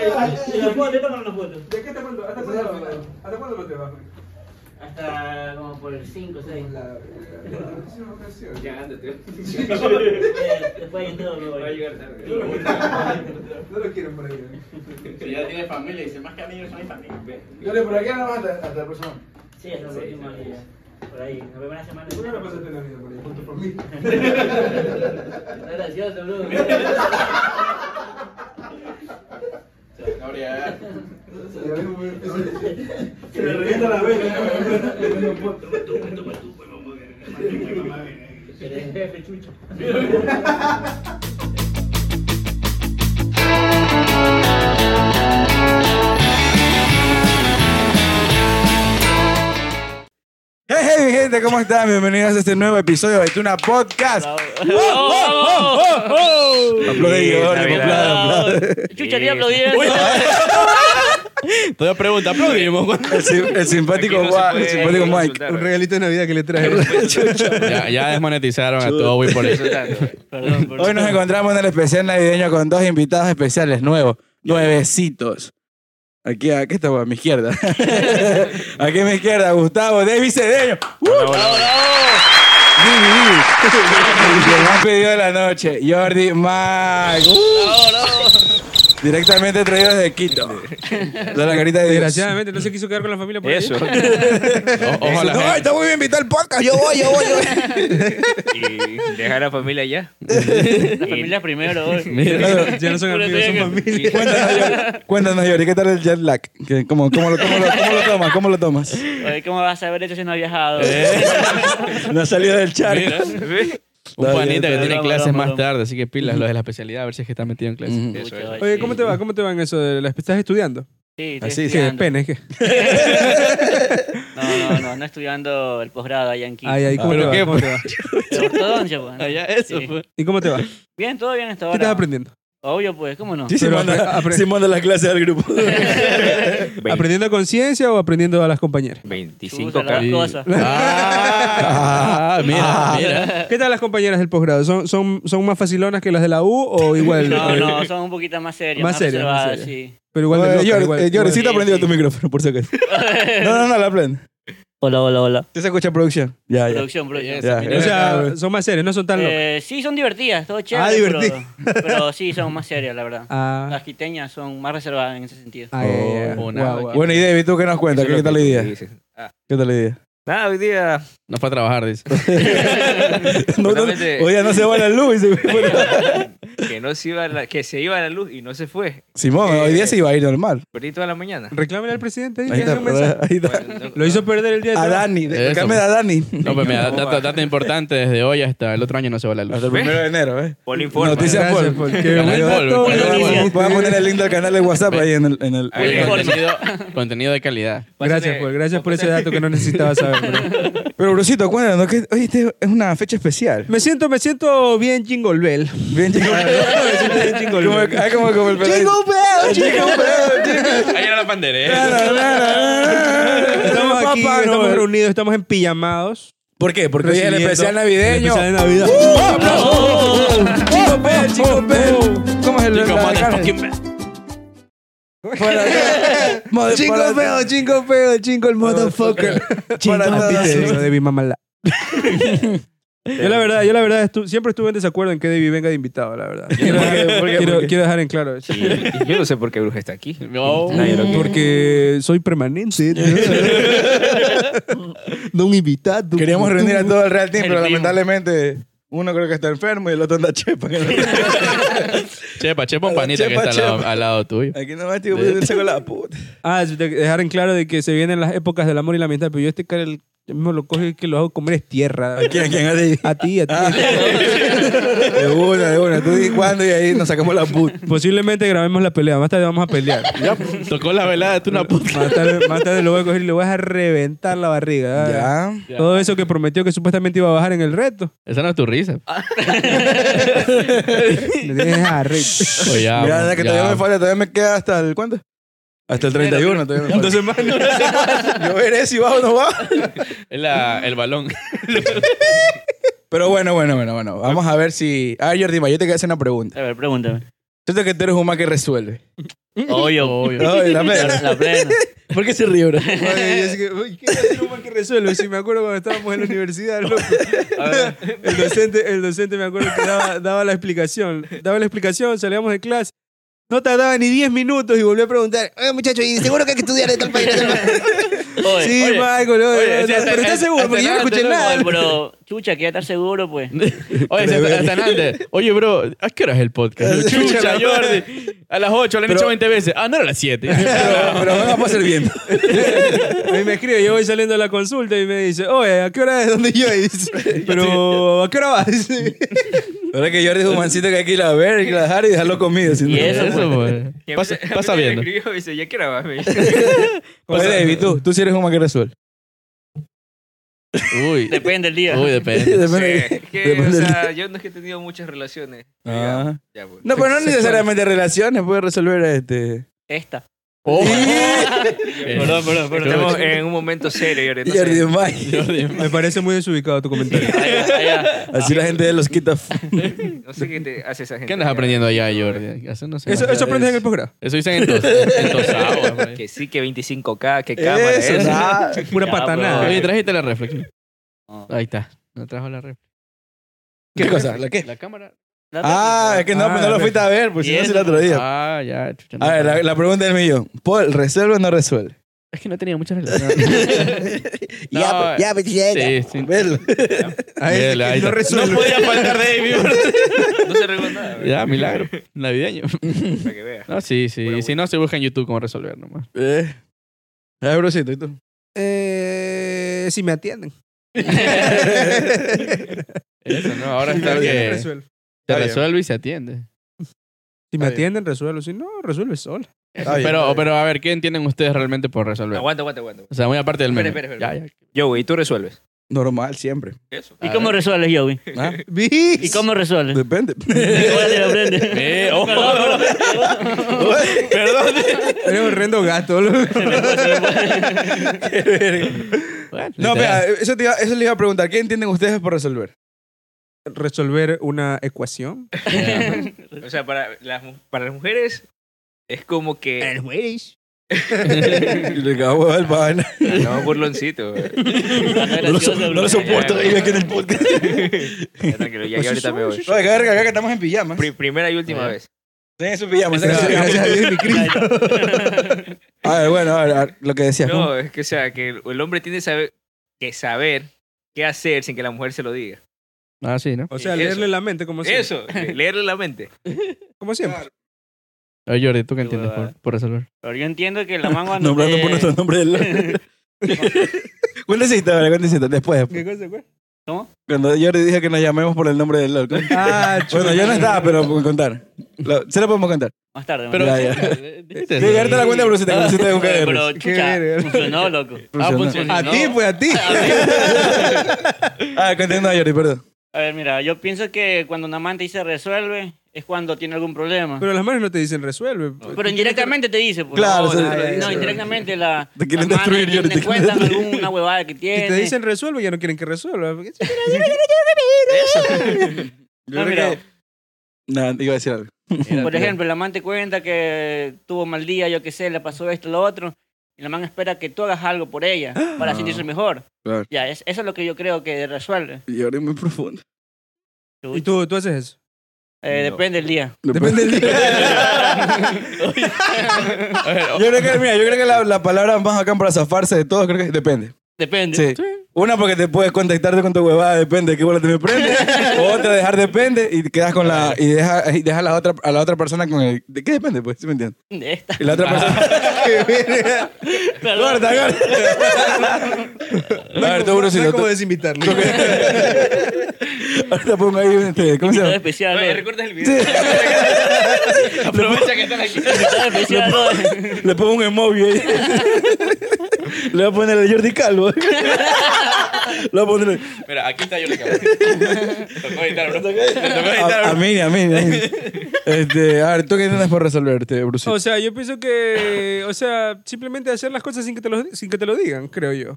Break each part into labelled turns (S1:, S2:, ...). S1: ¿Se lo puedo dejar o no lo puedo?
S2: ¿De qué te cuento? ¿Hasta cuándo lo llevas? ¿Hasta cuándo lo llevas? Mike?
S1: Hasta como por el 5 o 6.
S2: La- la- la próxima ocasión.
S3: Ya, ándate.
S1: Eh, Después yo todo me
S3: Va a
S1: voy.
S3: llegar tarde.
S2: No lo quieren- no lo quieren por ahí. ¿eh?
S4: Si ya tiene familia, dice más que a mí yo soy familia.
S3: Ve.
S5: Dale, por aquí nada más hasta, hasta la próxima.
S1: Sí, hasta el
S3: Sí,
S1: último
S3: sí.
S1: día. Por ahí, la primera semana.
S2: ¿Por qué no pasaste la vida por ahí? Con tu familia.
S1: Está gracioso, bro.
S4: Gabriel.
S2: Ya ves, güey, se- Se le revienta la vena.
S1: Que le jefe, chucho.
S6: Hey, hey, mi gente, ¿cómo están? Bienvenidos a este nuevo episodio de Tuna Podcast. ¡Oh, Aplaude, Giovanni, aplaude, aplaude.
S7: Chucha, ni aplaudiendo.
S8: Toda pregunta, aplaudimos.
S6: El, sim- el simpático,
S3: Aquí no se
S6: Juan-
S3: puede
S6: el simpático
S3: insultar,
S6: Mike.
S3: ¿verdad?
S6: regalito de Navidad que le traje.
S8: ya, ya desmonetizaron a todo, voy por eso.
S7: Perdón, perdón.
S6: Hoy nos encontramos en el especial navideño con dos invitados especiales nuevos, nuevecitos. Aquí, aquí está, a mi izquierda. aquí a mi izquierda, Gustavo David Cedeño. Divi, Divi. El más pedido de la noche, Jordi Mike. Directamente traído desde Quito. De la carita de Desgraciadamente.
S5: no se quiso quedar con la familia
S3: Eso.
S8: O- ojo a la
S6: No,
S8: gente.
S6: está muy bien invitado al podcast. Yo voy, yo voy, yo voy.
S3: Y dejar a la familia allá.
S7: La familia primero hoy.
S6: Claro,
S5: Ya no son
S7: Pero
S5: amigos, son
S7: tenía que-
S5: familia.
S6: Cuéntanos, Yori, cuéntanos, Yori, ¿qué tal el jet lag? ¿Qué- ¿Cómo, cómo, lo, cómo, lo, cómo lo tomas? ¿Cómo lo tomas?
S7: Oye, ¿Cómo vas a ver esto si no has viajado?
S5: Eh,
S6: No ha salido del chat.
S8: Mira, un
S6: Está bien,
S8: panita
S6: está
S8: que tiene
S7: bien.
S8: clases
S7: Broma,
S8: más
S7: broma.
S8: tarde, así que pilas, lo de la especialidad, a ver si es que está metido en clases.
S6: Ujú.
S8: Eso es.
S7: Pucha,
S5: Oye, ¿cómo
S7: sí.
S5: te va? ¿Cómo te va en eso? de la- ¿Estás estudiando?
S7: Sí, estoy
S6: Así, sí,
S5: Sí,
S7: estudiando.
S5: pene, es que.
S7: No, no, no, no estudiando el posgrado allá en Quito.
S5: Ay, ay, ¿cómo te
S8: ¿Pero
S5: va?
S8: qué,
S5: ¿Cómo te va?
S7: De ortodoncia, pues.
S8: Ah, ya, eso
S7: Sí.
S8: fue.
S5: ¿Y cómo te va? ¿Qué
S7: Bien, todo bien hasta ahora.
S5: estás aprendiendo?
S7: Obvio, pues, ¿cómo no?
S6: Sí, sí,
S5: Pero
S6: manda,
S5: apre- apre-
S6: sí manda las clases al grupo.
S5: ¿Aprendiendo a conciencia o aprendiendo a las compañeras?
S7: Chuta, las
S3: 25K.
S7: dos cosas.
S8: Ah, mira, mira.
S5: ¿Qué tal las compañeras del posgrado? ¿Son, son, ¿Son más facilonas que las de la U o igual?
S7: No,
S5: Eh,
S7: no, son un poquito más serias.
S5: Más
S7: Más,
S5: serias, más
S7: reservadas, sí.
S5: Pero igual de
S6: Bueno,
S5: loca,
S6: Yori,
S5: igual-
S6: eh, Yori, sí te
S7: igual.
S6: aprendió tu micrófono, por si acaso. No, no, no, la prende.
S7: Hola, hola, hola.
S6: ¿Te se escucha producción? Ya, ya.
S7: Producción, producción.
S6: Ya,
S5: O sea, son más serias, no son tan locas.
S7: Eh, sí, son divertidas, todo chévere.
S6: Ah,
S7: pero, pero sí, son más serias, la verdad.
S5: Ah,
S7: Las quiteñas son más reservadas en ese sentido.
S5: ay, ay, ay.
S8: Oh, nada,
S5: Guau, guau.
S6: Bueno, y David, ¿tú qué nos cuentas? ¿Qué, qué tal la idea? ¿Qué tal la idea?
S3: Nada, hoy día.
S8: No fue a trabajar, dice.
S6: No, no,
S3: Justamente-
S6: oye, no se va la luz. y se fue la-
S3: Que, no se iba la, que se iba la luz y no se fue.
S6: Simón, hoy día se iba a ir normal.
S3: Perdí toda la mañana.
S5: Reclámele al presidente. ahí,
S6: Ahí
S5: que haga
S6: está,
S5: un mensaje.
S6: ahí está.
S3: Bueno,
S5: Lo hizo perder el día de
S6: A
S5: trabajo.
S6: Dani, de-
S8: Eso.
S6: cambia a Dani.
S8: No, pero mira, dato, dato importante, desde hoy hasta el otro año no se va la
S6: Hasta el
S8: luz.
S6: primero de enero, ¿eh?
S3: Pon informe.
S6: Noticias
S5: Gracias,
S6: Paul.
S5: Paul.
S6: Voy
S5: Qué
S8: Canal
S5: buen
S8: Paul,
S5: dato.
S7: Paul.
S6: a
S7: Noticias.
S6: poner el link del canal de WhatsApp ahí en el. En el
S3: Ahí
S8: Oye,
S3: le-
S8: contenido, contenido de calidad.
S5: Gracias, Paul. Gracias por ese dato que no necesitaba saber. bro.
S6: Pero, Brusito, cuéntanos que hoy este es una fecha especial.
S5: Me siento, me siento bien jingolbel.
S6: Bien, chico. como, ah, como, como Ah, el pelado.
S5: Jingolbel.
S6: Chico, pero, chico.
S8: Ahí era la
S6: Na,
S8: pandereta.
S6: na, na, na, na.
S5: Estamos aquí,
S6: Papá
S5: estamos
S6: Noel.
S5: reunidos, estamos en pijamados.
S6: ¿Por qué? Porque hoy es el
S5: Recibiendo
S6: especial
S5: el
S6: navideño.
S5: especial de Navidad.
S6: ¡Uh! ¡Aplausos! ¡Chico Pel, chico Pel! ¿Cómo es el
S8: Chico,
S6: la-
S8: mother
S6: la-
S8: fucking man.
S6: Para- Mother- para-
S5: Chingo feo, chingo feo, chingo el motherfucker.
S6: Para todas
S5: Viste
S6: sus-
S5: eso, Debbie Mamala. Yo la verdad, yo la verdad estu- siempre estuve en desacuerdo en que Debbie venga de invitado, la verdad. Quiero, quiero- quiero dejar en claro eso.
S3: Y yo no sé por qué Bruja está aquí.
S8: No.
S3: Nadie lo quiere.
S5: Porque soy permanente. No un invitado.
S6: Queríamos reunir a todo el Real Team,
S7: El
S6: pero
S7: primo.
S6: lamentablemente uno creo que está enfermo y el otro anda chepa.
S8: Chepa, chepa un panita que
S6: Chepa,
S8: está al lado,
S6: chepa.
S8: al lado tuyo.
S6: Aquí nomás, tío, pues, se con la puta.
S5: Ah, de- dejar en claro de que se vienen las épocas del amor y la amistad, pero yo este cara el, yo mismo lo coge y que lo hago comer es tierra.
S6: ¿A quién? ¿A quién? ¿A ti?
S5: A ti, a ti.
S6: Ah. De una, de una. Tú di cuándo y ahí nos sacamos la puta.
S5: Posiblemente grabemos la pelea. Más tarde vamos a pelear.
S8: Tocó la velada, tú una puta.
S5: Más tarde, más tarde lo voy a coger y le voy a reventar la barriga. Ah,
S6: Ya.
S8: Ya.
S5: Todo eso que prometió que supuestamente iba a bajar en el reto.
S8: Esa no es tu risa.
S5: Me tienes arrecho.
S8: Oye, Pues ya,
S6: Mira,
S8: man,
S6: que
S8: ya.
S6: todavía me falta, todavía me queda hasta el ¿cuánto? Hasta el 31 todavía me falta. Entonces, yo veré si va o no va.
S8: Es la- el balón.
S6: Pero bueno, bueno, bueno, bueno. Vamos a ver si. Ah, Jordi, ma, yo te quería hacer una pregunta.
S7: A ver, pregúntame.
S6: Siento que tú eres un man que resuelve.
S7: Obvio, obvio.
S6: Ay, la plena.
S7: La plena.
S6: ¿Por qué se ríe, bro?
S5: Oye, y así que, uy, ¿qué es lo más que resuelve? Si me acuerdo cuando estábamos en la universidad, loco. El docente, el docente me acuerdo que daba, daba la explicación. Daba la explicación, salíamos de clase. No tardaba ni 10 minutos y volvió a preguntar, oye muchacho, ¿y seguro que hay que estudiar de tal país? de tal país?"
S7: Oye,
S5: sí,
S7: oye,
S5: Michael, oye,
S8: oye,
S5: oye,
S8: sí, hasta-
S5: pero estás
S8: hasta-
S5: seguro, porque yo no
S8: hasta
S5: escuché
S8: nada,
S5: nada.
S7: Oye, pero chucha, quería estar seguro, pues.
S8: Oye, se- hasta Hernández. Oye, bro, ¿a qué hora es el podcast? Chucha, Jordi. A las 8, lo han
S6: Pero-
S8: dicho 20 veces. Ah, no, era a las 7.
S6: Pero, pero van a pasar bien.
S5: A mí me escribe, yo voy saliendo de la consulta y me dice, oye, ¿a qué hora es donde yo? Y dice, pero ¿a qué hora vas?
S6: La verdad que Jordi es un mancito que hay que ir a ver, hay que dejar y dejarlo comido. si no-
S7: Y eso,
S8: Eso, pues.
S3: Y a mí-
S8: Pasa,
S3: a mí
S8: pasa
S3: me
S8: viendo.
S3: escribió y dice, ya que era, mami.
S6: Oye, David, tú, tú sí eres un man que resuelve.
S8: Uy.
S7: Depende del día.
S8: Uy, depende.
S6: Depende-
S3: Sí, que, o
S6: depende del-
S3: sea, yo no es que he tenido muchas relaciones. digamos.
S6: Ah.
S3: Ya, pues.
S6: No, pero no necesariamente relaciones, puede resolver este.
S7: Esta.
S8: Oh.
S7: Perdón, perdón, perdón.
S3: Estamos en un momento serio y ahorita no sé.
S6: Jordi May.
S5: Me parece muy desubicado tu comentario.
S7: Allá, allá.
S6: Así la gente de los quita.
S3: No sé qué te hace esa gente.
S8: ¿Qué andas aprendiendo allá, Jordi? Eso no sé.
S5: Eso, eso aprendes en el posgrado.
S8: Eso dicen en tos- en tosado, güey.
S3: Que sí, que 25K, que cámara.
S6: Eso,
S3: eso.
S6: nada. Ah.
S5: Pura
S7: Ya,
S5: patanada.
S7: bro.
S8: Oye, trajiste la reflexión.
S7: No.
S8: Ahí está. No trajo la reflexión.
S6: ¿Qué cosa? ¿La qué?
S8: La cámara.
S7: La
S6: Ah, es que no,
S5: Ah,
S6: pues no lo
S5: la-
S6: fuiste a ver, pues si
S7: Y
S6: no se
S7: eso.
S6: la otro día.
S8: Ah, ya. chucha, no.
S6: A ver, la, la pregunta del millón. Paul, ¿resuelve o no resuelve?
S8: Es que no tenía muchas relaciones. No,
S6: ya, pues, ya,
S8: sí,
S6: ya.
S8: sí.
S6: Velo.
S5: Ahí
S8: Mira, ahí
S5: no
S8: está.
S5: resuelve.
S8: No podía faltar David.
S3: No se arregló nada. güey,
S8: ya, milagro. Navideño.
S3: Para que veas.
S8: No, sí, sí.
S3: Bueno,
S8: Si no, se busca en YouTube cómo resolver nomás.
S6: Eh. A ver, brocito, ¿y tú?
S5: Eh, si me atienden.
S8: Eso, ¿no? Ahora
S5: Si me
S8: está
S5: atienden,
S8: que
S5: resuelvo.
S8: se
S6: Está bien.
S8: resuelve y se atiende.
S5: Si me
S6: Está bien.
S5: atienden, resuelvo. Si no, resuelve sola.
S6: Está bien, está
S8: Pero,
S6: bien.
S8: pero a ver, ¿qué entienden ustedes realmente por
S4: Ah,
S8: resolver?
S3: Aguanta, aguanta, aguanta.
S8: O sea, muy aparte del meme.
S3: Espera, espera, espera.
S8: Ya, ya.
S3: Yo, güey, tú resuelves.
S6: Normal, siempre.
S3: Eso.
S7: ¿Y cómo resuelves, Joey?
S6: ¿Ah?
S7: ¿Y cómo resuelves?
S6: Depende.
S7: ¿Cómo te lo aprendes?
S8: Eh, oh.
S7: Perdón, perdón.
S5: Eres horrendo gato. loco.
S8: Bueno,
S6: no,
S8: literal.
S6: espera, eso, te iba- eso le iba a preguntar. ¿Qué entienden ustedes por resolver?
S5: Resolver una ecuación.
S3: O sea, para las, mu- para las mujeres es como que.
S6: le acabo el pan.
S3: No, burloncito. güey.
S6: No lo, so- no lo soporto.
S3: Ya,
S6: que vive aquí en el podcast.
S3: Ya, tranquilo, ya,
S6: Pues
S3: ya ahorita me voy.
S6: Oye, que verga, acá que estamos en pijamas.
S3: Pri- primera y última vez.
S6: Tienen su pijama. saca su
S5: Gracias a
S6: pijama.
S5: Dios, mi Cristo.
S6: A ver, bueno, a ver, a ver, lo que decías. ¿no?
S3: No, es que, o sea, que el el hombre tiene saber- que saber qué hacer sin que la mujer se lo diga.
S8: Ah, sí, ¿no?
S5: O sea,
S3: Eso.
S5: leerle la mente como siempre.
S3: Eso, le- leerle la mente.
S5: Como siempre.
S8: A ver, Jordi, ¿tú qué
S7: Qué
S8: entiendes por,
S7: huevada.
S8: por resolver?
S7: Pero yo entiendo que la man cuando
S6: Nombrando
S7: te-
S6: por nuestro nombre. Del... cuéntesito, ahora, cuéntesito. Después, después.
S5: cosa, güey?
S6: Cuando Jordi dijo que nos llamemos por el nombre del loco.
S5: Ah, chulo.
S6: bueno, yo no estaba, pero puedo contar. Lo- se lo podemos contar.
S7: Más tarde, más
S8: Pero,
S7: tarde.
S6: Ya, ya.
S8: Dijiste
S6: Sí,
S8: eso.
S6: ya ahorita la cuenta de Brusita, que Brusita es un
S7: Oye,
S6: caer.
S7: Pero,
S5: verga.
S7: chucha, funcionó, loco.
S8: Ah, funcionó.
S5: A ti, pues, a ti.
S6: Ah, continúa, Jordi, perdón.
S7: A ver, mira, yo pienso que cuando una man te dice resuelve, es cuando tiene algún problema.
S5: Pero las manos no te dicen resuelve.
S7: Pero indirectamente te dice, pues.
S6: Claro,
S7: No,
S6: sí.
S7: no,
S6: Claro,
S7: no,
S6: sí.
S7: indirectamente la.
S6: Te quieren
S7: las manes
S6: destruir,
S7: te-
S6: Jordi,
S7: Te
S6: te quieren
S7: cuentan
S6: destruir.
S7: alguna huevada que
S5: Si
S7: tiene.
S5: te dicen resuelve, ya no quieren que resuelva. Porque-
S6: Yo
S7: Ah,
S6: creo
S7: mira.
S6: que- No, iba a decir algo.
S7: Por ejemplo, la man te cuenta que tuvo mal día, yo qué sé, le pasó esto, lo otro. Y la man espera que tú hagas algo por ella para sentirse mejor.
S6: Ah. Claro.
S7: Ya, es- eso es lo que yo creo que resuelve.
S6: Jordi muy profundo.
S5: Y tú, tú haces eso.
S7: Eh,
S3: No.
S7: Depende del día.
S6: Depende del Yo creo que, mira, yo creo que la, la palabra más acá para zafarse de todos, creo que es depende.
S7: Depende.
S6: Sí. Una porque te puedes contactarte con tu huevada, depende de qué bola te me prende. Otra dejar depende y quedas con la y deja y deja a la otra a la otra persona con el ¿De qué depende, pues? ¿Sí me entiendes?
S7: De esta.
S6: Y la otra persona
S7: Perdón.
S6: Corta, corta. A ver, tú
S5: No
S6: Brusito.
S5: es como
S6: tú-
S5: desinvitarlo.
S6: Ahorita pongo ahí un este, ¿cómo se
S7: Todo
S6: llama?
S7: especial.
S3: Oye,
S7: ¿no?
S3: ¿recuerdas el video? Aprovecha que están aquí.
S7: Todo especial. ¿no?
S6: Le pongo un emoji ahí. Le voy a poner el Jordi Calvo. Le voy a poner.
S4: Mira, aquí está yo le cabrón. Me tocó editar, bro. Me tocó editar,
S6: A, a mí, a mí. a mí. Este, a ver, ¿tú qué tienes por resolverte, Brusito?
S4: Oh,
S5: O sea, yo pienso que, o sea, simplemente hacer las cosas sin que te lo, sin que te lo digan, creo yo.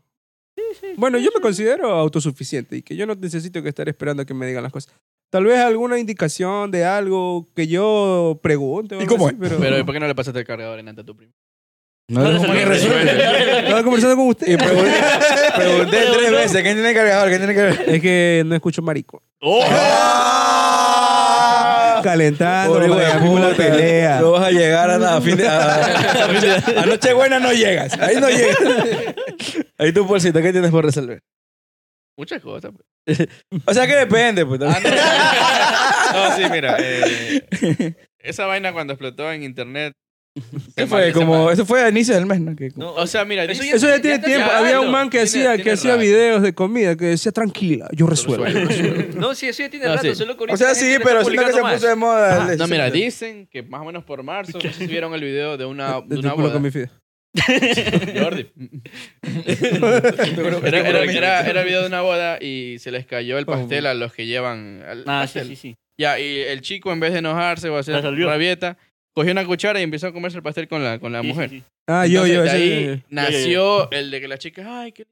S5: Bueno, yo me considero autosuficiente y que yo no necesito que estar esperando a que me digan las cosas. Tal vez alguna indicación de algo que yo pregunte. o
S6: ¿Y
S5: algo
S6: cómo
S5: así,
S6: es?
S5: pero-
S8: Pero ¿por qué no le pasaste el cargador en ante a tu primo?
S6: No es como que resuelve.
S5: Estaba conversando con usted.
S6: Y pregunté, pregunté tres veces, ¿quién tiene cargador? ¿Quién tiene cargador?
S5: Es que no escucho marico.
S8: Oh.
S6: ¡Ah!
S5: Calentando,
S6: Pobre
S5: para
S6: huevo,
S5: que la
S6: puta.
S5: pelea.
S6: No vas a llegar a la a fin de. A, a noche buena no llegas. Ahí no llegas. Ahí tu bolsito, ¿qué tienes por resolver?
S8: Muchas cosas. pues.
S6: O sea que depende, pues.
S8: Ah,
S5: Ah,
S6: también.
S4: No, sí, mira. eh, esa vaina cuando explotó en internet.
S6: ¿Qué fue? Como, eso fue a inicio del mes, ¿no? Que-
S4: No,
S8: O sea, mira,
S4: Eso
S8: dice-
S5: Eso ya tiene
S4: está
S5: tiempo.
S4: llegando.
S5: Había un man que
S4: Tiene-
S5: hacía, que
S4: tiene
S5: hacía
S4: rato.
S5: videos de comida que decía tranquila, yo resuelvo.
S4: No, sí, eso ya tiene
S8: No,
S4: rato,
S8: sí.
S4: solo que
S6: o
S4: ahorita
S6: sea,
S4: la gente
S6: sí,
S4: lo
S6: pero
S4: está
S6: siento que se
S4: publicando
S6: puso de
S4: más.
S6: moda. el-
S8: no, mira, dicen que más o menos por marzo, no sé si vieron el video de una, de
S5: De
S8: una
S5: tu Ah, culo
S8: boda.
S5: con mi fide.
S8: Jordi. era, era- era- era el video de una boda y se les cayó el pastel a los que llevan. al
S7: Ah, sí,
S8: pastel.
S7: sí, sí.
S8: Ya, y el chico en vez de enojarse o hacer
S7: La salió.
S8: rabieta, cogió una cuchara y empezó a comerse el pastel con la, con la
S7: Sí, sí,
S8: mujer.
S7: sí.
S5: Ah, yo, yo.
S8: Entonces, de
S5: ese-
S8: ahí nació el de que la chica, ay, que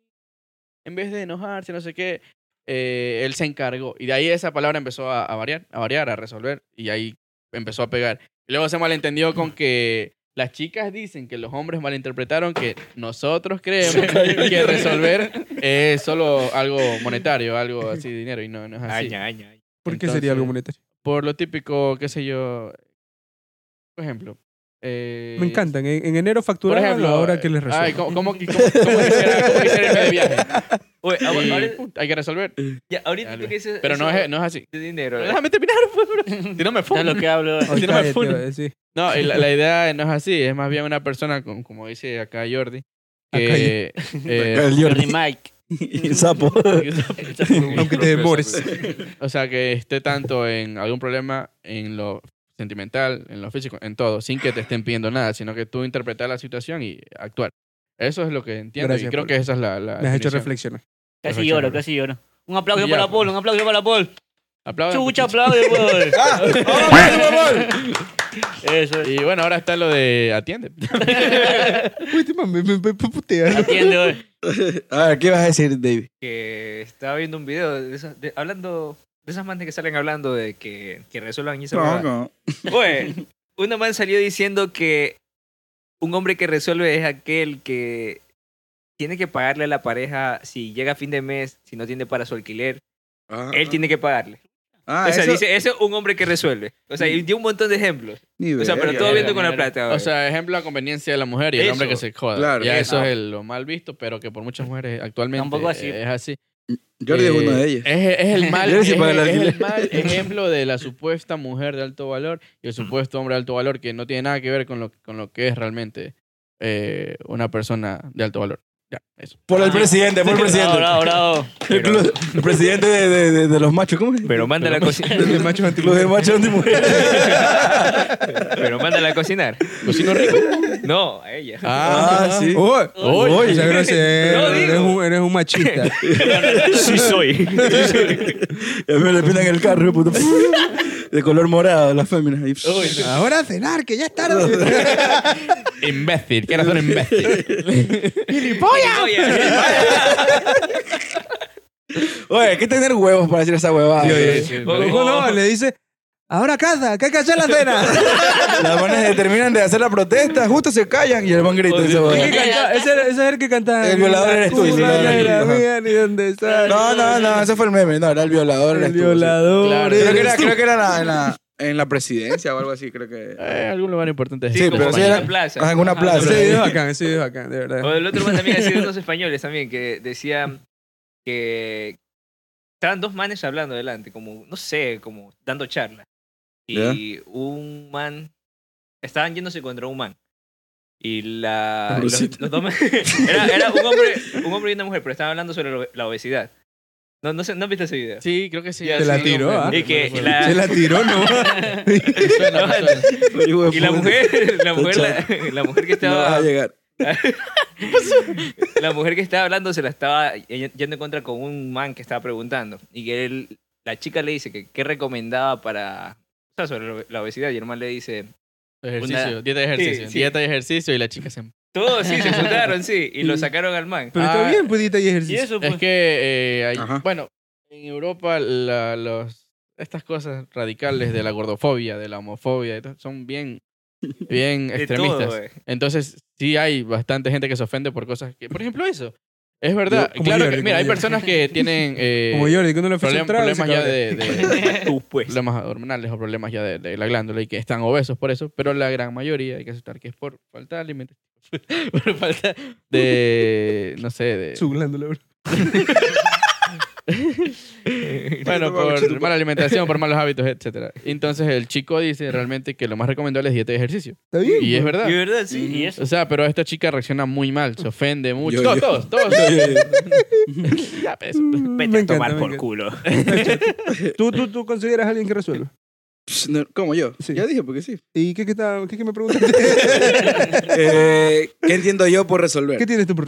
S8: en vez de enojarse, no sé qué, eh, él se encargó. Y de ahí esa palabra empezó a, a variar, a variar, a resolver. Y ahí empezó a pegar. Y luego se malentendió con que las chicas dicen que los hombres malinterpretaron que nosotros creemos que resolver es solo algo monetario, algo así, dinero. Y no, no es
S7: Ah,
S8: así.
S3: Aña, aña, aña.
S5: ¿Por qué sería algo
S8: Entonces,
S5: monetario?
S8: Por lo típico, qué sé yo, por ejemplo. eh,
S5: Me encantan. En, en enero facturaron ahora que les resuelvo.
S8: Ay, ¿cómo, cómo, cómo, cómo quisiera, cómo quisiera irme de viaje?
S4: Oye, ah, bueno,
S8: Y,
S4: ahora-
S8: puta, hay que resolver.
S4: ya, ahorita tú
S8: Dale.
S4: que dices.
S8: Pero no
S4: eso
S8: Eh, es, no es así.
S4: de dinero.
S8: Pero
S4: eh.
S8: déjame terminar, pues, bro. Si no me
S7: Ya
S8: fumo.
S7: lo que hablo.
S5: Ay,
S8: si no me
S5: cállate,
S8: funen.
S5: eh, sí.
S8: No, y la, la idea no es así. Es más bien una persona, con, como dice acá Jordi, que... eh,
S6: El
S7: Jordi
S6: Jordi.
S7: Mike.
S6: Y sapo.
S5: Aunque te demores.
S8: o sea, que esté tanto en algún problema en lo sentimental, en lo físico, en todo, sin que te estén pidiendo nada, sino que tú interpretar la situación y actuar. Eso es lo que entiendo
S5: Gracias,
S8: y creo
S5: Pablo.
S8: que esa es la... la
S5: Me has hecho
S8: definición.
S5: reflexionar.
S7: Casi
S8: Perfecto,
S7: lloro,
S8: bro.
S7: casi lloro. Un aplauso
S8: Ya,
S7: para
S8: pues.
S7: Paul, un aplauso para Paul.
S8: Aplaudan,
S7: Chucha,
S8: muchachos.
S7: aplauso, Paul. Eso es.
S8: Y bueno, ahora está lo de atiende.
S5: Uy, te mames, me, me, me putea.
S7: Atiende, hoy.
S6: A ver, ¿qué vas a decir, David?
S4: Que estaba viendo un video de esas, de- hablando. De esas manes que salen hablando de que, que resuelvan y esa huevada. Oye, una man salió diciendo que un hombre que resuelve es aquel que tiene que pagarle a la pareja si llega a fin de mes, si no tiene para su alquiler, él tiene que pagarle.
S6: Ah,
S4: o sea,
S6: eso-
S4: dice, ese es un hombre que resuelve. O sea, y dio un montón de ejemplos.
S6: ni
S4: O sea,
S6: verga.
S4: pero todo viendo con la
S7: mierda.
S4: plata.
S8: O sea, ejemplo a conveniencia de la mujer y el
S4: Eso.
S8: hombre que se joda.
S6: Claro.
S8: ya eso
S6: Ah.
S8: es el- lo mal visto, pero que por muchas mujeres actualmente
S7: Tampoco así.
S8: eh, es así.
S6: Jordi es
S8: Eh,
S6: uno de ellos.
S8: Es, es el mal,
S6: Jordi
S8: es,
S6: se paga el
S8: es el
S6: alquiler.
S8: mal ejemplo de la supuesta mujer de alto valor y el supuesto hombre de alto valor que no tiene nada que ver con lo, con lo que es realmente eh, una persona de alto valor. Ya, eso.
S6: Por
S4: Ah.
S6: el presidente, por el presidente.
S7: Bravo, bravo, bravo.
S6: El, club- el presidente de, de- de- de los machos, ¿cómo es?
S4: pero manda la cocina.
S5: De machos anti-
S6: Los de machos antimujeres.
S4: Pero mándala a cocinar.
S8: ¿Cocino rico?
S4: No, a ella.
S6: Ah, sí.
S5: Uy,
S8: Uy.
S5: uy, esa grosera,
S4: No, digo.
S5: eres, un, eres un machista.
S4: Sí soy.
S6: A mí me le pintan el carro, puto. De color morado, las féminas. ahí.
S5: Ahora a cenar, que ya es tarde.
S8: imbécil, que eres un imbécil.
S6: Oye, hay que tener huevos para decir esa huevada.
S5: Ojo, no, le dice, ahora casa, que hay que hacer la cena.
S6: Las manes determinan de hacer la protesta, justo se callan y el man grita esa
S5: ¿Qué
S6: huevada.
S5: canta? Ese, era- ese es el que cantaba.
S6: El violador eres tú,
S5: Ni
S6: sí,
S5: la
S6: no,
S5: cuna era
S6: no.
S5: mía, ni donde sale.
S6: No, no, no, ese fue el meme. No, era el violador.
S5: El
S6: eres tú, sí.
S5: violador.
S8: Claro.
S5: eres
S6: Creo que era,
S5: tú.
S6: creo que era en la- en, la, en la presidencia o algo así, creo que.
S8: Eh, algún lugar importante.
S6: Sí, pero sí
S8: compañía.
S6: era- Ah, en una plaza.
S5: Ese video es bacán, ese video es bacán, de verdad.
S4: O el otro man también decía de unos españoles también que decían que estaban dos manes hablando adelante, como, no sé, como dando charla. Y un man, estaban yéndose contra un man. Y la, los,
S6: Rosita.
S4: los dos man- era, era un, hombre, un hombre y una mujer, pero estaban hablando sobre la obe- la obesidad. No, no, sé, ¿no has visto ese video?
S8: Sí, creo que sí.
S5: Te la tiró, ¿ah?
S4: Y que la-
S5: Se la tiró, ¿no?
S4: Y la mujer, la mujer, la, la mujer que
S6: No ah, vas
S4: estaba,
S6: a llegar.
S4: la mujer que estaba hablando se la estaba y- yendo en contra con un man que estaba preguntando. Y que él, la chica le dice que qué recomendaba para. O sea, sobre lo- la obesidad. Y el man le dice.
S8: Ejercicio,
S4: Una-
S8: dieta y ejercicio.
S4: Sí, sí.
S8: Dieta y ejercicio y la chica se...
S4: Todos sí, se juntaron, sí. Y lo sacaron al man.
S5: Pero está
S8: Ah.
S5: bien, pudita y
S7: Y
S5: ejercicio.
S7: eso, pues.
S8: Es que, eh, hay-
S6: Ajá.
S8: bueno, en Europa la- los estas cosas radicales de la gordofobia, de la homofobia, y todo, son bien, bien
S4: De todo, eh.
S8: extremistas.
S4: güey.
S8: Entonces, sí hay bastante gente que se ofende por cosas que. Por ejemplo, eso. Es verdad.
S5: Como
S8: claro
S5: Jordi,
S8: que, mira,
S5: como
S8: hay
S5: Jordi.
S8: personas que tienen. eh,
S5: Como Jordi, que uno le ofrece
S8: problem-
S5: un trago.
S8: problemas ya de, de-
S4: Tú, pues.
S8: problemas hormonales o problemas ya de, de la glándula y que están obesos por eso, pero la gran mayoría hay que aceptar que es por falta de alimentación, por falta de, no sé, de,
S5: Su glándula, bro.
S8: bueno, por mala alimentación, por malos hábitos, etcétera. Entonces el chico dice realmente que lo más recomendable es dieta y ejercicio.
S5: Está bien. Mm,
S8: Y es verdad.
S4: Y verdad, sí.
S7: Y eso.
S8: O sea, pero esta chica reacciona muy mal, se ofende mucho.
S6: Yo-
S8: todos,
S6: yo-
S8: todos, todos,
S6: Eh,
S8: Ya, pues,
S5: Vete
S4: Vete a tomar por culo.
S5: ¿Tú, tú, ¿Tú consideras a alguien que resuelve?
S6: Psh, no, ¿Cómo yo?
S5: Sí.
S6: Ya dije, porque sí.
S5: ¿Y qué, qué, está- qué- qué me preguntaste?
S6: Eh, ¿Qué entiendo yo por resolver?
S5: ¿Qué este tienes tú, por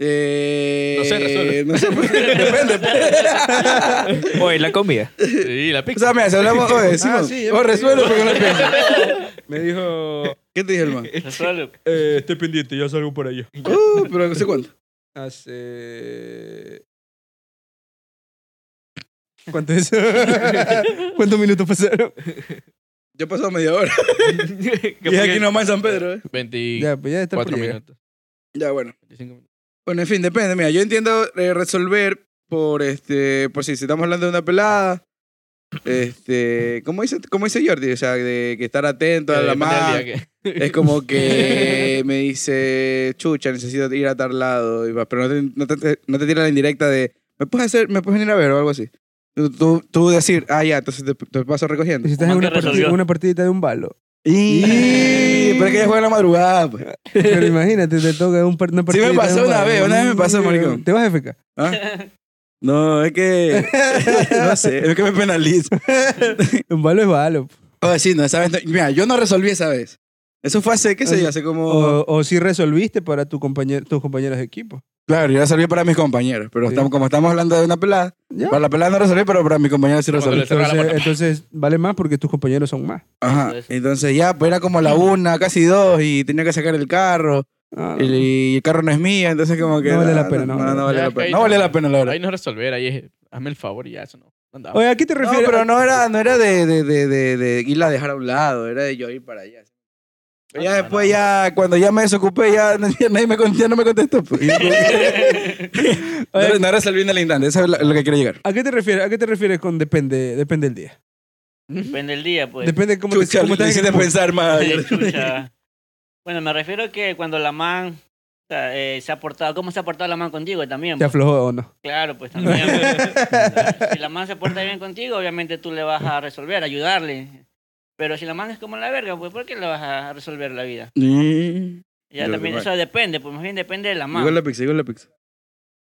S6: Eh,
S8: No sé, resuelve.
S6: No sé, pues, depende. pues.
S4: Oye, la comida.
S8: Sí, la
S6: o
S8: pizza.
S6: sea, mira, si hablamos, oye, Simón,
S5: sí, ya
S6: o
S5: me-
S6: resuelve porque no pienso.
S5: Me dijo,
S6: ¿Qué te dije, hermano?
S7: Resuelve.
S5: eh, esté pendiente, ya salgo por allá.
S6: Uh, pero no sé cuánto.
S5: Hace... ¿Cuánto es? ¿Cuántos minutos pasaron?
S6: Yo he pasado media hora. Y es aquí nomás en San Pedro, ¿eh?
S8: 24
S5: Ya, pues ya está por llegar.
S8: minutos.
S6: Ya, bueno.
S8: 25 minutos.
S6: Bueno, en fin, depende. Mira, yo entiendo eh, resolver por este. Por si estamos hablando de una pelada. Este. ¿Cómo dice, cómo dice Jordi? O sea, de que estar atento a
S8: Ya,
S6: la
S8: depende del
S6: madre.
S8: día que-
S6: Es como que me dice, chucha, necesito ir a tal lado. y va, Pero no te, no te- no te tira la indirecta de, ¿me puedes, hacer, ¿me puedes venir a ver o algo así? Tú, tú- tú decir, ah, ya, entonces te, te paso recogiendo.
S5: Si estás en
S7: ¿Cómo
S5: una,
S7: que
S5: partida-
S7: resolvió?
S5: una partidita de un balo.
S6: Y... Pero es que ella juega en la madrugada, pues.
S5: Pero imagínate, te toca un par- una partidita. de
S6: pasó
S5: un
S6: una
S5: balo.
S6: vez, una vez me pasó, maricón.
S5: Te vas a FK.
S6: ¿Ah? No, es que... No sé, es que me penaliza.
S5: Un balo es balo.
S6: Oye, Oh, sí, no, esa vez no- Mira, yo no resolví esa vez. Eso fue hace, qué sé yo, hace como...
S5: O, o si resolviste para tu compañero, tus compañeros de equipo.
S6: Claro, yo resolví para mis compañeros. Pero
S5: Sí.
S6: estamos, como estamos hablando de una pelada,
S5: Ya.
S6: para la pelada no resolví, pero para mis compañeros sí
S8: Cuando
S6: resolví.
S8: le cerraba la
S5: Entonces,
S8: puerta.
S5: entonces vale más porque tus compañeros son más.
S6: Ajá.
S7: Entonces-
S6: Entonces ya, pues era como la una, casi dos, y tenía que sacar el carro.
S5: Mm. Ah,
S6: Y, y el carro no es mío, entonces como que.
S5: No vale la
S6: ah,
S5: pena, no,
S6: No,
S5: no.
S6: no vale
S8: Ya,
S6: la
S8: es que ahí
S6: pena. No
S8: no-
S6: vale la pena, la verdad.
S8: Ahí no es resolver, ahí es, hazme el favor y ya, eso no. no andaba.
S5: Oye, ¿a qué te
S6: No,
S5: refieres?
S6: pero no era, no era de, de, de, de, de irla a dejar a un lado, era de yo ir para allá. Ya después, ya, cuando ya me desocupé, ya, ya nadie me, con- ya no me contestó. pues. no, no resolví en el instante, eso es lo, lo que quiero llegar.
S5: ¿A qué te refieres? ¿A qué te refieres con depende, depende del día?
S7: Depende del día, pues.
S5: Depende de cómo
S6: Chucha,
S5: te cómo
S6: le
S5: estás en
S6: hiciste
S5: el mood.
S6: pensar más.
S7: Sí, chucha. Bueno, me refiero a que cuando la man o sea, eh, se ha portado, ¿cómo se ha portado la man contigo también?
S5: ¿Te
S7: pues?
S5: aflojó o no?
S7: Claro, pues también. pues. si la man se porta bien contigo, obviamente tú le vas a resolver, ayudarle. Pero si la man es como la verga, pues ¿por qué le vas a resolver la vida?
S6: Mm.
S7: Ya
S6: Yo
S7: también,
S6: creo que-
S7: eso depende, pues más bien depende de la
S6: Llegó
S7: man.
S6: la pizza, llegó la pizza.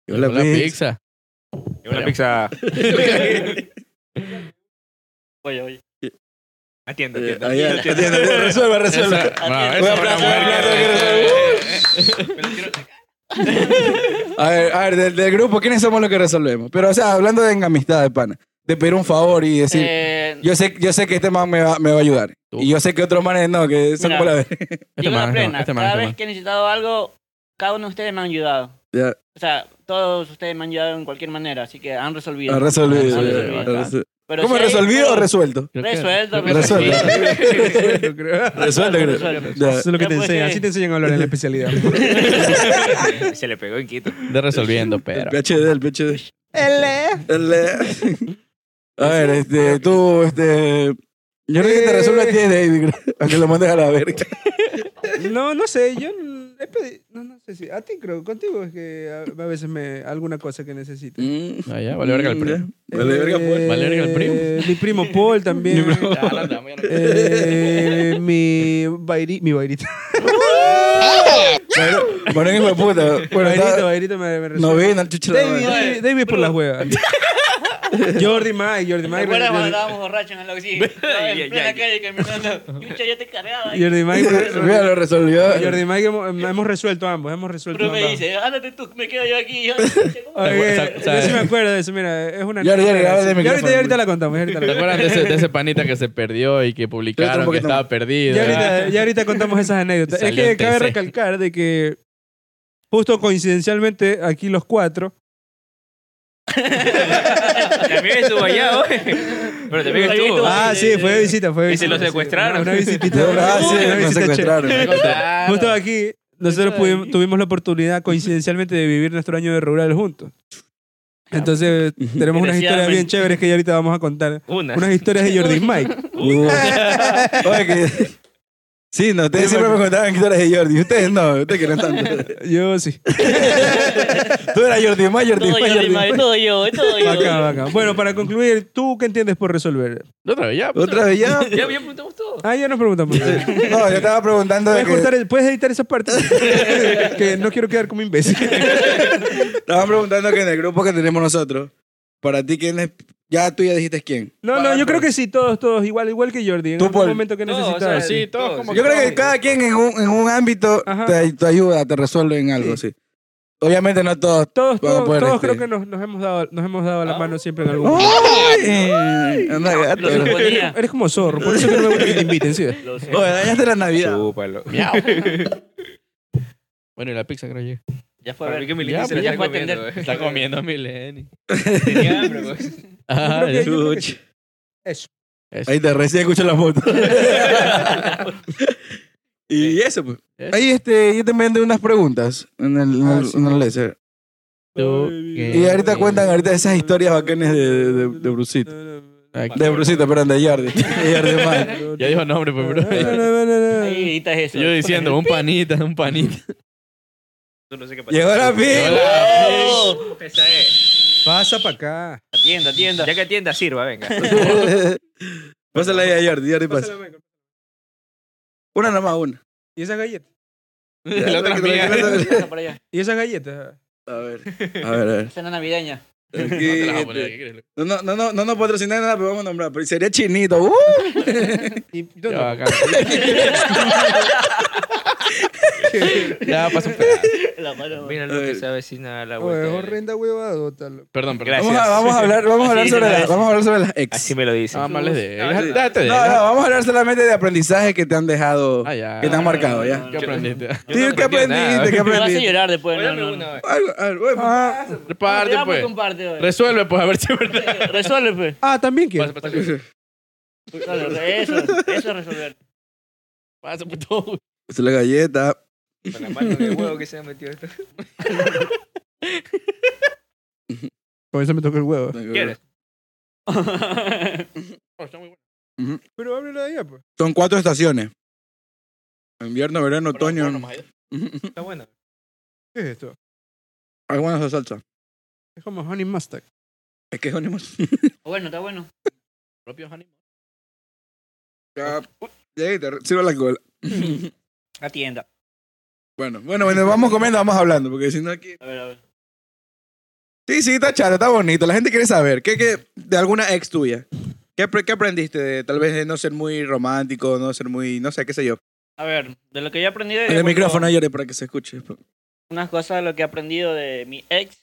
S6: Llegó
S8: Con la pizza.
S4: Una pizza.
S7: Oye, pues, oye.
S4: Atienda,
S6: Eh,
S4: atienda.
S6: ahí, ahí, atiende, atiende, Resuelve, resuelve.
S8: Esa-
S7: Voy
S8: bravo,
S7: a
S8: esa fue la
S6: aplaudir,
S8: buena.
S6: aplaudir, A ver, a ver, del, del grupo, ¿quiénes somos los que resolvemos? Pero, o sea, hablando de en amistad, de pana, de pedir un favor y decir,
S7: Eh,
S6: yo sé, yo sé que este man me va, me va a ayudar.
S8: Tú.
S6: Y yo sé que otros manes no, que son
S7: Mira.
S6: por la vez.
S8: Este
S7: digo la
S8: man, este
S7: plena,
S8: man, este man,
S7: cada
S8: este
S7: vez
S8: man.
S7: que he necesitado algo, cada uno de ustedes me han ayudado.
S6: Ya,
S7: O sea, todos ustedes me han ayudado en cualquier manera, así que han resolvido.
S6: ha resolvido.
S7: Ah,
S6: ya,
S7: resolvido,
S6: ha
S7: claro.
S6: resolvido.
S7: Pero
S6: ¿Cómo
S7: si hay-
S6: resolvido o resuelto?
S8: Creo que-
S7: Resuelto,
S8: creo que-
S6: Resuelto.
S5: Resuelto, creo.
S6: Resuelto, creo.
S7: Resuelto.
S6: Ya.
S5: Eso es lo que
S7: Ya,
S5: te
S7: pues,
S5: enseñan.
S7: sí.
S5: Así te enseñan a hablar en la especialidad.
S4: Se le pegó en Quito.
S8: De resolviendo,
S6: El
S8: pero.
S6: PhD, el PhD. El, eh, A ver, este, tú, este. Yo creo que te resuelve a ti, David, creo, a que lo mandes a la verga.
S5: No, no sé, yo no he pedi- no, no sé si a ti creo, contigo es que a, a veces me alguna cosa que necesito.
S8: Ah, ya, vale verga el primo.
S6: Mm, Vale, verga, pues.
S8: Vale, verga, el primo.
S5: Eh, Mi primo Paul también.
S6: Mi primo.
S8: Ya, no andamos, ya no andamos.
S5: Eh, mi bairi, mi bairita.
S6: Bueno, bueno, hijo de puta. Bueno,
S5: bairito,
S6: está-
S5: bairito me,
S6: no
S5: me resuelve.
S6: vi, no chucha la
S5: David,
S6: madre.
S5: David, David es por las huevas. Jordi Mike, Jordi
S7: ¿Te
S5: Mike.
S7: acuerdas cuando
S5: Jordi,
S7: estábamos borrachos en el oxígeno? En plena calle caminando. Chucha, yo te cargaba. Y
S5: Jordi Mike.
S6: Mira, lo resolvió.
S5: Jordi Mike hemos, hemos resuelto ambos, hemos resuelto
S7: Pero me
S5: ambos.
S7: dice, ándate tú, me quedo yo aquí. Yo,
S5: Oye,
S8: ¿Te acuerdas? O sea,
S5: yo sí me acuerdo de eso, mira, es una...
S6: Jordi, Jordi, abre
S5: anécdota
S6: el
S5: graciosa. Ya ahorita,
S6: micrófono,
S5: ya ahorita la contamos, ya ahorita la
S8: ¿Te
S5: contamos.
S8: acuerdan de ese, de ese panita que se perdió y que
S6: Espérate
S8: publicaron
S6: un
S8: que
S6: poquito más.
S8: estaba perdido? Ah,
S5: Ya ahorita, ya ahorita contamos esas anécdotas. Es
S8: Salió
S5: que
S8: en
S5: cabe
S8: TC.
S5: recalcar de que justo coincidencialmente aquí los cuatro
S4: También estuvo allá, oye. Pero también
S7: Ahí
S4: estuvo.
S7: estuvo.
S5: Ah, sí, fue de visita, fue de
S4: Y se
S5: visita,
S4: lo
S5: sí. Una,
S4: secuestraron.
S5: una visitita.
S6: Ah, sí,
S5: una
S6: nos
S5: visita chévere.
S6: secuestraron.
S5: Justo aquí, nosotros pudimos- tuvimos la oportunidad coincidencialmente de vivir nuestro año de rural juntos. Entonces, tenemos unas historias bien chéveres que ya ahorita vamos a contar.
S4: Una.
S5: Unas historias de Jordi Mike.
S6: Uh. Oye, que... Sí, no, ustedes siempre me contaban que tú eras de Jordi. Ustedes no, ustedes que no tanto.
S5: Yo sí.
S6: Tú eras Jordi más Jordi
S7: Todo
S6: más
S7: yo,
S6: Jordi más.
S7: madre, todo yo, todo
S5: Bacán,
S7: yo.
S5: bacán. Bueno, para concluir, ¿tú qué entiendes por resolver?
S8: Otra vez, ya. pues.
S6: Otra vez ya.
S4: Ya, ya preguntamos todo.
S5: Ah, ya nos preguntamos.
S6: No, yo estaba preguntando de
S5: ¿Puedes,
S6: que...
S5: cortar el- puedes editar esa parte? que no quiero quedar como imbécil.
S6: Estaban preguntando que en el grupo que tenemos nosotros, para ti quién es... Ya tú ya dijiste quién.
S5: No, no, yo creo que sí, todos, todos, igual, igual que Jordi. En
S6: Tú,
S5: algún
S6: Paul.
S5: momento que
S4: Todos, o
S5: necesitas.
S4: sea,
S5: sí.
S4: sí, todos como
S6: Yo creo que cada quien en un, en un ámbito
S5: Ajá.
S6: te, te ayuda, te resuelve en algo, sí. Obviamente no todos.
S5: Todos,
S6: Vamos a
S5: todos,
S6: poner
S5: todos
S6: este. Ah.
S5: creo que nos, nos hemos dado, nos hemos dado la mano siempre en algún momento.
S6: ¡Ay! Anda, gato.
S7: Lo suponía.
S5: Eres como zorro, por eso que no me gusta que te inviten, ¿sí?
S7: Lo sé.
S6: Oye, dañaste la Navidad.
S4: Chúpalo.
S8: Miau. Bueno, y la pizza creo yo.
S7: Ya fue a
S4: Para mí
S7: ver.
S4: que Mileni
S8: Ya,
S4: se
S7: pues,
S4: la
S7: ya
S4: está
S7: fue a
S4: comiendo.
S7: atender.
S8: Está comiendo Mileni.
S4: eh. Tenía hambre, pues.
S8: Ah,
S5: creo que- yo creo que
S6: Chuch.
S5: Eso.
S6: Ahí te recién escucho la moto. y eso, pues.
S8: Eso.
S6: Ahí este, yo te mandé unas preguntas en el, en
S5: Ah,
S6: el-
S5: sí.
S6: en el laser.
S8: Tú
S6: Y ahorita
S8: Sí.
S6: cuentan ahorita esas historias bacanes de, de, de, de Brusito.
S8: Aquí.
S6: De Brusito, perdón, de Jordi. De Jordi Mal.
S8: Ya dijo nombre, pues, bro.
S7: Ahí editas eso.
S8: Yo diciendo, un panita, un panita.
S4: Tú no sé qué pasa.
S6: Llegó la pi.
S7: Oh,
S4: Esa es.
S5: Pasa para acá.
S7: Atienda, atienda.
S4: Ya que atienda, sirva, venga.
S6: Pásala ahí a Jordi, Jordi pasa.
S5: Pásala, Michael.
S6: Una nomás, una.
S5: ¿Y esas galletas?
S4: La otra amiga.
S7: Pasa por allá.
S5: ¿Y esas galletas?
S6: A ver, a ver, a ver.
S7: Cena navideña.
S8: No te
S6: Aquí,
S8: las voy a poner,
S6: este,
S8: ¿qué quieres, loco?
S6: No, no, no, no, no nos patrocinan nada, pero vamos a nombrar. Pero sería chinito. ¡Uh!
S5: ¿Y
S8: Ya,
S5: dónde?
S8: acá. Ya, pasa un pedazo.
S7: La mano.
S4: Mira lo que se avecina a la
S5: Oye, Oh, es
S4: vuelta.
S5: horrenda huevadota. loco.
S8: Perdón, perdón.
S4: Gracias.
S6: Vamos a, vamos a hablar, vamos a hablar
S7: Así
S6: sobre
S7: de
S6: la,
S7: vez.
S6: vamos a hablar sobre las ex.
S4: Así me lo dicen.
S8: Ah, más les de.
S4: Ah, sí.
S8: Date de.
S6: No, no, vamos a hablar solamente de aprendizaje que te han dejado,
S8: Ah, ya.
S6: que te han
S7: no,
S6: marcado, ¿ya?
S7: no.
S8: ¿Qué aprendiste?
S4: Yo no
S6: Sí, ¿qué
S4: aprendí nada.
S6: aprendiste? ¿Qué
S7: Me vas a
S6: aprendiste?
S7: llorar después.
S4: Oye,
S7: No,
S4: dame
S7: no,
S4: una, eh,
S7: no.
S4: ve.
S6: Algo- a ver, bueno.
S4: Ah.
S8: Reparte,
S7: Ya, pues,
S8: pues.
S7: comparte, oye.
S8: Resuelve, pues, a ver si es verdad.
S7: Resuelve, pues.
S5: Ah, también
S8: Pasa,
S5: que.
S8: pasa, pasa.
S7: Resuelve, Eso, eso es resolver.
S8: Pasa, pues, puto.
S6: Es la galleta.
S4: Con la mano de huevo que se ha metido esto.
S5: Con eso me toca el huevo.
S4: ¿Quieres?
S8: Oh, está muy bueno.
S5: Pero ábrela de allá, pues.
S6: Son cuatro estaciones. Invierno, verano, otoño.
S8: Bueno, más allá.
S4: Está bueno.
S5: ¿Qué es esto?
S6: Hay buena esa salsa.
S5: Es como Honey Mustard.
S6: Es que es un animal.
S7: Bueno, está bueno.
S8: Propios animales.
S6: Ya, Ah, ya, te sirve la cola.
S7: Atienda.
S6: Bueno, bueno, bueno, vamos comiendo, vamos hablando, porque si no aquí...
S7: A ver, a ver.
S6: Sí, sí, está chato, está bonito. La gente quiere saber, ¿qué, qué de alguna ex tuya? ¿Qué, apre- qué aprendiste de tal vez de no ser muy romántico, no ser muy, no sé, qué sé yo?
S7: A ver, de lo que yo he aprendido.
S6: En
S7: de-
S6: el micrófono, Yori, para que se escuche.
S7: Unas cosas de lo que he aprendido de mi ex.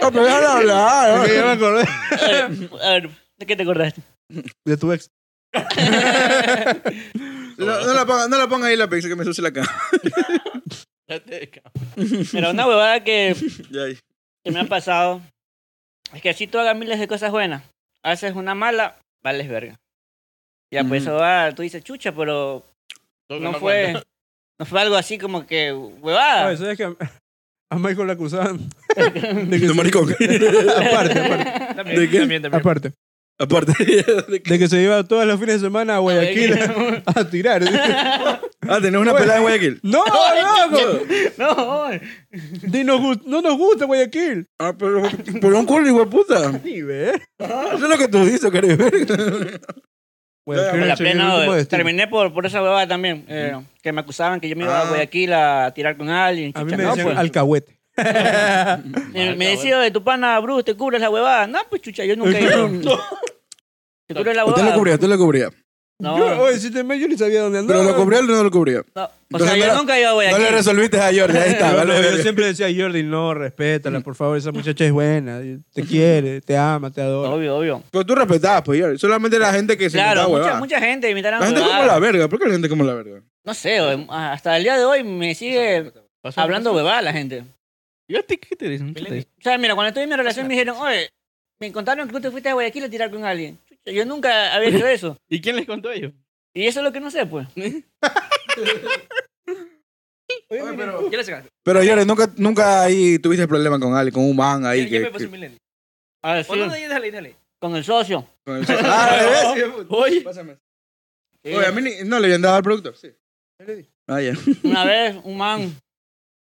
S6: No, pero déjalo hablar.
S5: me acordé.
S7: A ver, ¿de qué te acordaste?
S5: De tu ex.
S6: No, no la ponga, no la ponga ahí la pizza que me sucia la cara.
S8: Date, cabrón.
S7: Mira, una huevada que
S6: Ya ahí.
S7: que me ha pasado es que así tú hagas miles de cosas buenas, haces una mala, vales verga. Ya, pues
S6: Ujú.
S7: eso va, tú dices chucha, pero
S8: Todo
S7: no
S8: con la
S7: fue,
S8: cuenta.
S7: no fue algo así como que huevada.
S5: Ah, ¿sabes que a, a Michael la acusaban? de que
S6: De
S5: se-
S6: maricón.
S5: aparte, aparte.
S4: También,
S6: ¿De qué?
S4: también, también.
S5: Aparte.
S6: Aparte.
S5: De que se iba todos los fines de semana a Guayaquil a, a tirar.
S6: Ah, tenés una pelada en Guayaquil.
S5: ¡No, loco!
S7: No,
S5: Di, nos gust- no nos gusta Guayaquil.
S6: Ah, pero, pero un culo, hijo de puta.
S5: Sí, ve.
S6: Eso es lo que tú dices, querido.
S5: Guayaquil
S7: la
S5: es el
S7: plena,
S5: último
S7: eh,
S5: destino.
S7: terminé por, por esa huevada también, eh, que me acusaban que yo me iba
S6: Ah.
S7: a Guayaquil a tirar con alguien.
S5: A
S7: Chucha,
S5: mí me
S7: no,
S5: decían
S7: pues.
S5: alcahuete.
S7: Me, me decía de tu pana, Bruce, te cubres la huevada. No, pues chucha, yo nunca he ido. Te cubres la
S6: Usted lo
S7: huevada.
S6: cubría, tú lo cubría.
S7: No,
S5: Yo, oye, si te me- yo ni sabía dónde andaba.
S6: Pero lo cubría o no lo cubría.
S7: no. O
S6: Entonces
S7: sea,
S6: no
S7: yo
S6: la-
S7: nunca he ido a
S6: No
S7: Guayaquil.
S6: le resolviste a Jordi, ahí está.
S5: Yo,
S6: vale,
S5: no, yo
S6: verga.
S5: siempre decía, Jordi, no, respétala, por favor, esa muchacha es buena, te quiere, te ama, te adora.
S7: Obvio, obvio.
S6: Pero tú respetabas, pues, Jordi. Solamente la gente que se
S7: Claro,
S6: inventaba
S7: mucha,
S6: huevadas.
S7: mucha gente me
S6: La gente es como la verga. ¿Por qué la gente es como la verga?
S7: No sé, o- hasta el día de hoy me sigue
S8: Pasó-
S7: hablando huevada la gente.
S8: ¿Y a ti qué te dicen? ¿Qué te dicen?
S7: O sea, mira, cuando estoy en mi relación me dijeron, oye, me contaron que tú te fuiste a Guayaquil a tirar con alguien. Chucha, yo nunca había hecho eso.
S8: ¿Y quién les contó a ellos?
S7: Y eso es lo que no sé, pues.
S6: pero...
S4: Ya la sacaste.
S6: Pero Yores, nunca, nunca ahí tuviste problema con alguien, con un man ahí
S4: Ya-
S6: que...
S4: ya me pasó
S6: que-
S4: un milenio.
S7: A ver, sí,
S4: O no, no, ya dale, dale.
S7: con el socio.
S6: con el- Ah, ¿ves?
S8: Oye,
S6: Pásame.
S7: Sí.
S6: Oye, a mí ni- no le habían dado al productor, sí. Ah, ya.
S7: Una vez, un man.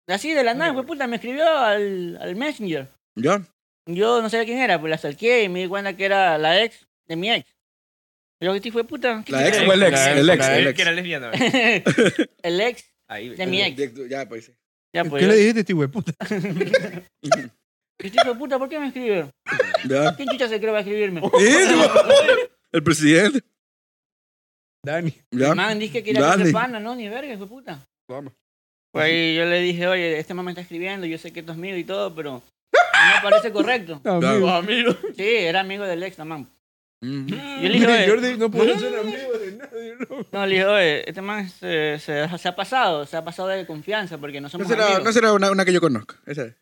S7: Así de la nada, pues puta, me escribió al, al Messenger.
S6: ¿Yo?
S7: Yo no sabía quién era, pues la salqué y me di cuenta que era la ex de mi ex. Yo dije, fue puta. ¿qué
S6: ¿La
S7: te
S6: ex
S7: crees?"
S6: o el ex? El ex, el
S4: Que
S6: ex.
S4: era lesbiana. ¿verdad?
S7: el ex
S4: Ahí, ve.
S7: de mi ex.
S6: Ya, pues sí.
S7: Ya, pues.
S5: ¿Qué
S7: yo-
S5: le dijiste, este hueputa?
S7: Yo dije, "Hijo de puta, ¿por qué me escribe?
S6: Ya.
S7: ¿Quién chucha se cree va a escribirme?
S6: ¿Y? El presidente.
S5: Dani.
S6: Ya.
S7: Man, dije que era
S6: Dale.
S7: que pana, no, ni verga, fue puta. Pues ahí yo le dije, oye, este man me está escribiendo, yo sé que esto es mío y todo, pero no me parece correcto.
S5: No,
S6: Claro.
S5: amigo.
S8: amigo.
S7: Sí, era amigo del ex, man.
S6: Mm.
S7: Yo le dije, oye,
S5: Jordi, no puedo ser amigo de nadie, no.
S7: no, le dije, oye, este man se, se- se ha pasado, se ha pasado de confianza porque no
S6: No
S7: somos
S6: será,
S7: amigos.
S6: no será una, una que yo conozco. Esa es.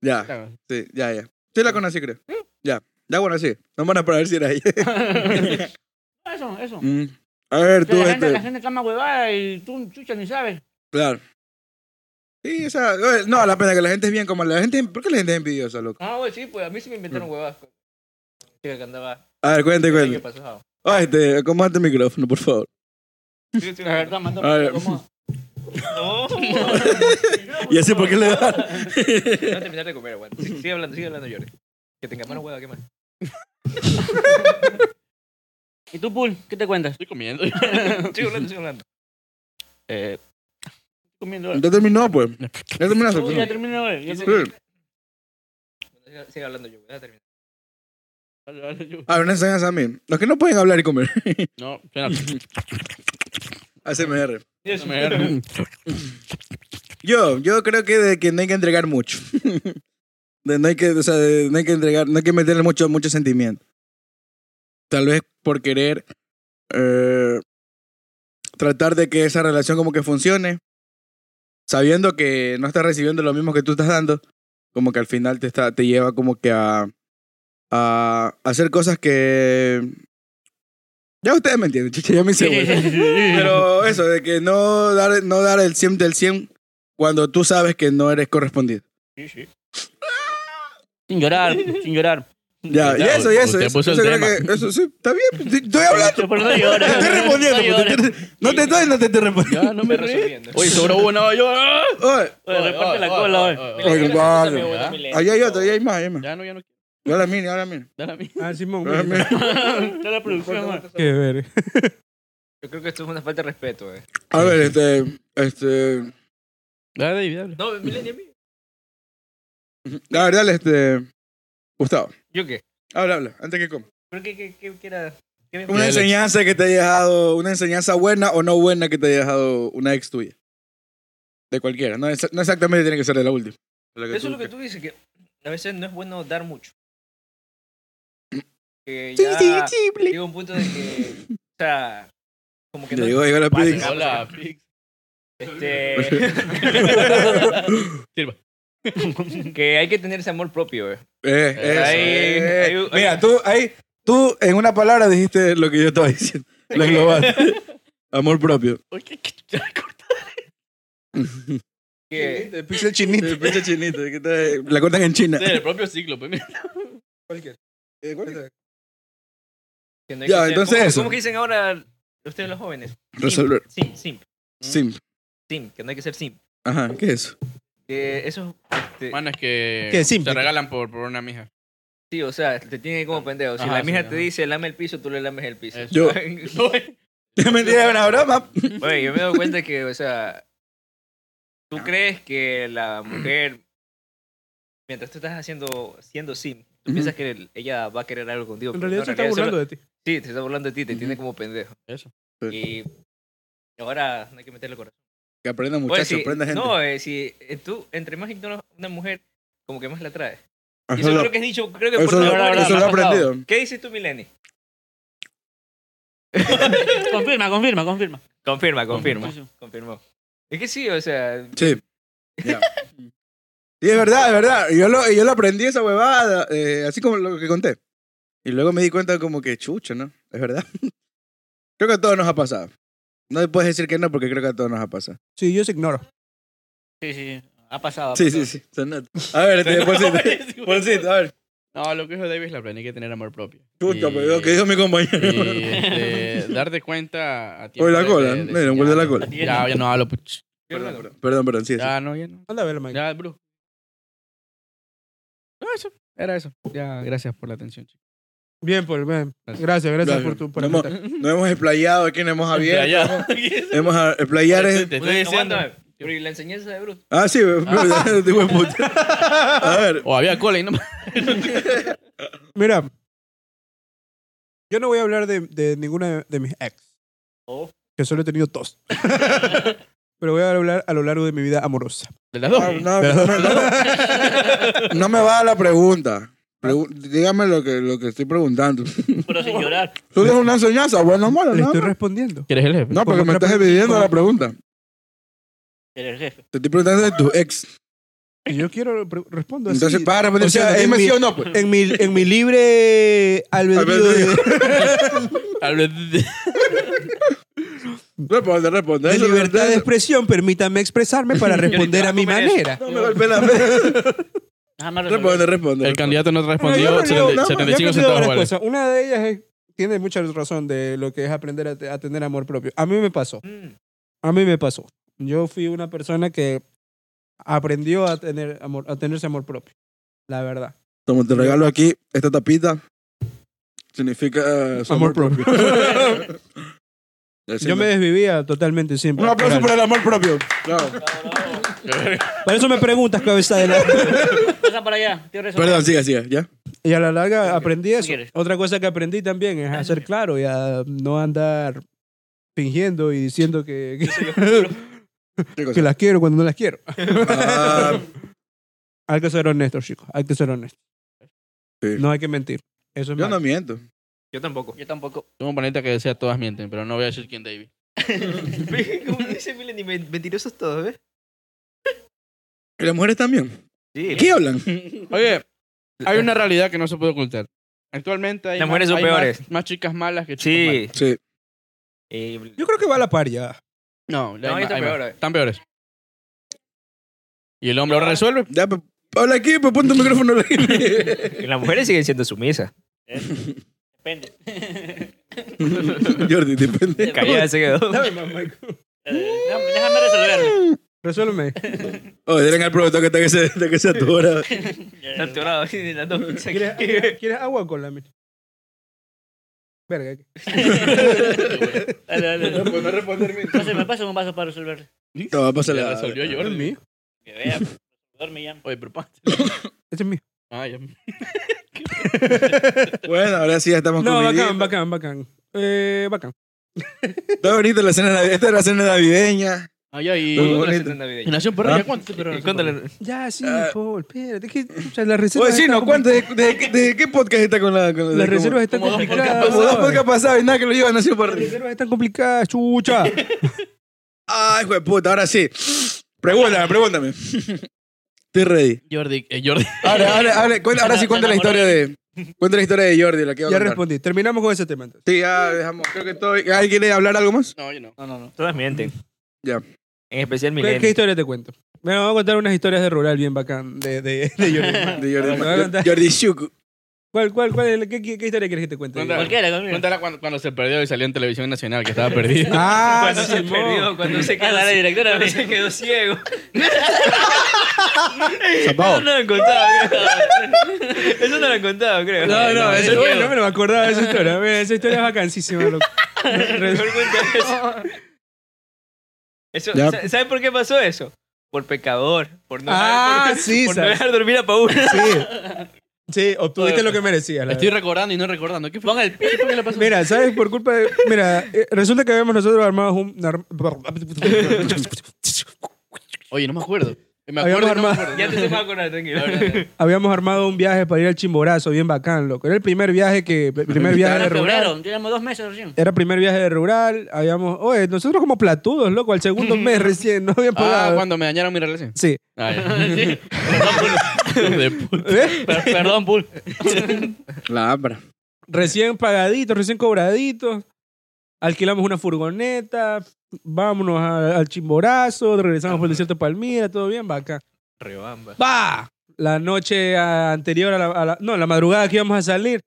S6: Ya,
S8: Claro.
S6: sí, ya, ya. Sí la conocí, creo. Ya. Ya, bueno, sí. No van a ver si era ella.
S7: Eso, eso.
S6: Mm. A ver,
S7: O sea,
S6: tú,
S7: la, gente, la
S6: este.
S7: gente clama huevada y tú, chucha, ni sabes.
S6: Claro. Sí, esa. eh, No, la pena que la gente es bien como la gente. ¿Por qué la gente es envidiosa, loco?
S4: Ah, güey, sí, pues a mí sí me
S6: Mm.
S4: inventaron huevadas. con- Chica que andaba.
S6: A ver, cuente,
S4: ¿Qué
S6: cuente.
S4: pasó? Jao?
S6: Ah, este, acomódate el micrófono, por favor.
S7: La verdad, mando
S6: A ver.
S7: ¿cómo?
S4: No,
S6: Y así, ¿por qué le da?
S4: No terminar de comer, aguanta. Sí, Sigue hablando, sigue hablando, llores. Que tenga mano hueva, ¿qué más?
S7: ¿Y tú, Pool, qué te cuentas?
S8: Estoy comiendo.
S4: Sigue hablando, sigue hablando.
S8: Eh,
S7: Comiendo.
S6: Ya terminó, pues. Ya terminaste,
S7: Uy, ya
S6: pues.
S7: terminé, oye. Ya
S4: Sí, sí.
S6: Sí.
S4: Sigue- Sigue hablando yo, voy a terminar.
S8: dale, dale, yo-
S6: A ver, una enseñanza a mí. Los que no pueden hablar y comer.
S8: No, espérate.
S6: ASMR.
S8: No me agarren.
S6: Yo, yo creo que de que no hay que entregar mucho. De no hay que, o sea, de no hay que entregar, no hay que meterle mucho, mucho sentimiento. Tal vez por querer eh, tratar de que esa relación como que funcione, sabiendo que no estás recibiendo lo mismo que tú estás dando, como que al final te está, te lleva como que a, a hacer cosas que ya ustedes me entienden, chiche, ya me hice güey. Pero eso, de que no dar, no dar el 100 del 100 cuando tú sabes que no eres correspondido.
S7: Sin llorar, sin llorar.
S6: Ya, y eso, y eso.
S8: Usted
S6: Eso,
S8: puso
S6: eso
S8: el
S6: creo
S8: tema.
S6: que- eso sí, está bien. pues, sí, Estoy hablando.
S7: Pero no
S6: Te
S7: llores.
S6: estoy respondiendo.
S7: No
S6: pues, te
S7: llores.
S6: estoy- No te estoy, no te estoy respondiendo.
S8: Ya, no me reí.
S4: Resolviendo.
S8: Oye, sobró uno yo. ¡ah!
S6: Oye,
S7: Oye, reparte la cola, oye.
S6: Oye,
S4: Milenio,
S6: vale.
S4: mi abuela,
S8: Ah.
S4: milenio.
S6: ahí hay otro, ahí hay más, ahí hay más.
S8: Ya no, ya no quiero.
S6: Ahora a mí, ahora a mí.
S8: Dale a mí.
S5: Ah, Simón,
S6: ahora a mí.
S5: güey.
S7: Está la producción, oye.
S5: Qué ver.
S4: Yo creo que esto es una falta de respeto, eh.
S6: A ver, este. Este.
S8: Dale, David, dale.
S4: No, Milenio a mí.
S6: La verdad, este. Gustavo,
S4: ¿Yo qué?
S6: habla, habla, antes que coma.
S4: ¿Pero qué, qué, qué, qué era? ¿Qué me-
S6: Una
S8: Dale.
S6: enseñanza que te haya dejado, una enseñanza buena o no buena que te haya dejado una ex tuya. De cualquiera, no, exa- no exactamente tiene que ser de la última. De la que
S4: Eso es lo
S6: tú-
S4: que tú dices, que a veces no es bueno dar mucho. Que
S6: Sí,
S4: ya
S6: sí, sí, ble-
S4: llega un punto de que, o sea, como que
S6: Le
S4: no...
S6: digo, llegó la
S4: Pase,
S6: pizza.
S8: Hola, Pix.
S4: Este, que hay que tener ese amor propio, eh.
S6: Eh, eso,
S4: Ahí,
S6: eh.
S4: ahí, ahí.
S6: Mira, tú, ahí, tú en una palabra dijiste lo que yo estaba diciendo. Lo englobaste. Amor propio.
S8: Oye, ¿qué te vas a cortar?
S4: Que,
S6: Pizza chinito. Pizza chinito. que está- La cortan en China.
S8: Del propio ciclo, pues. mira.
S6: Eh, ¿cuál?
S4: que no hay
S6: Ya,
S4: que ser-
S6: entonces
S4: ¿cómo,
S6: eso.
S4: ¿Cómo que dicen ahora ustedes los jóvenes?
S6: Resolver.
S4: Sim, sim,
S6: Sim.
S4: sim, que no hay que ser sim.
S6: Ajá, ¿qué es eso?
S4: Que eso, este,
S8: Mano, es que
S5: ¿Qué,
S8: se
S5: simple?
S8: regalan por, por una mija.
S4: sí, o sea, te tiene como pendejo. Si
S8: Ajá,
S4: la mija
S8: sí,
S4: te
S8: ajá.
S4: dice, lame el piso, tú le lames el piso.
S8: Eso.
S6: Yo.
S8: Oye,
S6: Mentira, es una broma.
S4: Oye, yo me doy cuenta que, o sea, tú crees que la mujer, mientras tú estás haciendo, siendo sim, tú
S6: Ujú.
S4: piensas que el- ella va a querer algo contigo.
S5: En
S4: pero
S5: realidad
S4: no,
S5: se está
S4: solo-
S5: burlando de ti.
S4: Sí, te está burlando de ti, te tiene como pendejo.
S8: Eso.
S4: Y ahora no hay que meterle corazón.
S6: Que aprenda
S4: Oye,
S6: muchachos,
S4: si-
S6: aprenda gente.
S4: No, eh, si eh, tú, entre más ignoras a una mujer, como que más la traes.
S6: Eso
S4: Y eso
S6: lo-
S4: creo que es dicho, creo que
S6: eso
S4: por
S6: lo
S4: ahora, ahora,
S6: eso lo he
S4: más pasado.
S6: aprendido.
S4: ¿Qué dices tú, Mileni?
S7: Confirma, confirma, confirma.
S4: Confirma, confirma.
S7: Sí, sí.
S4: Confirmó. Es que sí, o sea,
S6: Sí. Ya. Y es verdad, es verdad. Yo lo, yo lo aprendí esa huevada, eh, así como lo que conté. Y luego me di cuenta como que chucho, ¿no? Es verdad. creo que a todos nos ha pasado. No puedes decir que no porque creo que a todos nos ha pasado.
S5: Sí, yo se ignoro.
S7: Sí, sí, ha pasado. ha
S6: Sí,
S7: pasado.
S6: sí, sí. se nota. A ver, este, bolsito. Bolsito, a ver.
S8: No, lo que dijo Davis la plena, hay que tener amor propio.
S6: Chucho,
S8: Y-
S6: pero yo- que dijo mi compañero.
S8: y, este, darte cuenta a tiempo
S6: Oye, la
S8: de-
S6: cola.
S8: de- de-
S6: Me dieron vuelta
S8: ya,
S6: la cola.
S8: Ya, ya no hablo. puch.
S6: Perdón, perdón. Perdón, perdón, sí, sí.
S5: Ah,
S8: Ya no, ya no.
S5: Anda a ver, Mike.
S8: Ya, Bru. No, eso. Era eso. Ya, gracias por la atención, chicos.
S5: Bien, Paul, bien. Gracias, gracias por tu... Por
S6: Nos
S5: apretar.
S6: hemos, nos hemos explayado, aquí nos hemos abierto.
S8: Ya,
S6: Hemos a-
S5: Ah,
S6: explayar es...
S8: Te estoy diciendo.
S4: Porque la enseñanza de Bruce.
S6: Ah, sí, de buen puto. A ver,
S8: O había cola y no
S5: Mira, yo no voy a hablar de, de ninguna de, de mis ex.
S7: Oh.
S5: Que solo he tenido dos. Pero voy a hablar a lo largo de mi vida amorosa.
S8: De las dos.
S4: Ah,
S6: No, no, no, no. No me va a la pregunta. Pregu- dígame lo que, lo que estoy preguntando.
S7: Pero sin llorar.
S6: Tú eres una enseñanza, bueno, malo,
S5: Le
S6: ¿no?
S5: estoy respondiendo.
S8: ¿Quieres el jefe?
S6: No, porque me estás dividiendo la pregunta.
S7: Eres el jefe.
S6: Te estoy preguntando de tu ex.
S5: Y yo quiero pre- respondo así.
S6: Entonces, para responder.
S5: Pues O sea,
S6: sí,
S5: en
S6: dime
S5: mi-
S6: sí o no, pues.
S5: En mi, en mi libre albedrío de,
S8: Tal vez-
S6: Responde, responde.
S5: de
S6: Eso,
S5: libertad de
S6: eso.
S5: expresión, permítame expresarme para responder a mi
S4: comer
S5: manera.
S6: No me golpees la mesa.
S7: Déjame
S6: Responde,
S7: resolver.
S6: responde.
S8: El candidato no
S5: Bueno,
S8: respondió.
S5: yo creo-
S8: 75
S5: no, yo creo
S8: centavos
S5: varias
S8: vale.
S5: cosas. Una de ellas es, tiene mucha razón de lo que es aprender a, te- a tener amor propio. A mí me pasó.
S7: Mm.
S5: A mí me pasó. Yo fui una persona que aprendió a tener amor, a tenerse amor propio. La verdad.
S6: Como te regalo aquí esta tapita, significa eh, su amor propio. Decime.
S5: Yo me desvivía totalmente siempre.
S6: Un aplauso por
S5: Para,
S6: el amor propio. Bravo.
S5: para eso me preguntas, cabeza de la...
S7: Pasa para allá. Tío resolver.
S6: Perdón, sigue, sigue. ¿Ya?
S5: Y a la larga aprendí eso.
S7: quieres? Ah,
S5: Otra cosa que aprendí también es a ser claro y a no andar fingiendo y diciendo que, que,
S6: ¿Qué
S5: que
S6: cosa?
S5: las quiero cuando no las quiero.
S6: Ah,
S5: Hay que ser honestos, chicos. Hay que ser honestos.
S6: Sí.
S5: No hay que mentir. Eso es
S6: yo no
S5: malo.
S6: miento.
S4: Yo tampoco.
S7: Yo tampoco.
S8: Tengo un paneta que decía todas mienten, pero no voy a decir quién David.
S4: Como dice Milen, y men- mentirosos todos, ¿ves?
S6: ¿Y las mujeres también?
S4: Sí.
S6: ¿Qué hablan?
S8: Oye, hay una realidad que no se puede ocultar. Actualmente hay,
S4: Las
S8: más-
S4: mujeres son
S8: hay más-
S4: peores.
S8: Más, chicas malas que chicos
S4: Sí.
S6: Sí.
S4: Eh,
S5: Yo creo que va a la par ya.
S8: malos. No,
S4: No,
S8: hay
S4: están
S8: más- hay más.
S4: peores.
S8: Están peores. Ah. Y el hombre ahora resuelve.
S6: Ya, pues, habla aquí, pues pon tu micrófono aquí.
S4: las mujeres siguen siendo sumisas.
S7: Depende.
S6: Jordi, depende.
S4: Callada se quedó.
S7: Eh, déjame, déjame resolverlo.
S5: Resuélveme.
S6: Oh, dile al productor que está que se, está que se atora.
S7: Eh,
S4: Doctorado, así, de las dos pizzas
S5: ¿Quieres,
S4: aquí.
S5: agua- ¿Quieres agua o cola? Mira? Verga.
S7: dale, dale, dale.
S6: no responder
S7: Entonces me pasa un vaso para resolverlo.
S6: No, pásale.
S8: Ya resolvió
S5: Este es
S8: Jordi.
S5: mío.
S7: Que vea. Duerme ya.
S8: Oye, pero pa.
S5: Este es mío.
S8: Ah, ya.
S6: Bueno, ahora sí ya estamos
S5: No,
S6: comiditos.
S5: bacán, bacán, bacán. Eh, bacán.
S6: Está bonito la cena navideña. Esta es la cena navideña.
S8: Ah, ya, y.
S6: Muy
S4: Otra
S6: bonito.
S4: cena navideña.
S8: ¿Y Nación Perro?
S6: Ah.
S8: ¿Ya cuánto? Pero,
S5: Eh,
S4: ¿Y cuándo le-
S5: Ya, sí,
S6: Ah.
S5: Paul. Espérate. Que, o sea, las reservas.
S6: Oye, sí,
S5: están
S6: no,
S5: como-
S6: ¿cuánto? ¿Desde de, de, de qué podcast está con la... Ah, Con
S5: Las reservas están
S8: como dos
S5: complicadas.
S6: Como dos
S5: ¿sabes?
S6: podcasts pasados y nada que lo llevan así por
S5: Las reservas están complicadas, chucha.
S6: Ay, Ah, hijo de puta, ahora sí. Pregúntame, pregúntame. Estoy ready.
S8: Jordi, eh, Jordi.
S6: Ahora, ahora, ahora, cuenta- ahora sí
S7: Se
S6: cuenta la
S7: enamoró
S6: historia de. Cuenta la historia de Jordi, la que iba a
S5: ya
S6: contar.
S5: respondí. Terminamos con ese tema. entonces.
S6: Sí, ya dejamos. Creo que todo. ¿Alguien quiere hablar algo más?
S8: No, yo no.
S7: No, no, no.
S4: Todas mienten.
S6: Ya.
S4: En especial
S5: ¿Qué, qué
S4: Milen.
S5: historia te cuento? Bueno, voy a contar unas historias de rural bien bacán de, de, de Jordi.
S6: De Jordi,
S5: Ahora, me voy a contar.
S6: Jordi Shuku.
S5: ¿Cuál, cuál, cuál es la- qué, qué- qué historia quieres que te cuente?
S8: Cuenta-
S7: Cualquiera, cualquiera.
S8: Cuéntala cuando, cuando se perdió y salió en televisión nacional, que estaba perdido.
S5: Ah,
S4: Cuando se
S5: Simón.
S4: perdió, cuando se
S7: Ah,
S4: quedó,
S7: dale, directora.
S4: cuando se quedó ciego.
S6: Zapado.
S4: Eso no lo han contado, creo. Eso no lo han contado, creo.
S5: No, no,
S4: eso
S5: eso, bueno, no me lo acordaba de esa historia. Mira, esa historia es vacancísima, loco.
S4: Mejor cuenta eso. Eso,
S6: Ya.
S4: ¿sa- ¿Sabes por qué pasó eso? Por pecador, por no,
S5: Ah,
S4: dejar, por-
S5: sí,
S4: por no
S5: sabes.
S4: dejar dormir a Paul.
S5: Sí. Sí, obtuviste lo que merecías. la
S8: Estoy
S5: verdad.
S8: recordando y no recordando. ¿Qué fue? Ponga el ¿Qué fue que le pasó?
S5: Mira, ¿sabes? Por culpa de... Mira, eh, resulta que habíamos nosotros armados un...
S8: Oye, no me acuerdo. Me acuerdo y no me
S5: Habíamos
S8: acuerdo.
S4: Ya te se va a acordar, tranquilo.
S8: La verdad.
S5: Habíamos armado un viaje para ir al Chimborazo, bien bacán, loco. Era el primer viaje que... el Primer viaje
S7: Ahora
S5: de
S7: en
S5: rural.
S7: febrero, tenemos dos meses recién.
S5: Era el primer viaje de rural. Habíamos... Oye, nosotros como platudos, loco, al segundo mes recién. No habían
S8: Ah,
S5: pagado.
S8: cuando me dañaron mi relación.
S5: sí.
S8: Ah, ya. Sí. Perdón, Bull. Hijo de puta.
S5: ¿Eh?
S8: Per- Perdón, Bull.
S6: La Ambra.
S5: Recién pagaditos, recién cobraditos. Alquilamos una furgoneta. Vámonos a- al Chimborazo. Regresamos por el desierto de Palmira. Todo bien, bacán.
S4: Rebamba.
S5: ¡Bah! La noche a- anterior a la, a la- No, la madrugada que íbamos a salir,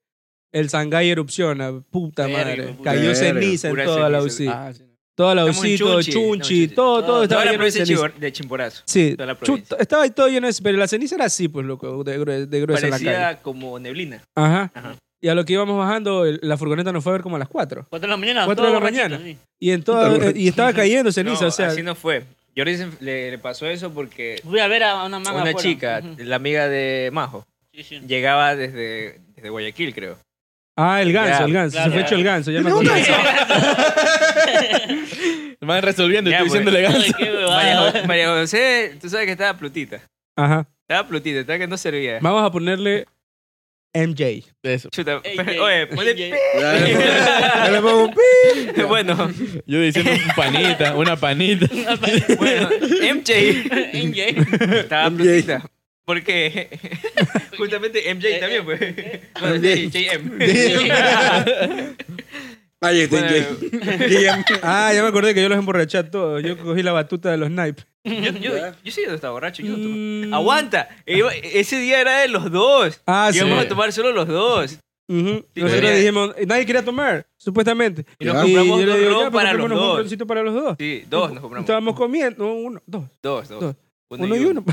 S5: el Sangay erupciona. Puta
S8: Verga,
S5: madre.
S8: puta.
S5: Cayó
S6: Verga.
S5: ceniza en
S4: Pura
S5: toda la
S4: ceniza.
S5: UCI.
S8: Ah, sí.
S5: Toda la
S4: Estamos en
S5: UCI, todo
S4: Chunchi, estamos en
S5: chunchi,
S4: Chunchi.
S5: todo, todo
S4: Toda
S5: estaba
S4: la
S5: lleno de
S4: provincia de
S5: ceniza.
S4: Chibor- de Chimborazo.
S5: Sí,
S4: toda la
S5: chu-
S4: provincia.
S5: to- estaba ahí todo lleno de pero la ceniza era así, pues, loco, de, grue- de gruesa en la calle.
S4: Parecía como neblina.
S5: Ajá.
S4: Ajá.
S5: Y a lo que íbamos bajando, el- la furgoneta nos fue a ver como a las 4.
S7: Cuatro de la mañana.
S5: Cuatro de
S7: todo
S5: la
S7: borrachito,
S5: mañana.
S7: sí.
S5: Y, en toda-
S6: Puta,
S5: y estaba cayendo ceniza,
S4: No,
S5: o sea,
S4: así no fue. Yo le, le, le pasó eso porque
S7: Fui a ver a una mamá.
S4: una
S7: afuera.
S4: chica,
S7: Ujú.
S4: la amiga de Majo,
S7: Sí, sí.
S4: llegaba desde, desde Guayaquil, creo.
S5: Ah, el ganso,
S4: Ya,
S5: el ganso.
S7: claro,
S5: se fue
S7: ya.
S5: hecho el ganso, ya me acuerdo.
S8: Me van resolviendo y
S4: Ya,
S8: estoy
S4: pues.
S8: diciéndole ganso.
S7: Ay, qué
S4: María, Jo-
S7: huevada.
S4: María José, tú sabes que estaba plutita.
S5: Ajá.
S4: Estaba plutita, estaba que no servía.
S5: Vamos a ponerle MJ.
S8: Eso.
S4: Chuta,
S7: Ey,
S4: pero-
S7: ey,
S4: oye, ponle
S7: ey,
S6: Yo le pongo un pi.
S4: pi- Bueno,
S8: Yo diciendo un panita, una panita.
S4: bueno, MJ
S7: ey.
S4: estaba
S6: MJ.
S4: plutita. Porque justamente MJ también, pues. Bueno,
S6: MJ.
S4: JM.
S6: Ahí está
S4: Bueno,
S6: Jay. Guillem.
S5: Ah, ya me acordé que yo los emborraché a todos. Yo cogí la batuta de los naipes.
S4: Yo, yo, yo sí estaba borracho. Yo no tomaba.
S5: Mm.
S4: Aguanta, iba- ese día era de los dos.
S5: Ah, sí.
S4: Íbamos a tomar solo los dos.
S5: Ujú.
S4: Sí,
S5: Nosotros
S4: debería.
S5: dijimos, nadie quería tomar, supuestamente.
S4: Y nos
S6: Ya.
S4: compramos
S5: yo le
S4: dos
S5: digo,
S4: ron
S5: ya, pues,
S4: para los
S5: comprémonos un
S4: dos.
S5: roncito para los dos.
S4: Sí, dos nos compramos.
S5: Estábamos comiendo, no, uno, dos,
S4: Dos, dos.
S5: dos. uno y uno.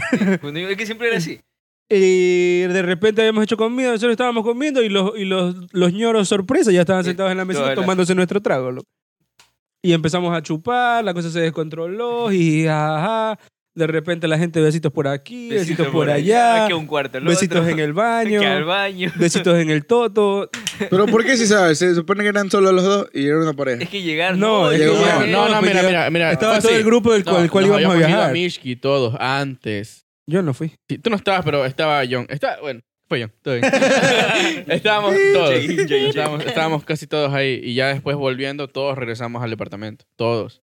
S4: Uno y uno. Es que siempre era así.
S5: Y de repente habíamos hecho comida, nosotros estábamos comiendo y los, y los, los ñoros sorpresa ya estaban
S4: Sí,
S5: sentados en la mesa
S4: todas las-
S5: tomándose nuestro trago. loco. Y empezamos a chupar, la cosa se descontroló y ajá. De repente la gente besitos por aquí, besitos,
S4: Besitos
S5: por allá,
S4: Que un cuarto. el
S5: besitos
S4: otro,
S5: en el baño,
S4: Que al baño.
S5: besitos en el toto.
S6: Pero ¿por qué si sabes? Se supone que eran solo los dos y era una
S4: Es
S6: pareja.
S4: que llegar.
S5: No,
S4: es
S5: es
S4: que-
S6: llegó-
S5: que-
S8: No, no,
S5: pues,
S8: mira,
S5: llegó-
S8: mira, mira.
S5: Estaba
S8: Ah,
S5: todo
S8: sí.
S5: el grupo del cual,
S8: No,
S5: al cual
S8: nos
S5: íbamos a
S8: habíamos ido
S5: viajar.
S8: Mishki, todos, antes.
S5: Yo no fui.
S8: Sí, tú no estabas, pero estaba John. Está, bueno, fue John, todo bien. estábamos todos. estábamos, estábamos casi todos ahí. Y ya después volviendo, todos regresamos al departamento. Todos.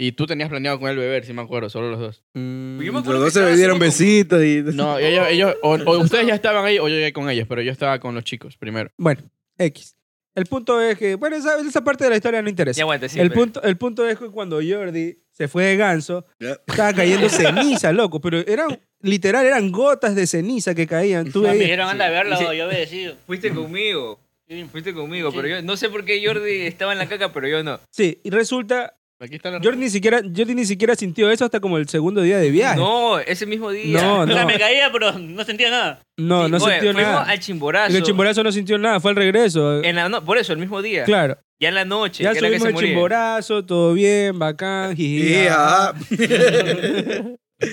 S8: Y tú tenías planeado con él beber, si me acuerdo, solo los dos.
S4: yo me
S6: Los
S4: acuerdo
S6: dos
S4: que
S6: se
S4: estaba
S6: dieron
S4: haciendo
S6: besitos y...
S8: Mm. No, y ellos, ellos o, o ustedes ya estaban ahí o yo llegué con ellos, pero yo estaba con los chicos primero.
S5: Bueno, X. El punto es que, bueno, esa, esa parte de la historia no
S4: como-
S5: interesa.
S4: Ya aguanta, sí.
S5: el,
S4: pero-
S5: punto, el punto es que cuando Jordi se fue de ganso,
S6: Ya.
S5: estaba cayendo ceniza, loco, pero eran, literal, eran gotas de ceniza que caían. Tú
S7: Me
S5: veías-
S7: dijeron, anda a verlo,
S4: Sí.
S7: yo obedecido.
S4: Fuiste conmigo.
S7: Sí.
S4: Fuiste conmigo,
S7: Sí.
S4: pero yo no sé por qué Jordi estaba en la caca, pero yo no.
S5: Sí, y resulta,
S8: Aquí está la...
S5: Jordi ni siquiera, Jordi ni siquiera sintió eso hasta como el segundo día de viaje.
S4: No, ese mismo día.
S5: No,
S7: O sea,
S5: no.
S7: me caía, pero no sentía nada.
S5: no,
S4: Sí,
S5: no
S4: oye,
S5: sintió
S4: fuimos
S5: nada.
S4: al chimborazo.
S5: En el chimborazo no sintió nada, fue al regreso.
S4: En la no- por eso, el mismo día.
S5: Claro,
S4: Ya en la noche.
S5: ya
S4: que era que
S5: subimos
S4: se
S5: el
S4: moría.
S5: chimborazo, todo bien, bacán, jiji,
S6: Y,
S5: jaja.
S6: ah,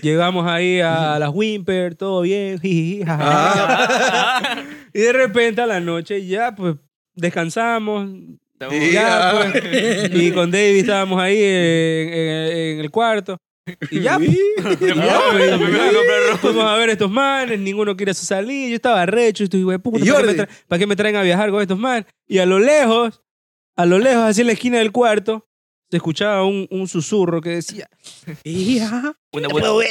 S5: Llegamos ahí a las Wimper, todo bien, jiji, jaja.
S4: Ah, ah,
S5: Y de repente a la noche ya pues descansamos.
S4: ah.
S6: Sí.
S5: ya,
S6: ah.
S5: pues, y con David estábamos ahí en, en- en el cuarto. Y ya, pues, y ya, pues,
S4: Me voy a comprar ropa.
S5: fuimos a ver estos manes, ninguno quiere salir. Yo estaba recho, estoy güey, puta,
S6: Y
S5: ¿para qué, me
S6: Jordi.
S5: tra- para qué me traen a viajar con estos manes? Y a lo lejos, a lo lejos, así en la esquina del cuarto, se escuchaba un, un susurro que decía: "Hija,
S4: Una bot-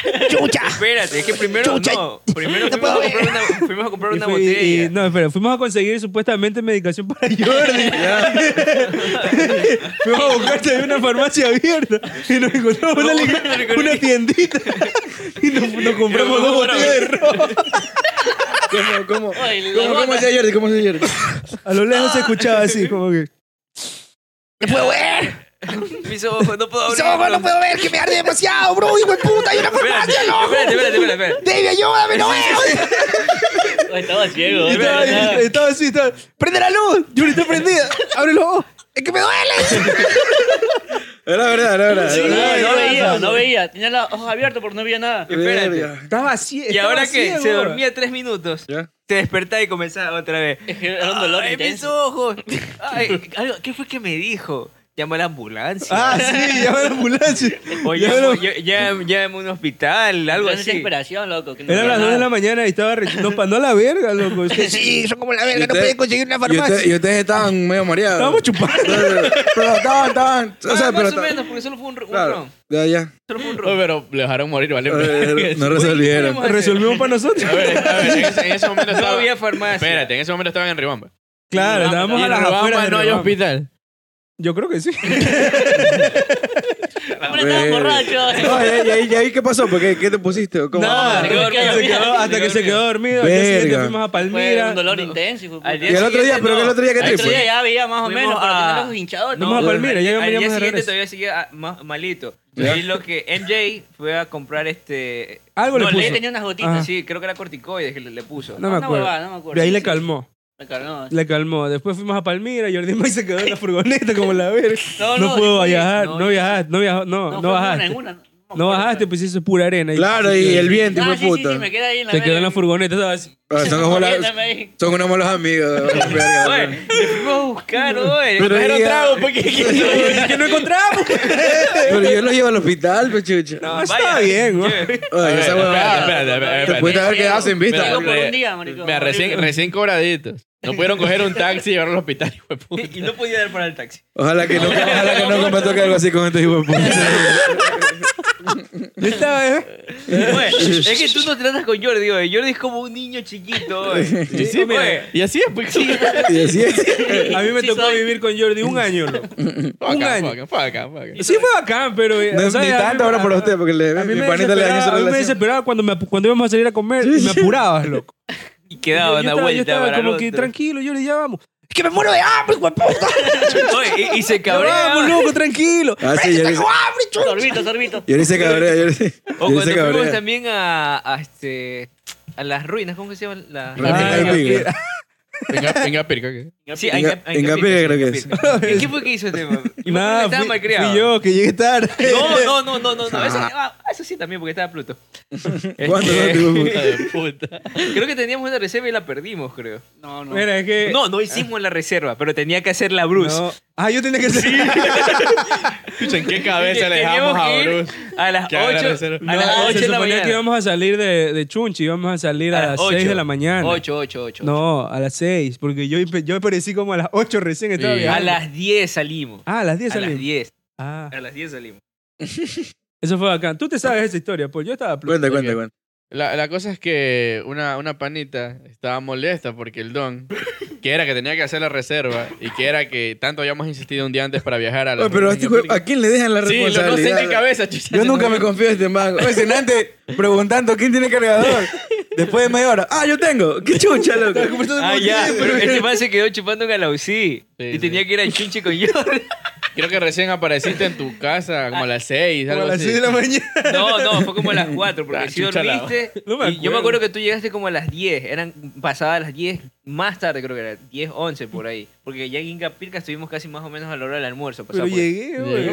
S4: Espérate, es que primero no. Primero fuimos, a comprar una, fuimos a comprar
S5: Y
S4: una
S5: fui-
S4: botella.
S5: y- no, espera, fuimos a conseguir supuestamente medicación para Jordi. fuimos a buscarte de una farmacia abierta y nos encontramos una, lica- una tiendita y nos, nos compramos
S4: Y
S5: dos
S4: nos
S5: botellas de ron.
S6: ¿Cómo, cómo?
S7: Ay, la
S6: ¿Cómo, cómo
S7: gota.
S6: hacía Jordi? ¿Cómo hacía Jordi?
S5: A lo lejos se escuchaba así, como que.
S4: Mis ojos, no puedo abrir. Mis ojos, no puedo ver, que me arde demasiado, bro. Hijo de puta, hay una farmacia, Espérate, espérate, espérate. espérate.
S7: Ay, Estaba ciego.
S5: Y estaba,
S7: de verdad.
S5: y estaba así, estaba. ¡Prende la luz! Jordi está prendida. ¡Abre los ojos! ¡Es que me duele!
S6: Era verdad, era verdad.
S7: No,
S5: era
S7: no veía,
S5: razón.
S7: no veía. Tenía los ojos abiertos, pero no veía nada.
S4: Espérate.
S5: Estaba así.
S4: Y ahora que se dormía tres minutos,
S6: Ya.
S4: te despertaba y comenzaba otra vez.
S7: Es que era un dolor
S4: ¡Ay, mis
S7: intenso.
S4: ojos! Ay, algo- ¿Qué fue que me dijo? llama a la ambulancia.
S5: Ah, sí, llama a la ambulancia.
S4: o
S5: ya
S4: llama,
S5: lo-
S4: ll- llama- llama a un hospital, algo
S7: Entonces,
S4: así.
S7: desesperación, loco. que no
S5: Eran
S7: había
S5: las 2 de
S7: nada.
S5: la mañana y estaba re- nos mandó a la verga, loco. Es que
S4: Sí, son como
S6: Y
S4: la verga, no
S6: ustedes-
S4: pueden conseguir una
S6: Y,
S4: farmacia.
S6: usted- y ustedes estaban medio mareados.
S5: Estábamos chupando.
S6: Pero, pero estaban, estaban. O sea,
S4: Ah,
S6: pero.
S4: más o
S6: estaban-
S4: menos, porque solo fue un, ro- un
S6: Claro.
S4: ron.
S6: Ya, ya.
S4: Solo fue un ron.
S8: Oye, pero le dejaron morir, ¿vale?
S6: Eh, No resolvieron.
S4: ¿Qué
S5: Resolvimos para nosotros.
S8: A ver, a ver, en ese, en ese momento
S4: No
S8: estaba...
S4: había farmacia.
S8: Espérate, en ese momento estaban en Ribamba.
S5: Claro, estábamos
S8: Y
S5: a
S8: en
S5: las
S8: Ribamba
S5: afueras
S8: no hay
S5: de hospital.
S8: hospital.
S5: Yo creo que sí.
S7: Hombre, estaba
S6: Ve.
S7: borracho.
S6: No, eh, ya, ya, ya, ¿y qué pasó? ¿Por qué, ¿Qué te pusiste? ¿Cómo?
S5: Nada,
S7: se quedó dormido.
S5: se quedó- hasta que se quedó dormido. Al día
S6: Verga.
S5: siguiente fuimos a
S7: Fue
S5: Palmira.
S7: un dolor intenso. hijo de puta.
S4: Al
S6: Y el otro día, pero que el otro día, ¿qué
S7: Al
S6: te
S7: otro día
S6: fue?
S7: ya había más o
S4: Fuimos
S7: menos, pero
S4: a-
S7: tenía los hinchados.
S5: No, Vamos a Palmira, ya
S4: Al
S5: veníamos
S4: día
S5: de
S4: siguiente
S5: regreso.
S4: todavía seguía ah, ma- malito. Y lo que MJ fue a comprar este...
S5: Algo
S4: No,
S5: le
S7: Por ahí
S5: puso.
S7: tenía unas
S5: Ajá.
S7: gotitas.
S4: Sí, creo que era corticoides que le, le puso.
S5: No me
S7: Una huevada,
S5: acuerdo.
S7: no me acuerdo.
S5: De ahí le
S7: Sí,
S5: calmó.
S7: me calmó.
S5: Le calmó. Después fuimos a Palmira. Jordi May se quedó en la furgoneta como la verga. No,
S7: No, no,
S5: puedo
S7: después-
S5: viajar. No,
S4: no,
S5: viajaste. No, viajaste. No, no,
S7: fue
S5: bajaste.
S7: en una, en una, me
S5: no
S7: acuerdo,
S5: bajaste,
S7: pero-
S5: pues eso es pura arena.
S6: Claro, y el viento,
S7: Ah,
S6: hijo de
S7: sí, sí, sí,
S6: puta.
S7: me quedé ahí en la
S5: Se quedó en la
S7: verga.
S5: furgoneta. Estaba así.
S6: Ah, Son como la-
S7: Viéndome ahí.
S6: son unos malos amigos. verga,
S4: Oye,
S6: verga.
S4: le fuimos a buscar, oye.
S6: Pero
S4: trajeron
S6: ya-
S4: trago, pues, que- que-
S5: que no encontramos.
S6: Pero yo lo llevo al hospital, pechucha.
S5: No, está bien, güey.
S8: A ver,
S6: Oye, esa
S8: espérate,
S6: huevada.
S8: espérate, espérate,
S6: Te
S8: espérate.
S6: pudiste haber quedado sin vista.
S7: Digo, por
S8: Mira,
S7: un día, maricón.
S8: Mira, recién, recién cobraditos. No pudieron coger un taxi y llevarlo al hospital, hijo de puta.
S4: Y no podía dar para el taxi.
S6: Ojalá que no, ojalá que no me toque algo así con estos hijos de puta.
S5: Esta vez.
S4: Oye, es que tú no tratas con Jordi, oye. Jordi es como un niño chiquito, oye.
S8: Y sí, mira,
S4: Oye,
S8: Y así es, pues.
S6: Y así es.
S5: eh, A mí me
S7: Sí
S5: tocó
S7: soy.
S5: vivir con Jordi un año, loco.
S8: Fue
S5: Un
S8: acá,
S5: año.
S8: fue acá, fue acá, fue acá.
S5: Sí fue bacán, pero... eh,
S6: No
S5: o
S6: es
S5: sea,
S6: ni
S5: a mí
S6: tanto
S5: me-
S6: ahora para usted, porque le,
S5: A mí
S6: mi
S5: me
S6: panita le dañó su
S5: desesperaba, a mí me
S6: relación.
S5: desesperaba cuando, me, apu- cuando íbamos a salir a comer y me apurabas, loco.
S4: Y
S5: Yo-
S4: quedaba
S5: yo
S4: una
S5: estaba- yo
S4: vuelta
S5: estaba
S4: para el
S5: como que
S4: otro.
S5: tranquilo, Jordi, ya vamos. ¡Es que me muero de hambre, hijo de puta!
S4: Oye, y, y se
S5: Ya vamos,
S4: cabreaba.
S5: loco, tranquilo.
S6: Ah, sí, yo hice-
S7: Sorbito, sorbito.
S6: yo hice cabrea, yo hice
S4: O
S6: yo
S4: cuando
S6: hice
S4: fuimos
S6: cabrea.
S4: también a, a este... A las ruinas, ¿cómo que se llaman?
S5: Ah,
S4: La-
S6: Ramírez
S5: Ay,
S6: del Tigre.
S8: Venga, venga, pirca. ¿qué?
S4: Sí,
S6: Inga-
S4: Inga- Inga-
S6: Ingapiga creo que es.
S4: Ingapiga. ¿Qué- ¿Qué fue que hizo este? man?
S5: Nada,
S4: Estaba
S5: fui,
S4: malcriado.
S5: fui yo, que llegué tarde.
S4: No, no, no, no, no, no. Eso, ah, eso sí también, porque estaba Pluto.
S6: ¿Cuántos
S4: Este,
S6: son tus hijos de puta?
S8: Hija de puta.
S4: Creo que teníamos una reserva y la perdimos, creo.
S7: No, no.
S5: Mira, es que...
S4: No, no hicimos la reserva, pero tenía que hacer la Bruce.
S5: No. Ah, yo tenía que ser...
S8: Escucha, ¿en qué cabeza le
S4: Teníamos
S8: dejamos a
S4: que ir
S8: Bruce?
S4: A las
S8: Que haga la
S4: 8
S8: reserva.
S4: a las
S5: No,
S4: 8
S5: se
S4: de la
S5: suponía que
S4: mañana.
S5: íbamos a salir de, de Chunchi, íbamos a salir a,
S4: A las
S5: las 6
S4: ocho.
S5: de la mañana.
S4: 8, 8, 8.
S5: No, a las 6, porque yo, yo aparecí como a las 8 recién estaba
S8: Sí.
S5: viajando.
S4: A las 10 salimos.
S5: Ah, a las 10
S4: A las
S5: salimos.
S4: 10.
S5: Ah,
S4: A las 10 salimos.
S5: eso fue bacán. Tú te sabes esa historia, pues yo estaba... pl-
S6: Cuenta, cuenta, cuenta.
S8: La, la cosa es que una, una panita estaba molesta porque el don, que era que tenía que hacer la reserva y que era que tanto habíamos insistido un día antes para viajar a la.
S6: Oye, pero a, este jue- ¿a quién le dejan la
S8: Sí, lo no sé en qué
S6: responsabilidad?
S8: cabeza, chucha.
S6: Yo nunca me confío en este mago. Oye, Cenante, preguntando quién tiene cargador. Después de media hora, ah, yo tengo. Qué chucha, loco.
S4: Ah, ya, pero este man se quedó chupando en Galausí.
S8: Sí,
S4: y
S8: sí.
S4: tenía que ir al chunche con yo.
S8: Creo que recién apareciste en tu casa como a las seis,
S5: como
S8: algo
S5: a las
S8: así.
S5: 6 de la mañana.
S4: No, no, fue como a las 4, porque
S8: Ah,
S4: si
S8: chucha la-
S4: dormiste.
S5: No me
S4: y yo me
S5: acuerdo.
S4: acuerdo que tú llegaste como a las 10, eran pasadas las 10, más tarde creo que era, 10, 11 por ahí. Porque ya en Inca Pirca estuvimos casi más o menos a la hora del almuerzo.
S5: Pero
S4: pasado por ahí.
S5: llegué, güey.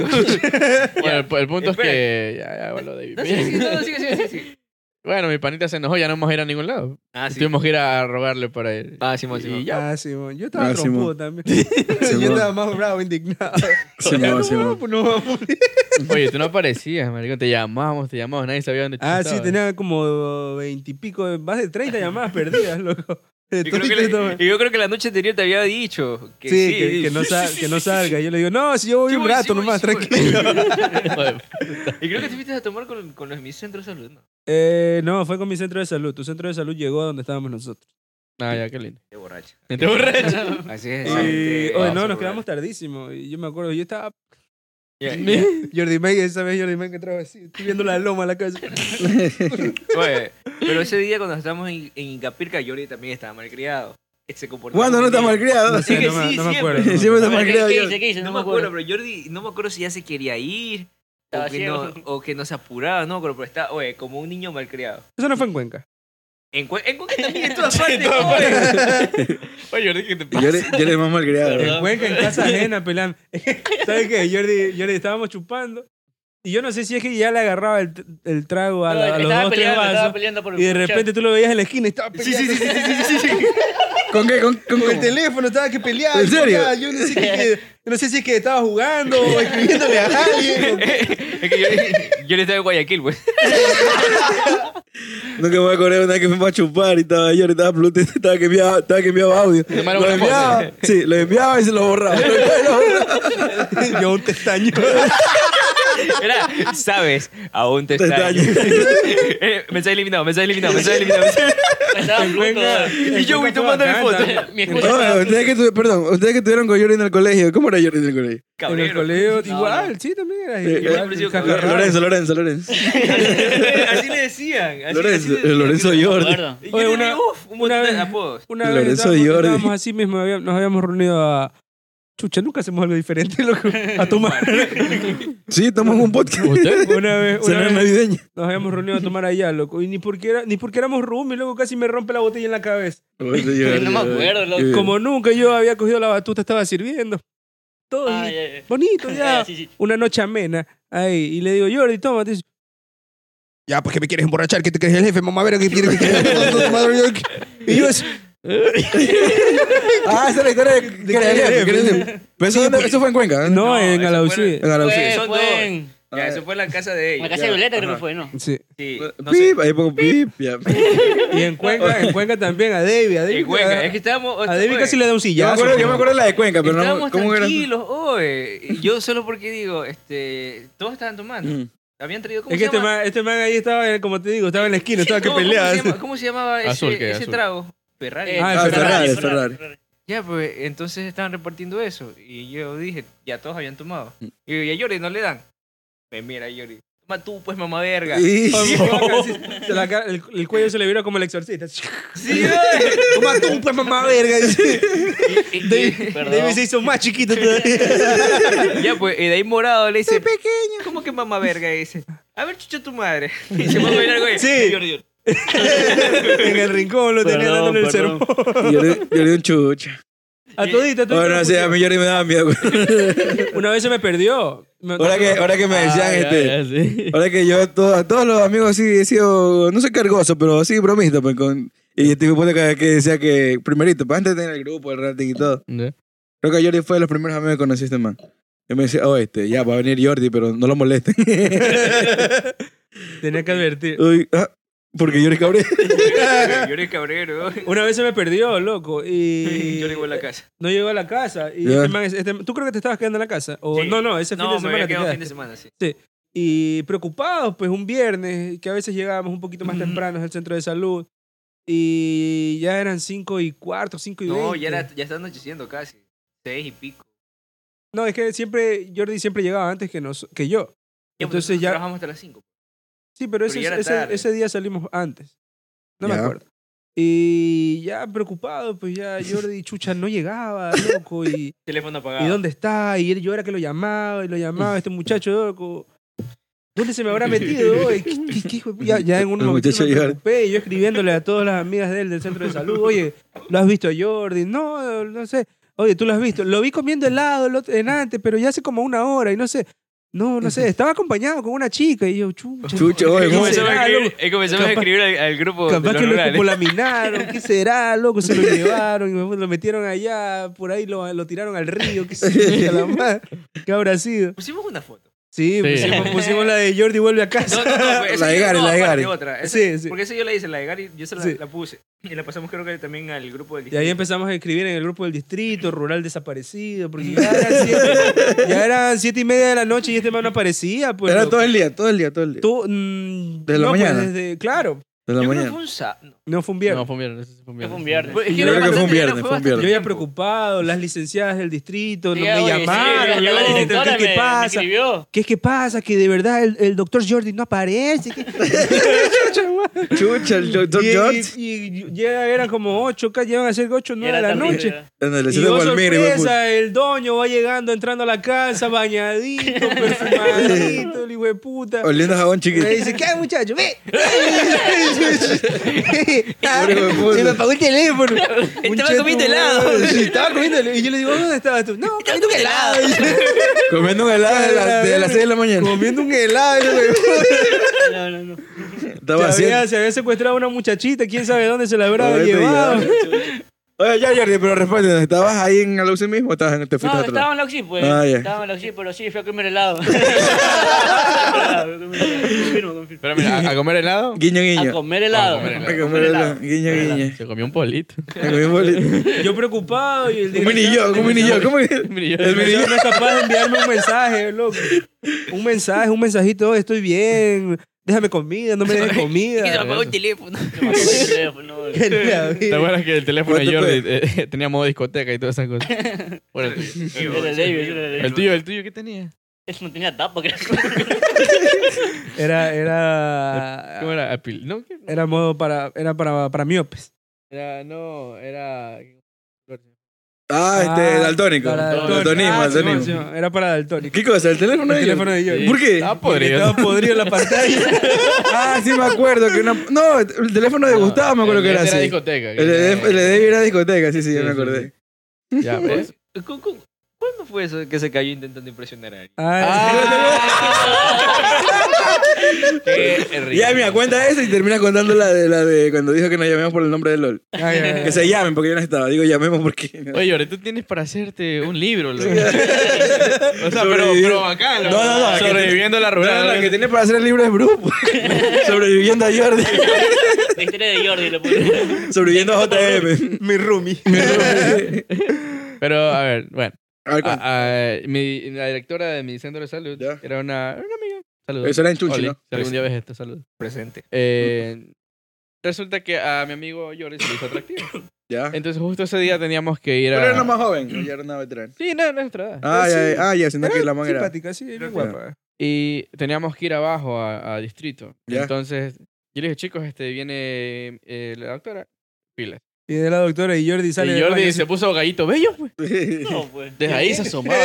S8: Bueno, el, el punto
S4: Espera.
S8: es que. Ya, ya, bueno, David.
S4: No, sí, sí, no, sí, sí, sí, sí.
S8: Bueno, mi panita se enojó, ya no vamos a ir a ningún lado.
S4: Ah, sí.
S8: Tuvimos que ir a rogarle para él.
S4: Ah, Simón, Simón.
S8: y ya.
S5: Ah, Simón. Yo estaba
S6: Ah,
S5: trompudo
S6: Simón.
S5: también.
S6: Simón.
S5: yo estaba más bravo, indignado.
S6: Simón,
S5: Ya, no,
S6: Simón.
S5: pues, no vamos.
S8: Oye, tú no aparecías, maricón. Te llamábamos, te llamábamos, nadie sabía dónde
S5: Ah,
S8: tú
S5: sí,
S8: estabas.
S5: tenía como veintipico, más de 30 llamadas perdidas, loco. De
S4: Y creo que
S5: todo
S4: le-
S5: esto, güey.
S4: y yo creo que la noche anterior te había dicho que sí,
S5: Sí, que, que no sal- que no salga. Yo le digo, no, si yo voy
S4: Sí
S5: un
S4: voy,
S5: rato
S4: sí voy,
S5: nomás,
S4: sí voy.
S5: tranquilo.
S8: Oye,
S4: Y creo que te fuiste a tomar con, con los mis centros de salud. ¿no?
S5: Eh, no, fue con mi centro de salud. Tu centro de salud llegó a donde estábamos nosotros.
S8: Ah, ya, qué lindo.
S4: De borracha.
S8: Te borracho.
S4: Así es.
S5: Y,
S4: esa gente-
S5: oye,
S4: Ah,
S5: no, nos
S4: seguro.
S5: quedamos tardísimo. Y yo me acuerdo, yo estaba.
S4: Ya, y-
S5: Jordi May, esa vez Jordi May que entraba así, estoy viendo la loma a la casa.
S4: Oye, pero ese día cuando estábamos en, en Incapirca, Yori también estaba malcriado. Se comportaba
S6: ¿Cuándo no
S4: muy
S6: está
S4: bien.
S6: malcriado?
S5: No sé,
S4: Sí, que
S5: no me-
S4: sí,
S5: no me
S4: siempre.
S5: acuerdo. no me
S6: Siempre está
S7: A ver, ¿qué-
S6: malcriado.
S7: ¿Qué
S6: yo.
S7: hice? ¿Qué hice?
S4: No me acuerdo, pero Jordi, no me acuerdo si ya se quería ir o
S7: Estaba
S4: que, no,
S7: ciego.
S4: o que nos apuraba, no, me acuerdo, pero está, oye, como un niño malcriado.
S5: Eso no fue en Cuenca.
S4: En, Cue- en Cuenca también, en todas partes.
S8: Oye, Jordi, ¿qué te pasa?
S6: Yo le, yo le más malcriado.
S5: En Cuenca, en casa ajena, pelando. ¿Sabes qué? Jordi, Jordi, estábamos chupando. Y yo no sé si es que ya le agarraba el, el trago a, la- a los
S7: Estaba
S5: dos, tres
S7: peleando, estaba
S5: vasos.
S7: peleando por el
S5: Y de
S7: por el
S5: repente tú lo veías en la esquina y estaba
S6: Sí, sí,
S5: peleando.
S6: sí, sí, sí, sí, sí, sí. ¿Con qué? ¿Con, con,
S5: Con
S6: con
S5: el teléfono estaba que peleaba.
S6: ¿En serio?
S5: peleaba, Yo no sé qué. No sé si es que estaba jugando o escribiéndole a alguien.
S4: es que yo, yo le estaba en Guayaquil, pues.
S6: Nunca me voy a acordar una vez que fuimos a chupar y estaba yo, estaba Pluto, estaba que enviaba, estaba que enviaba audio.
S8: tomaron
S6: Lo
S8: una foto.
S6: enviaba, sí, lo enviaba y se lo borraba. Lo enviaba y lo borraba.
S5: Yo un testaño.
S4: Era, sabes, aún te
S6: Te
S4: extraño. Eh, mensaje eliminado, mensaje eliminado, mensaje eliminado.
S7: Estaba bruto.
S4: y yo voy tomando mi foto.
S7: Mi
S6: Oye,
S7: excusa.
S6: ustedes que tuvi- perdón, ustedes que estuvieron con Yori en el colegio, ¿cómo era Yori en el colegio?
S5: En el
S4: Cabrero.
S5: colegio,
S4: No,
S5: igual, sí, también era
S6: Eh,
S5: igual,
S4: siempre he sido
S5: jajaja.
S4: cabrón.
S6: Lorenzo, Lorenzo, Lorenzo.
S4: así le decían. Así,
S6: Lorenzo,
S4: así le decían.
S6: Lorenzo
S4: Y yo
S7: Me
S6: Jordi.
S7: acuerdo.
S4: le
S5: Oye,
S4: digo,
S5: una-
S4: "Uf, un montón
S5: una
S4: de
S5: vez-
S4: apodos.
S5: Una vez
S6: Lorenzo
S5: estábamos,
S6: Jordi.
S5: estábamos así mismo, había- nos habíamos reunido a... Chucha, nunca hacemos algo diferente, loco. A tomar.
S6: Sí, estamos en un podcast.
S5: una vez, una
S6: Cena
S5: vez
S6: navideña.
S5: nos habíamos reunido a tomar allá, loco. Y ni porque, era, ni porque éramos roomies, loco, casi me rompe la botella en la cabeza.
S7: Yo no me acuerdo, loco.
S5: Como nunca yo había cogido la batuta, estaba sirviendo. Todo
S7: Ah,
S5: y-
S7: ya, ya.
S5: bonito
S4: Eh,
S5: ya.
S7: Sí, sí.
S5: Una noche amena. Ahí. Y le digo, Jordi, toma. Dice, ya, pues que me quieres emborrachar, que te crees el jefe, mamá, ver que quieres que Y yo, así,
S6: Ah, esa es la historia de que era el jefe, que era el jefe. Pero eso, ¿dónde- eso fue en Cuenca. ¿eh?
S5: no, en
S4: eso
S5: Alausí.
S6: En Arauco.
S4: Fue-
S7: Fue,
S4: son
S7: fue
S4: dos.
S7: en
S4: Ya, eso fue en la casa de
S7: la
S4: ella.
S7: casa de Violeta, creo que fue, ¿no?
S5: Sí.
S4: Sí, no sé.
S6: Pip, ahí pongo pip, ya.
S5: Y en Cuenca, en Cuenca también, a Debbie, a Debbie.
S4: Y Cuenca, es que estábamos.
S5: a Debbie casi le da un
S6: Yo me
S5: sillazo.
S6: acuerdo, yo me acuerdo de la de Cuenca, pero no,
S4: Estábamos
S6: ¿cómo era?
S4: tranquilos, oye. Y Yo solo porque digo, este, todos estaban tomando.
S6: Mm.
S4: Habían traído ¿cómo
S5: Es que
S4: se
S5: este
S4: llama?
S5: man, este man ahí estaba, eh, como te digo, estaba en la esquina, estaba que
S4: No, ¿cómo se
S5: peleaba.
S4: llama- ¿Cómo se llamaba ese,
S8: Azul, ¿qué?
S4: ese
S8: Azul.
S4: trago? Ferrari.
S5: Ah,
S6: Ah, Ferrari,
S7: Ferrari,
S6: Ferrari.
S4: Ya, pues entonces estaban repartiendo eso. Y yo dije, ya todos habían tomado.
S5: Mm.
S4: Y yo, y a Yori no le dan. Pues mira, Yori. Toma tú, pues, mamá verga.
S6: Y-
S5: Ay, mi vaca, así, se la cara- el, el cuello se le vio como el exorcista.
S4: Sí, oye.
S5: Toma tú, pues mamá verga.
S4: Y- y-
S5: David se hizo más chiquito todavía.
S4: Ya, pues, y de ahí morado le dice. pequeño. ¿Cómo que mamá verga? Y dice. A ver, chucho tu madre. Y se va a bailar, güey.
S5: Sí.
S4: Yori, Yori.
S5: en el rincón lo tenía
S7: Perdón,
S5: dándole el
S7: perdón.
S5: sermón.
S6: Yori Yori un chucha.
S5: A todita, a todita.
S6: Bueno, sí, a mí Yori me daba miedo. güey.
S5: Una vez se me perdió. Me-
S6: Ahora que, ahora
S5: Ah,
S6: que me decían, este, ahora que yo a, todo- a todos los amigos sí he sido, no sé cargoso, pero sí bromista, pues con... Y este tipo que, que decía que, primerito, pues antes de tener el grupo, el rating y todo. Creo que Jordi fue de los primeros amigos que conocí a este man. Yo me decía, oh, este, ya, va a venir Jordi, pero no lo molesten.
S5: Tenía que advertir.
S6: Uy, ah, porque Jordi cabré.
S4: Yori cabrero.
S5: Una vez se me perdió, loco. Y
S4: Yori vuelve a la casa.
S5: no llegó a la casa. Y
S6: Ya.
S5: este man es- este- ¿Tú creo que te estabas quedando en la casa? O,
S4: Sí.
S5: No, no, ese fin
S4: No,
S5: de
S4: me
S5: semana.
S4: había
S5: te
S4: quedado
S5: quedaste.
S4: fin de semana, sí.
S5: y preocupados, pues un viernes, que a veces llegábamos un poquito más
S4: Ujú.
S5: temprano al centro de salud. Y ya eran cinco y cuarto, cinco y
S4: No,
S5: veinte.
S4: ya, era, ya está anocheciendo casi. Seis y pico.
S5: No, es que siempre, Jordi siempre llegaba antes que, nos, que yo.
S4: Ya, pues,
S5: Entonces ya-
S4: Trabajamos hasta las cinco.
S5: Sí, pero, ese,
S4: ya era
S5: ese,
S4: tarde.
S5: ese día salimos antes. No me
S6: Ya.
S5: acuerdo. Y ya preocupado, pues ya Jordi Chucha no llegaba, loco. Y,
S4: Teléfono apagado.
S5: ¿Y dónde está? Y él- yo era que lo llamaba y lo llamaba este muchacho loco. ¿Dónde se me habrá metido? Oye, ¿Qué, qué- qué hijo de pu- ya, ya en un
S6: El
S5: momento
S6: muchacho
S5: me
S6: Jordi.
S5: preocupé, y yo escribiéndole a todas las amigas de él del centro de salud, oye, ¿lo has visto a Jordi? No, no sé. Oye, ¿tú lo has visto? Lo vi comiendo helado el otro- en antes, pero ya hace como una hora y no sé. No, no sé. Estaba acompañado con una chica y yo, chucha.
S6: Chucha, oye,
S5: ¿qué
S6: ¿cómo
S5: será,
S4: Comenzamos a
S5: loco?
S4: escribir, eh, comenzamos a
S5: Capaz-
S4: escribir al, al grupo de
S5: Capaz
S4: los
S5: que lo
S4: rurales.
S5: colaminaron, ¿qué será, loco? Se lo llevaron, y lo metieron allá, por ahí lo, lo tiraron al río, qué sé yo, a la madre. ¿Qué habrá sido?
S4: Pusimos una foto.
S5: Sí, Pusimos, pusimos la de Jordi vuelve a
S4: No,
S5: casa.
S4: no, no, pues, esa
S6: La de
S4: yo-
S6: Gary,
S4: no,
S6: la de
S4: aparte
S6: Gary.
S4: otra. Esa-
S5: Sí, sí.
S4: Porque esa yo la hice, la de Gary, yo se la,
S5: Sí.
S4: la puse. Y la pasamos creo que también al grupo
S5: Y
S4: del
S5: ahí
S4: distrito.
S5: empezamos a escribir en el grupo del distrito, rural desaparecido, porque ya eran siete, ya eran siete y media de la noche y este man no aparecía. Pues,
S6: Era
S5: loco.
S6: todo el día, todo el día, todo el día.
S5: Tú, mm,
S6: De la
S5: no, pues,
S6: mañana.
S5: desde- claro,
S6: De la
S4: Yo creo que
S6: mañana.
S4: fue un sa- no,
S5: no fue un viernes.
S8: No, fue un viernes. ese
S7: Que fue un viernes.
S4: Pues, es
S6: Yo creo
S4: era
S6: que fue un
S4: bastante- era-
S6: viernes, fue un
S4: bastante
S5: Yo ya
S4: tiempo.
S5: preocupado, las licenciadas del distrito no
S7: Sí,
S5: me
S7: oye, sí,
S5: llamaron.
S7: la- la
S5: loco,
S7: directora
S5: ¿Qué es
S7: me-
S5: que
S7: me
S5: pasa?
S7: escribió.
S5: ¿Qué es que pasa? Que de verdad el, el doctor Jordi no aparece. ¿Qué-
S6: Chucha, el doctor
S5: y,
S6: Jones.
S5: y, y ya eran como 8, llevan a ser 8 o 9 de
S7: Era
S5: la
S7: tarde.
S5: noche.
S6: Ándale,
S5: Y
S6: se te
S5: yo,
S6: fue al mire, güey, puta.
S5: sorpresa, el doño va llegando, entrando a la casa, bañadito, perfumadito, el hijo de puta.
S6: Oliendo a jabón
S5: Y
S6: chiquito.
S5: me dice, ¿qué hay, muchacho? ¡Ve! Ah, Se me apagó el teléfono. Muchacho,
S4: comiendo helado.
S5: madre. Sí, estaba comiendo helado. Y yo le digo, ¿dónde estabas tú? No, comiendo un helado.
S6: Comiendo un helado de las- de las 6 de la mañana.
S5: Comiendo un helado. yo le digo,
S7: No, no, no.
S6: Estaba
S5: se,
S6: haciendo.
S5: había, se había secuestrado a una muchachita, quién sabe dónde se la habrá
S6: Ahorita
S5: llevado.
S6: Oye, ya, Jordi, pero responde, ¿estabas ahí en la UCI mismo o estabas en, te
S7: No,
S6: fuiste a otro
S7: estaba
S6: lado?
S7: en la Oxy, pues.
S6: Ah, ya.
S7: Estaba en la Oxy, pero sí, fui a comer helado.
S1: Confirmo, confirmo.
S8: Pero mira, a, a comer helado.
S6: Guiño,
S7: a
S6: guiño.
S7: comer helado.
S8: A comer helado.
S6: Ay, como era- Guiño, guiño.
S8: Se comió un polito.
S6: Me comí un bolito.
S5: Yo preocupado y el
S6: Un mini yo, un mini yo. Ah, ¿Cómo que?
S5: El video no es capaz de enviarme un mensaje, loco. Un mensaje, un mensajito, "Oye, estoy bien, déjame comida, no me dejes
S4: se me
S5: comida.
S4: apagó el teléfono.
S7: Me apagó el teléfono.
S5: Que la vi.
S8: ¿Te acuerdas que el teléfono
S6: What
S8: de
S6: the
S8: Jordi eh, tenía modo discoteca y todas esas cosas? Bueno, el tuyo.
S7: Era el David, era el
S8: El
S7: David.
S8: tuyo, el tuyo, ¿qué tenía?
S7: Eso no tenía tapa, creo.
S5: Era,
S6: Ah.
S8: ¿Cómo
S5: era,
S8: era? Apil- No, ¿qué?
S5: era modo para, era para, para miopes.
S8: Era, no, era.
S6: Ah, este, daltónico.
S5: Para daltónico.
S6: Daltonismo,
S5: Ah,
S6: daltonismo.
S5: sí, sí, Era para daltónico.
S6: ¿Qué cosa? ¿El teléfono
S5: El
S6: de ellos?
S5: teléfono de ellos.
S6: ¿Por qué?
S8: Estaba
S5: Porque
S8: podrido.
S5: Estaba podrido la pantalla.
S6: Ah, sí me acuerdo que una... No, el teléfono de Gustavo me acuerdo que era
S8: Era
S6: así.
S8: discoteca.
S6: El de el de David era discoteca, sí, sí, ya me acordé.
S8: Ya, ¿ves?
S4: ¿Cu- cu- ¿Cuándo fue eso que se cayó intentando impresionar a alguien?
S5: Ah.
S6: Ya, mira, cuenta esa y termina contando la de, la de cuando dijo que nos llamemos por el nombre de LOL. Que se llamen, porque yo no estaba. Digo, llamemos porque...
S8: Oye, ahora tú tienes para hacerte un libro, loco. O sea, pero,
S6: Sobrevivir.
S8: pero bacán.
S6: No, no, no, que-
S8: Sobreviviendo a la
S6: No,
S8: rural.
S6: no, la que tiene para hacer el libro es Bru. pues. Sobreviviendo a Jordi.
S7: La historia de Jordi le puse.
S6: Sobreviviendo a JM.
S5: Mi roomie.
S6: Mi roomie.
S8: Pero, a ver, bueno.
S6: A ver,
S8: Ah,
S6: cuenta.
S8: A- a- mi, la directora de mi centro de salud
S6: Ya.
S8: era una, era una amiga. Saludos.
S6: Eso era en Chunchi,
S8: ah, Oli,
S6: ¿no?
S8: Si algún día ves esto, saludos.
S4: Presente.
S8: Eh, resulta que a mi amigo Jordi se le hizo atractivo.
S6: Ya.
S8: Entonces, justo ese día teníamos que ir a.
S6: Pero era una más joven. Yo ya era una veterana.
S8: Sí, no, nuestra edad.
S6: Ah, ya, ya, ah, ya, sino que la man era...
S5: Simpática, sí, bien
S6: Creo que
S5: guapa.
S8: Y teníamos que ir abajo a, a distrito.
S6: Ya.
S8: Entonces, yo le dije, chicos, este viene eh, la doctora. Pilas.
S5: Y de la doctora y Jordi sale
S8: Y
S5: del baño
S8: Jordi
S5: y
S8: se puso gallito bello, pues.
S7: No, pues.
S8: Desde ahí se asomaba.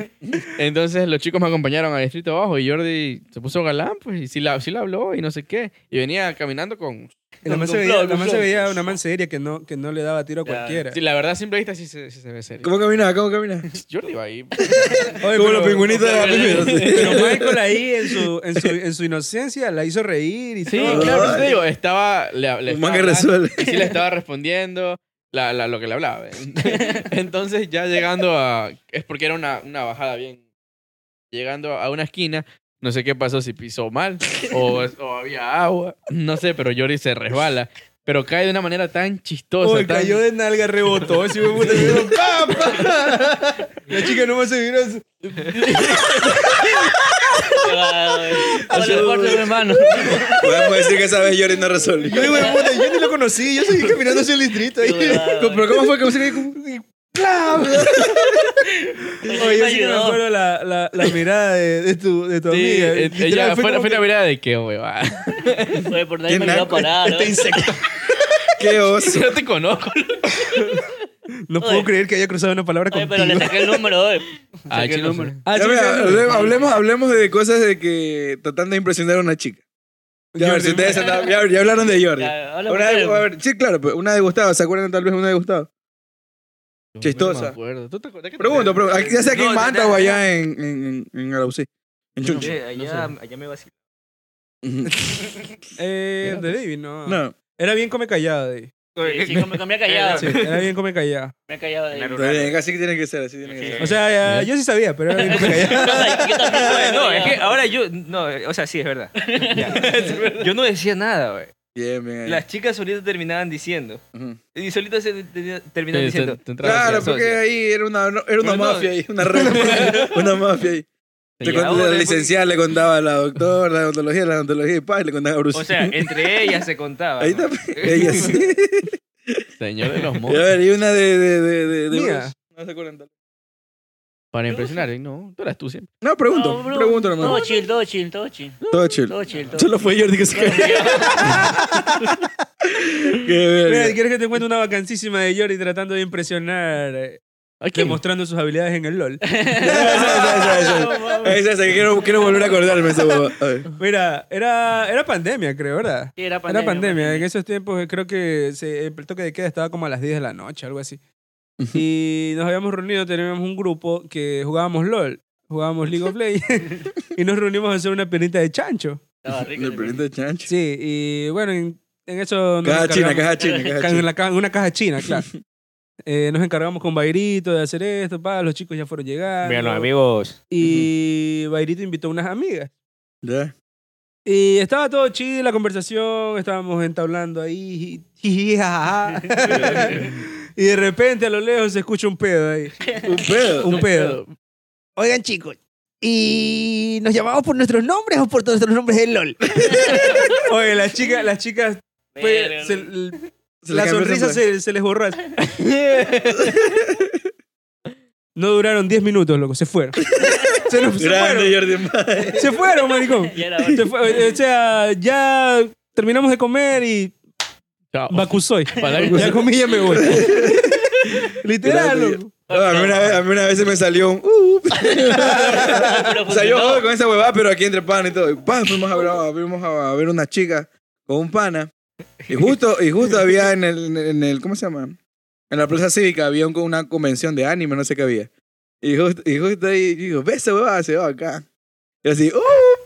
S8: Entonces los chicos me acompañaron al distrito abajo y Jordi se puso galán, pues, y sí la, sí la habló y no sé qué. Y venía caminando con...
S5: Y la man se
S7: Con- con
S5: veía,
S7: flow,
S5: la man
S7: con
S5: se
S7: flow.
S5: veía una man seria que no, que no le daba tiro a cualquiera.
S8: Sí, la verdad, siempre vista sí se, sí se ve serio.
S6: ¿Cómo caminaba? ¿Cómo caminaba?
S8: Jordi va ahí.
S5: Oye,
S6: Como
S5: pero-
S6: los pingüinitos de la primera.
S5: Pero Michael ahí en su, en su, en su inocencia la hizo reír y
S8: Sí,
S5: todo.
S8: claro, por eso te digo, estaba... Le, le
S6: Un man
S8: estaba
S6: que
S8: hablando,
S6: resuelve.
S8: Y sí le estaba respondiendo la, la- lo que le hablaba. ¿eh? Entonces ya llegando a... Es porque era una, una bajada bien... Llegando a una esquina, no sé qué pasó, si pisó mal o, o había agua. No sé, pero Jordi se resbala. Pero cae de una manera tan chistosa.
S5: Oye,
S8: tan-
S5: cayó de nalga, rebotó. Ese hijo de puta, le dio, ¡pa, pa! La chica no me hace vibrar.
S7: Se va, güey. Vale, cuarto, mi hermano.
S6: Podemos decir que esa vez Jordi no resolvió.
S5: Yo digo, "Hijo de puta, yo ni lo conocí. Yo seguí caminando hacia el distrito. ahí.
S6: ¿Pero cómo fue que usted dijo?
S5: Oye, yo sí que me acuerdo la, la, la mirada de, de tu, de tu
S8: Sí,
S5: amiga.
S8: eh,
S5: Literal,
S8: ella-
S5: fue
S8: fue,
S5: como
S8: fue
S5: que-
S8: la mirada de qué, huevada.
S7: Oye, por
S6: Qué
S7: ahí me iba a
S6: naco.
S7: parar. güey.
S6: Este ¡Qué oso!
S8: Yo te conozco.
S5: No puedo
S7: Oye.
S5: creer que haya cruzado una palabra
S7: Oye,
S5: contigo.
S7: pero le saqué el número, güey.
S8: Ah,
S7: Saqué el
S8: chino,
S7: número.
S5: Ah,
S6: Ya,
S5: sí,
S6: mira,
S5: sí, sí.
S6: hablemos, hablemos, hablemos de cosas de que tratando de impresionar a una chica. Ya, a ver, si ustedes andaban- ya, ya hablaron de Jordi.
S7: Ya, habla
S6: Una de-
S7: ustedes,
S6: a ver, sí, claro, pero una de Gustavo. ¿Se acuerdan tal vez una de Gustavo?
S8: Yo
S6: Chistosa.
S8: No me acuerdo. ¿Tú te acuerdas?
S6: Pregunto, pregunto. Aquí- Ya sea aquí
S4: No,
S6: en
S4: de-
S6: Manta
S4: de-
S6: o allá en, en, en, en Arauzí, En
S4: No
S6: Chunchi.
S4: sé, Eh, allá, allá me vaciló.
S6: Ujú.
S5: Eh, de David, no.
S6: No,
S5: Era bien come callado, David.
S7: Sí, sí, me me he callado.
S5: Sí, era bien come callado.
S7: Me he callado eh. de ahí.
S6: está bien, así que tiene que ser, así tiene que ser.
S5: O sea, ya- yo sí sabía, pero era bien come callado.
S7: Yo también, pues, güey,
S4: No, es que
S7: ya.
S4: ahora yo. No, eh, o sea, sí, es verdad. Ya. Yo no decía nada, güey.
S6: Bien, bien. ahí.
S4: Las chicas solitas terminaban diciendo.
S6: Ujú.
S4: Y solitas se te- te- terminaban diciendo.
S6: Claro, porque ahí era una, no- era una
S4: Bueno, no.
S6: mafia ahí, una red, una mafia ahí. Le
S4: Ya,
S6: contaba
S4: ahora
S6: la
S4: es
S6: licenciada, le contaba a la doctora, la odontología, la odontología y pa, y le contaba a Bruce.
S4: O sea, entre ellas se contaba.
S6: ahí
S4: ¿no?
S6: está, ella sí.
S8: Señor de los
S6: Y a
S8: monos.
S6: ver, y una de... de, de, de, de
S5: Mía.
S6: Bruce. No se acuerdan tal-
S8: Para impresionar, no. Tú eras tú siempre.
S6: No, pregunto,
S7: No, bro.
S6: pregunto nomás.
S7: Todo chill, todo chill, todo chill.
S6: Todo chill.
S7: Todo chill, todo
S6: Solo fue Jordi que se cayó. Qué
S5: Mira,
S6: verga.
S5: ¿quieres que te cuente una vacancísima de Jordi tratando de impresionar, eh,
S8: Ay, ¿quién?
S5: demostrando sus habilidades en el LOL?
S6: Esa, esa, esa, esa. Esa, esa, que quiero, quiero volver a acordarme esa boba. A ver.
S5: Mira, era, era pandemia, creo, ¿verdad?
S7: Sí, Era
S6: pues,
S5: Era pandemia, en esos tiempos eh, creo que se- el toque de queda estaba como a las 10 de la noche, algo así. Y nos habíamos reunido, teníamos un grupo que jugábamos LOL, jugábamos League of Legends y nos reunimos a hacer una piernita de chancho.
S7: Estaba rico.
S6: El perrito de chancho.
S5: Sí, y bueno, en, en eso... nos
S6: Caja china,
S5: encargamos-
S6: caja china, caja
S5: ca- en
S6: china.
S5: la caja- en una caja china, claro. Eh, nos encargamos con Bairito de hacer esto, pa, los chicos ya fueron llegando.
S4: Mira, los amigos.
S5: Y Bairito invitó unas amigas.
S6: Ya.
S5: Y estaba todo chido la conversación, estábamos entablando ahí. jiji, jajaja. y de repente a lo lejos se escucha un pedo ahí.
S6: Un pedo.
S5: Un pedo. Oigan, chicos. ¿Y nos llamamos por nuestros nombres o por nuestros nombres de LOL? Oye, las chicas, las chicas
S7: Verga.
S5: pues, se-
S6: Se le
S5: la
S6: cambió el
S5: sonrisa
S6: nombre.
S5: se, se les borró. así. no duraron 10 minutos, loco, se fueron. Se, nos- se
S6: Grande
S5: fueron,
S6: Jordi Mae.
S5: se fueron, maricón.
S7: Ya era
S5: Se fue- o sea, ya terminamos de comer y
S8: Chao.
S5: Bakusoy.
S8: Para-
S5: Ya comí, ya me voy. Literal,
S6: Grande
S5: loco.
S6: No, a, mí una vez, a mí una vez se me salió un... Uh,
S7: Pero
S6: o sea, yo
S7: funcionó.
S6: jodo con esa huevada, pero aquí entre pan y todo. Y pa, fuimos a ver, a- fuimos a ver una chica con un pana. Y justo, y justo había en el, en el- en el- ¿Cómo se llama? En la plaza cívica había un- una convención de anime, no sé qué había. Y justo, y justo ahí yo digo, ve esa huevada, se va acá. Y así, ¡uh!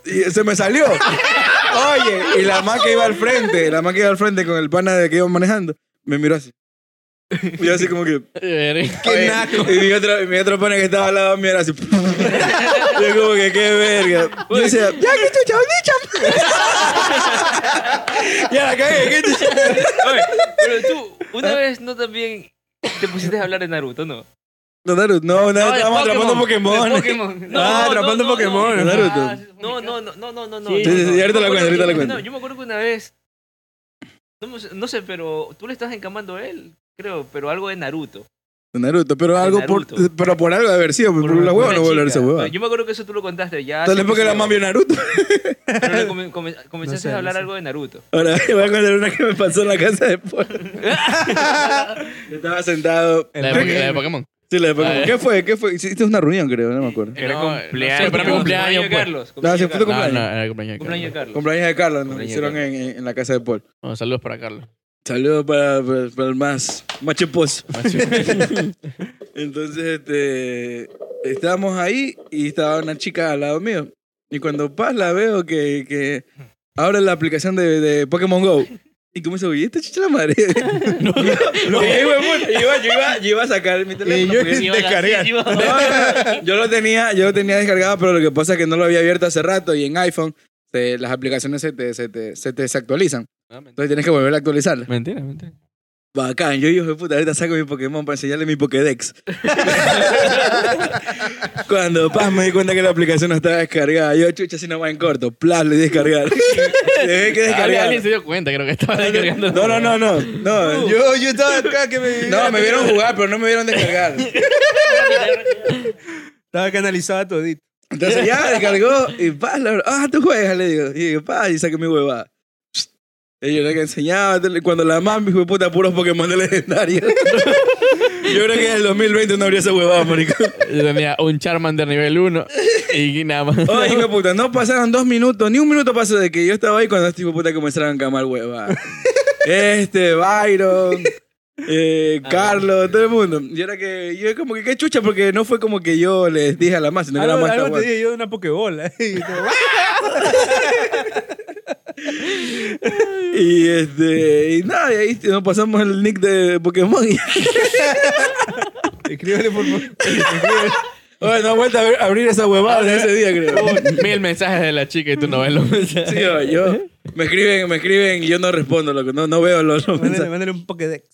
S6: Y se me salió. Oye, y la man que iba al frente, la man que iba al frente con el pana de que iba manejando, me miró así. Y yo así como que...
S8: Verga.
S6: Oye, Y mi otro, mi otro pana que estaba al lado mío era así. yo como que qué verga. Yo decía, ya que chucha, ¿dónde chucha? Ya la cagué, ¿qué chucha?
S4: Oye, pero tú,
S6: Ah.
S4: una vez no también te pusiste a hablar de Naruto, ¿no?
S6: No, Naruto, no, no,
S4: de
S6: estábamos atrapando Pokémon.
S4: De Pokémon. No,
S5: Ah,
S4: no,
S5: atrapando
S4: no, no.
S5: Pokémon.
S6: No,
S7: Ah,
S6: Naruto.
S7: sí,
S4: No, no, no, no, no, no. no.
S1: Sí,
S6: sí, sí,
S4: No,
S6: ahorita la
S4: yo me
S6: cuento,
S4: acuerdo
S6: ahorita la
S4: que-
S6: cuento.
S4: no, Yo me acuerdo que una vez, no, me- no sé, pero tú le estabas encamando a él, creo, pero algo de Naruto.
S6: Naruto, pero algo por,
S4: Naruto.
S6: pero por algo de haber sido, por, por la
S4: una
S6: hueva no volver a esa
S4: chica.
S6: hueva.
S4: Yo me acuerdo que eso tú lo contaste ya.
S6: Entonces, ¿por qué la mami de Naruto?
S4: Pero le come- come- comenzaste
S5: sé,
S4: a hablar
S5: no sé.
S4: algo de Naruto.
S6: Ahora voy a contar una que me pasó en la casa de Paul. Yo estaba sentado.
S8: La de, la de Pokémon.
S6: Sí, la de Paul, como, ¿Qué fue? ¿Qué fue? Hiciste una reunión, creo, no me acuerdo.
S8: Eh,
S4: Era
S8: no,
S4: cumpleaños.
S8: no sé, para mi cumpleaños,
S4: de
S8: pues.
S4: Carlos.
S6: No, sí, fue
S4: cumpleaños
S6: tu
S4: de Carlos.
S8: No,
S6: cumpleaños.
S8: no, era el cumpleaños de
S4: Cumpleaños de
S8: Carlos.
S4: Carlos.
S6: Cumpleaños de Carlos, nos
S4: Cumpleaños de
S6: hicieron en, en- en la casa de Paul.
S8: Bueno, saludos para Carlos.
S6: Saludos para, para- para el más, más cheposo.
S8: Macho.
S6: Entonces, este, estábamos ahí y estaba una chica al lado mío. Y cuando pasa la veo que, que abre la aplicación de, de Pokémon Go. Y comienzo, ¿y esta chicha la madre? no, y yo, iba, yo, iba, yo, iba, yo iba a sacar mi teléfono.
S2: yo-
S6: porque-
S7: Sí, hola,
S2: Descargar.
S7: sí, sí, hola.
S6: yo lo tenía, yo lo tenía descargado, pero lo que pasa es que no lo había abierto hace rato y en iPhone se- las aplicaciones se te, se, te, se te desactualizan. Entonces tienes que volver a actualizarlas.
S8: Mentira, mentira.
S6: Bacán, yo hijo de puta, ahorita saco mi Pokémon para enseñarle mi Pokédex. Cuando paz me di cuenta que la aplicación no estaba descargada, yo chucha si no va en corto, plas le di descargar. Dejé que
S8: Alguien,
S6: descargar.
S8: alguien se dio cuenta, creo que estaba descargando.
S6: No, no, no, no. No, yo,
S5: Yo, yo estaba acá que me.
S6: Uh. no, me vieron jugar, pero no me vieron descargar.
S5: Estaba canalizada todito.
S6: Entonces ya descargó y paz, la ah, tú juegas, le digo. Y digo, paz, y saqué mi huevada. Psst. Y yo era que enseñaba, cuando la mami, hijo de puta, puros Pokémon de legendario. yo creo que en el 2020 no habría esa huevada, maricón.
S8: Yo tenía un Charmander nivel 1 y nada más.
S6: Ay, hijo de puta, no pasaron dos minutos, ni un minuto pasó de que yo estaba ahí cuando estos hijos de puta comenzaron a camar hueva. Este, Byron, eh,
S5: Ah,
S6: Carlos, todo el mundo. Y era que, yo como que qué chucha, porque no fue como que yo les dije a la más, sino que la
S5: Algo,
S6: más
S5: algo
S6: estaba.
S5: te dije yo de una pokebola. Y como, ¡ah!
S6: Y este, y nada, y ahí nos pasamos el nick de Pokémon.
S5: Escríbele por favor.
S6: bueno, no vuelta a ver- abrir esa huevada de ese día, creo.
S8: Mil mensajes de la chica y tú no ves los mensajes.
S6: Oh, Sí, yo, yo- me escriben, me escriben y yo no respondo, loco, no, no veo los, los
S5: Mándale,
S6: mensajes.
S5: mándale un Pokédex.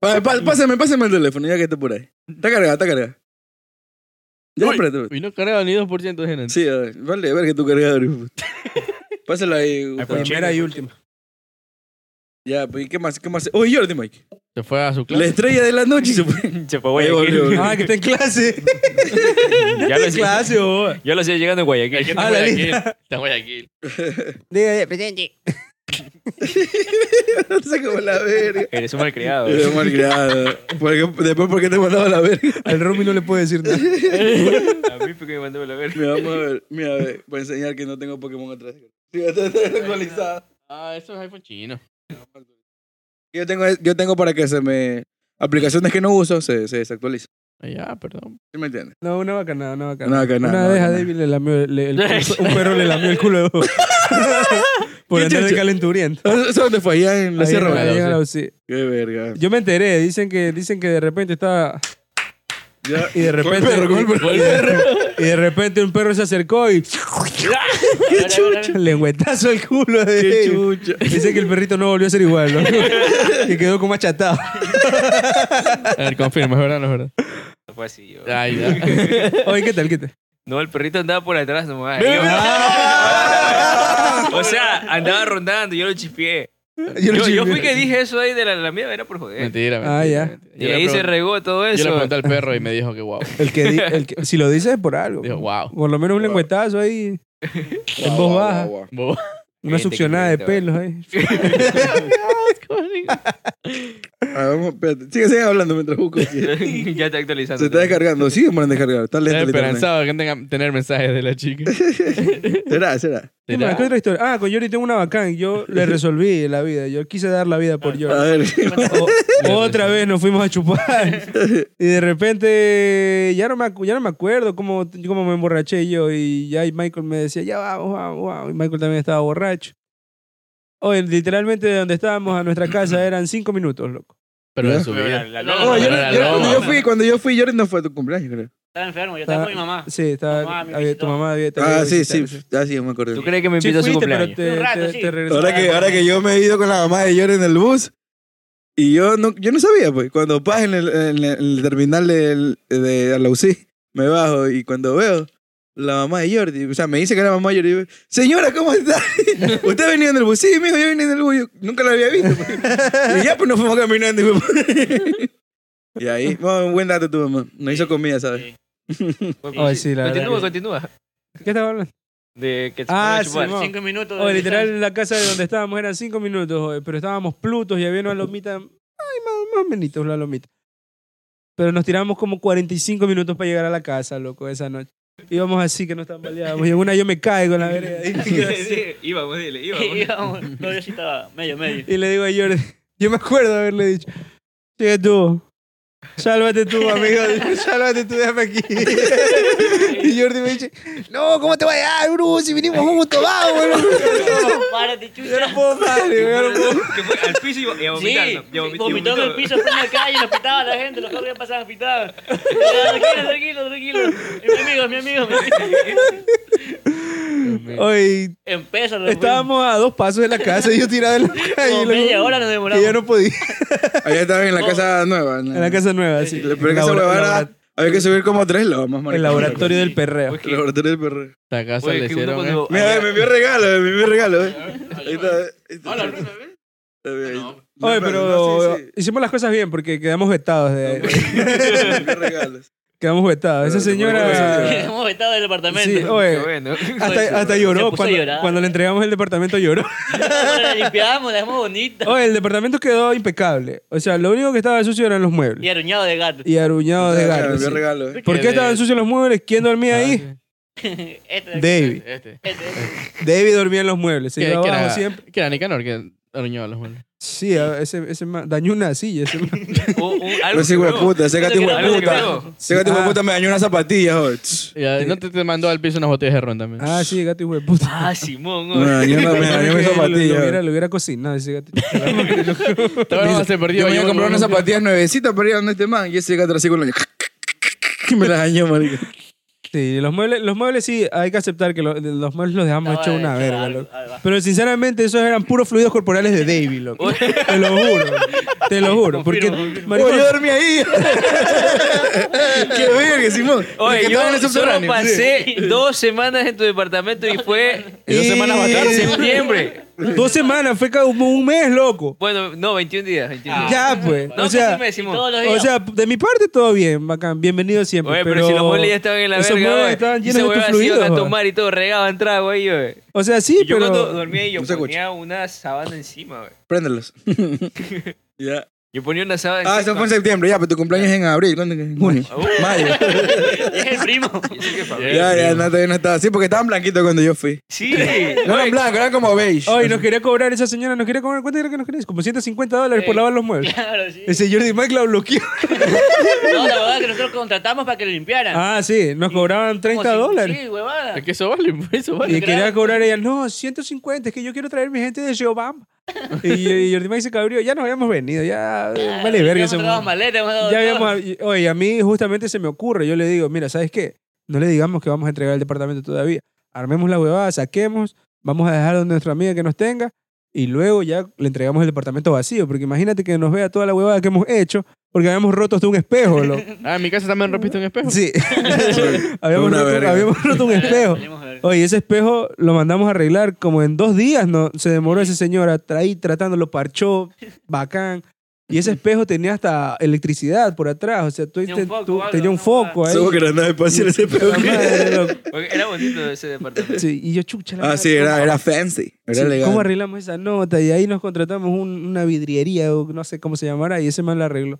S6: Pa- pa- Pásame, pásame el teléfono, ya que está por ahí. Está cargado, está cargado. Ya,
S8: Uy.
S6: espérate.
S8: Y no cargaba ni 2% de gente.
S6: Sí, a ver, vale, a ver que tu cargador. hijo de puta. Pásalo ahí. Gustavo.
S5: Primera y última.
S6: Ya, pues, ¿y qué más? ¿Qué más? Oye, Jordi Mike.
S8: Se fue a su
S6: La
S8: clase.
S6: estrella de la noche se fue.
S4: Se fue pues, a Guayaquil.
S6: Ahí volvió.
S5: Ah, que está en clase.
S4: Ya lo
S5: en
S4: hacía-
S5: clase, oh. boba.
S4: ya lo hacía llegando a Guayaquil.
S8: Está en
S5: Ah, la
S8: Guayaquil. Está en Guayaquil.
S6: No sé cómo la verga.
S4: Eres un malcriado.
S6: Eres mal creado. Después, ¿por qué te mandaba la verga?
S5: Al Romy no le puedo decir nada.
S4: A mí porque me mandó la verga.
S6: Mira, vamos a ver. Mira, a ver. Voy a enseñar que no tengo Pokémon atrás. Sí, está está actualizada.
S8: Ah, eso es iPhone chino.
S6: Yo tengo, yo tengo para que se me. Aplicaciones que no uso se, se desactualizan.
S8: Ah, Ya, perdón.
S6: ¿Sí me entiendes?
S5: No, una bacanada, una bacanada.
S6: No, que no,
S5: Una
S6: no,
S5: vez
S6: que
S5: a
S6: no.
S5: David le lamió el, le- el- un perro le lamió el culo de boba. Por
S6: ¿Qué
S5: andar de
S6: chucha?
S5: calenturiento.
S6: ¿Eso dónde fue? Allá en la
S5: Ahí
S6: Sierra
S5: en la-
S6: Brava.
S5: ahí en la UCI.
S6: Qué verga.
S5: Yo me enteré, dicen que, dicen que de repente estaba.
S6: Ya-
S5: Y de
S6: Con el
S5: repente.
S6: perro, con el perro.
S5: y, de, re- y de repente un perro se acercó y.
S7: ¡Qué chucha!
S5: Lengüetazo al culo de
S6: Qué
S5: él.
S6: chucha.
S5: Dice que el perrito no volvió a ser igual, ¿no? que quedó como achatado.
S8: A ver, confirma, es verdad, o no es verdad.
S4: Fue así, yo.
S8: Ay, ya.
S5: Oye, ¿qué tal? ¿Qué tal?
S4: No, el perrito andaba por atrás nomás.
S5: Ve, ve, ve.
S4: Yo- o sea, andaba rondando, yo lo chispeé. Yo, yo fui que dije eso ahí de la, la mía, era por joder.
S8: Mentira, mentira.
S5: Ah, ya.
S8: mentira. Yo
S4: Y
S8: le
S4: ahí se
S8: pregunté-
S4: regó todo
S8: Yo
S4: eso.
S8: le pregunté al perro y me dijo que wow.
S5: El que, di- el que- si lo dices es por algo.
S8: Dijo, wow.
S5: Por lo menos un lengüetazo ahí. En voz baja.
S8: Bobo.
S5: Una
S4: Gente que
S5: succionada de
S4: inventa, ¿verdad?
S5: pelos ahí.
S6: Ah, vamos, espérate. Sigue, sigue hablando mientras busco. Se
S4: ya te actualizando.
S6: está descargando. Sigue por descargar. Está lento.
S8: Estaba
S6: el internet.
S8: esperanzado que tengan tener mensajes de la chica.
S6: Será, será.
S5: ¿Qué más? ¿Qué otra historia? Ah, con Yori tengo una bacán. Yo le resolví la vida. Yo quise dar la vida por
S6: A
S5: Yori.
S6: ver.
S5: O- otra vez nos fuimos a chupar. Y de repente ya no me, acu- ya no me acuerdo cómo, cómo me emborraché yo. Y ya y Michael me decía, ya vamos, vamos, vamos. Y Michael también estaba borracho. Oye, literalmente de donde estábamos a nuestra casa eran cinco minutos, loco.
S8: Pero
S6: Ya.
S8: en su vida.
S4: La, la
S7: No,
S6: No,
S4: loma,
S6: yo,
S4: la
S6: no- yo-
S4: loma.
S6: cuando yo fui, cuando yo fui, Jordi no fue a tu cumpleaños, creo.
S7: Estaba enfermo, yo estaba con mi mamá.
S5: Sí, estaba,
S7: Mamá, me
S5: había- tu
S7: visitó.
S5: mamá había te había
S6: Ah, sí, sí.
S5: visitado,
S6: Ah, sí, me acuerdo.
S4: ¿Tú crees que me
S5: Sí,
S4: invitó a su
S5: fuiste, pero
S4: cumpleaños?
S5: te,
S7: Un rato,
S5: te-
S7: sí.
S5: te regresó.
S6: Ahora que, ahora que yo me he ido con la mamá de Jordi en el bus y yo no, yo no sabía, pues. Cuando paso en el, en el- en el terminal del- de, la UCI, me bajo y cuando veo la mamá de Jordi, o sea, me dice que era la mamá de Jordi, yo, señora, ¿cómo está? ¿Usted ha venido en el bus? Sí, mijo, yo vine en el bus, yo nunca la había visto. pues. Y ya, pues nos fuimos caminando. Y, fue- y ahí, bueno, buen dato tu mamá. Nos hizo comida, ¿sabes?
S5: Ay, sí, la verdad
S4: continúa,
S5: que-
S4: continúa.
S5: ¿Qué estaba hablando?
S4: De que se
S5: Ah,
S4: ah,
S5: sí,
S4: chupar.
S5: no.
S7: Cinco minutos. de
S5: Oye, literal,
S7: distancia.
S5: la casa de donde estábamos eran cinco minutos, oye, pero estábamos plutos y había una lomita. Ay, más, más menitos la lomita. Pero nos tiramos como 45 minutos para llegar a la casa, loco, esa noche. Íbamos así que nos tambaleábamos. Y en una yo me caigo en la vereda. Y, me quedo así.
S4: Íbamos, dile,
S7: Y
S4: íbamos.
S7: íbamos- No, yo sí estaba medio, medio.
S5: Y le digo a Jordi, yo me acuerdo de haberle dicho, sigue tú. Sálvate tú, amigo. Sálvate tú, déjame aquí. Y Jordi me dice, no, ¿cómo te vas a dar, Bruce? Si vinimos juntos, vamos.
S7: No, párate,
S5: Yo no
S7: chucha.
S5: puedo más, digo, yo no puedo más.
S4: Que fue al piso y- y a
S7: Sí,
S4: vomitar. ¿no? Y a vomi- y
S7: vomitó en el
S4: vomitó.
S7: piso, fue en la calle, nos pitaba la gente, los corrían pasaban, pitaban. Tranquilo, tranquilo, tranquilo. Y mi amigo, mi amigo, mi amigo.
S5: Oye,
S7: En peso, lo
S5: estábamos a dos pasos de la casa y yo tirado en la calle.
S7: Como
S5: loco,
S7: media hora nos
S5: que
S7: demoramos.
S5: yo no podía.
S6: Allá estaba en la casa nueva.
S5: En la casa nueva, sí.
S6: Pero que esa
S5: Labora-
S6: huevada,
S5: labora-
S6: había que subir como tres lomas, marico.
S5: El laboratorio del perreo.
S6: El laboratorio del perro.
S8: Esta casa
S4: Oye,
S8: le
S4: que uno
S8: hicieron.
S4: cuando-
S6: Mira, ¿eh? me envió regalo, eh, me envió regalo. eh. Ahí está. eh. Ahí está. Está bien, ahí está. No,
S5: Oye,
S6: espérate, no,
S5: pero
S6: sí, sí.
S5: hicimos las cosas bien porque quedamos vetados. De,
S6: Me envió regalos.
S5: quedamos vetados. Esa
S6: Pero,
S5: señora...
S7: Hemos vetado del departamento.
S5: Sí,
S6: Eh.
S4: Qué
S5: oye,
S4: bueno.
S7: Ay,
S5: Hasta, hasta
S7: se
S5: lloró.
S7: puso a
S5: Cuando,
S7: llorar.
S5: cuando le entregamos el departamento lloró.
S7: la limpiamos, la dejamos bonita.
S5: Oye, el departamento quedó impecable. O sea, lo único que estaba sucio eran los
S7: Y
S5: muebles.
S7: aruñado de gato.
S5: Y aruñado de
S6: Me
S5: gato.
S6: envió
S5: sí.
S6: regalo. eh.
S5: ¿Por qué estaban sucios los muebles? ¿Quién dormía ahí?
S7: Este,
S5: David.
S8: Este.
S7: este, este.
S5: David dormía en los muebles. Se
S8: ¿Qué,
S5: iba
S8: qué
S5: abajo
S8: era?
S5: siempre.
S8: ¿Qué era Nicanor? Que aruñaba los muebles.
S5: Sí, a- ese, ese man- dañó una silla. Ese man.
S4: O- o algo
S6: No sé,
S4: que
S6: hijo de
S4: no.
S6: puta, ese gato hijo
S4: Algo
S6: de
S4: que
S6: puta.
S4: no.
S6: Ese gato hijo de
S5: Ah.
S6: puta me dañó una zapatilla, joder. Tss.
S8: Y ahí no te, te mandó al piso unas botellas de ron también.
S5: Ah, sí, gato hijo de puta.
S4: Ah, Simón.
S6: Me
S4: oye.
S6: dañó una- me dañó mi
S5: Que lo, lo hubiera,
S6: zapatilla.
S5: lo hubiera cocinado ese gato.
S8: Todavía no se perdió.
S6: Yo me iba a comprar unas
S8: no-
S6: zapatillas nuevecitas para ir a donde este man. Y ese gato así con la... Y me las dañó, marico.
S5: Sí, los muebles, los muebles sí, hay que aceptar que lo- los muebles los dejamos
S7: Estaba
S4: eh,
S5: hechos una
S7: hecho
S5: verga,
S7: algo,
S5: loco.
S7: algo.
S5: Pero sinceramente, esos eran puros fluidos corporales de David, loco. Te lo juro. Te lo juro. Porque, maricón,
S6: Oh, yo dormí ahí. Qué verga, Simón.
S4: Oye,
S6: Porque
S4: yo
S6: estaba en el
S4: solo
S6: subterráneo.
S4: pasé dos semanas en tu departamento y fue
S6: Y dos semanas más
S4: en
S6: tarde.
S4: septiembre.
S5: dos semanas, fue cada como un mes, loco.
S4: Bueno, no, 21 días. 21 días.
S5: Ya, pues.
S4: Ah, No,
S5: o sea,
S4: casi me
S7: Y
S4: Simón.
S7: todos los días.
S5: o sea, de mi parte todo bien, bacán. Bienvenido siempre.
S4: Oye, pero, si los muebles ya estaban en la
S5: esos
S4: verga,
S5: muebles
S4: oye,
S5: estaban
S4: y
S5: llenos de
S4: esa
S5: tus
S4: huevada se iban
S5: fluidos,
S4: a
S5: oye.
S4: tomar y todo, regaban trago ahí, oye.
S5: O sea, sí,
S4: Y yo
S5: pero...
S4: cuando dormía ahí, yo
S6: No se escucha.
S4: ponía una sábana encima, oye.
S6: Préndelos. ya.
S4: Yo ponía una sábana.
S6: Ah, eso fue en septiembre, ya, pero tu cumpleaños es en abril, ¿cuándo es? En junio. Mayo.
S7: Es el primo.
S6: Ya, ya, no, todavía no estaba así, porque estaban blanquitos cuando yo fui.
S4: Sí.
S6: No eran blancos, eran como beige.
S5: Ay, nos quería cobrar esa señora, nos quería cobrar. ¿Cuánto era que nos quería? Como 150 dólares por
S7: Sí.
S5: lavar los muebles.
S7: Claro, sí.
S5: El señor Di Mac la bloqueó.
S7: No, la verdad es que nosotros contratamos para que lo limpiaran.
S5: Ah, sí, nos cobraban 30
S7: Como si-
S5: dólares.
S7: Sí, huevada.
S8: Es que eso vale, pues, eso vale.
S5: Y quería cobrar ella, no, 150, es que yo quiero traer mi gente de Giobamba. y, y Jordi Mike se cabrió, ya nos habíamos venido,
S7: Ah,
S5: ya eh, vale verga
S7: Habíamos
S5: ese
S7: traído
S5: mundo.
S7: maletas, hemos dado
S5: Ya
S7: todo.
S5: habíamos, y- oye, a mí justamente se me ocurre, yo le digo, mira, ¿sabes qué? No le digamos que vamos a entregar el departamento todavía. Armemos la huevada, saquemos, vamos a dejar donde nuestra amiga que nos tenga y luego ya le entregamos el departamento vacío, porque imagínate que nos vea toda la huevada que hemos hecho porque habíamos roto hasta un espejo. loco.
S8: Ah, en mi casa también rompiste un espejo.
S5: Sí, habíamos,
S6: Una
S5: roto,
S6: verga.
S5: habíamos roto un espejo.
S7: Salimos a ver.
S5: Oye, ese espejo lo mandamos a arreglar como en dos días, ¿no? Se demoró ese señor a tra- ahí tratándolo, parchó, bacán. Y ese espejo tenía hasta electricidad por atrás, o sea, tú,
S7: Tenía un
S5: te-
S7: foco
S5: tú-
S7: o algo,
S5: tenía un
S7: ¿no?
S5: foco ahí.
S6: Supongo que era nada espacial ese pedo.
S5: La madre, loco.
S4: Porque Era bonito ese departamento.
S5: Sí, y yo chucha la
S6: Ah,
S5: madre,
S6: sí,
S5: ¿cómo-
S6: era, era fancy. Era
S5: sí,
S6: legal.
S5: ¿Cómo arreglamos esa nota? Y ahí nos contratamos un- una vidriería o no sé cómo se llamará y ese man la arregló.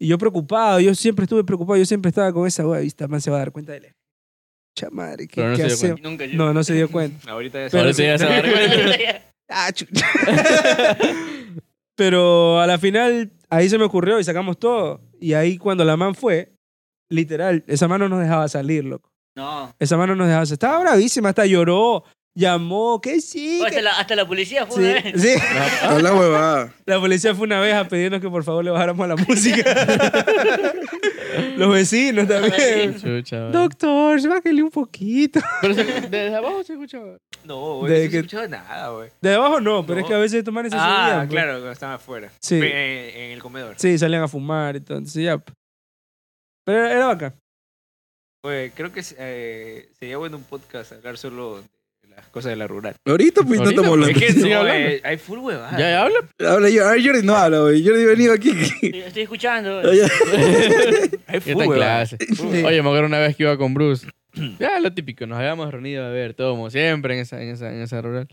S5: Y yo preocupado, yo siempre estuve preocupado, yo siempre estaba con esa wea, vista, man se va a dar cuenta de la Chucha madre, ¿qué,
S8: Pero no
S5: qué
S8: se dio
S5: hacemos?
S7: Nunca yo.
S5: No, no se dio cuenta.
S4: Ahorita ya
S5: Pero
S8: Ahora
S5: sí.
S8: sí ya se va a dar cuenta.
S5: Ah, chucha. Pero a la final, ahí se me ocurrió y sacamos todo. Y ahí cuando la man fue, literal, esa mano nos dejaba salir, loco.
S7: No.
S5: Esa mano nos dejaba salir. Estaba bravísima, hasta lloró, llamó, que sí.
S7: Oh,
S5: que-
S7: hasta, la, hasta la policía fue una
S5: Sí,
S7: vez.
S5: sí.
S6: No la huevada.
S5: La policía fue una vez a pedirnos que por favor le bajáramos la música. Los vecinos también.
S8: Chucha, vale.
S5: Doctor, bájale un poquito.
S8: Pero se- desde abajo se escuchaba.
S4: No, güey.
S5: Desde
S4: No se
S5: que-
S4: escuchaba nada, güey.
S5: De abajo no, pero
S4: No.
S5: es que a veces estos manes se
S4: Ah,
S5: subían, pues.
S4: claro, cuando estaban afuera.
S5: Sí.
S4: Eh, En, el comedor.
S5: Sí, salían a fumar, entonces ya. Pero era, era bacán.
S4: Güey, creo que eh, sería bueno un podcast hablar solo de las cosas de la rural.
S6: Ahorita, pues, no
S8: Ahorita,
S6: estamos
S4: Es
S6: hablando.
S4: que
S8: Sigue
S4: no,
S8: hablando.
S4: eh, hay full huevada.
S8: ¿Ya, ya habla?
S6: Habla yo. A ver, Jordi no habla, güey. Jordi venido aquí.
S7: Estoey escuchando.
S4: Hay full
S8: Ya está en
S4: huevada.
S8: clase. Oye, me acuerdo una vez que iba con Bruce. Ya, lo típico, nos habíamos reunido a ver todo como siempre en esa, en esa, en esa rural.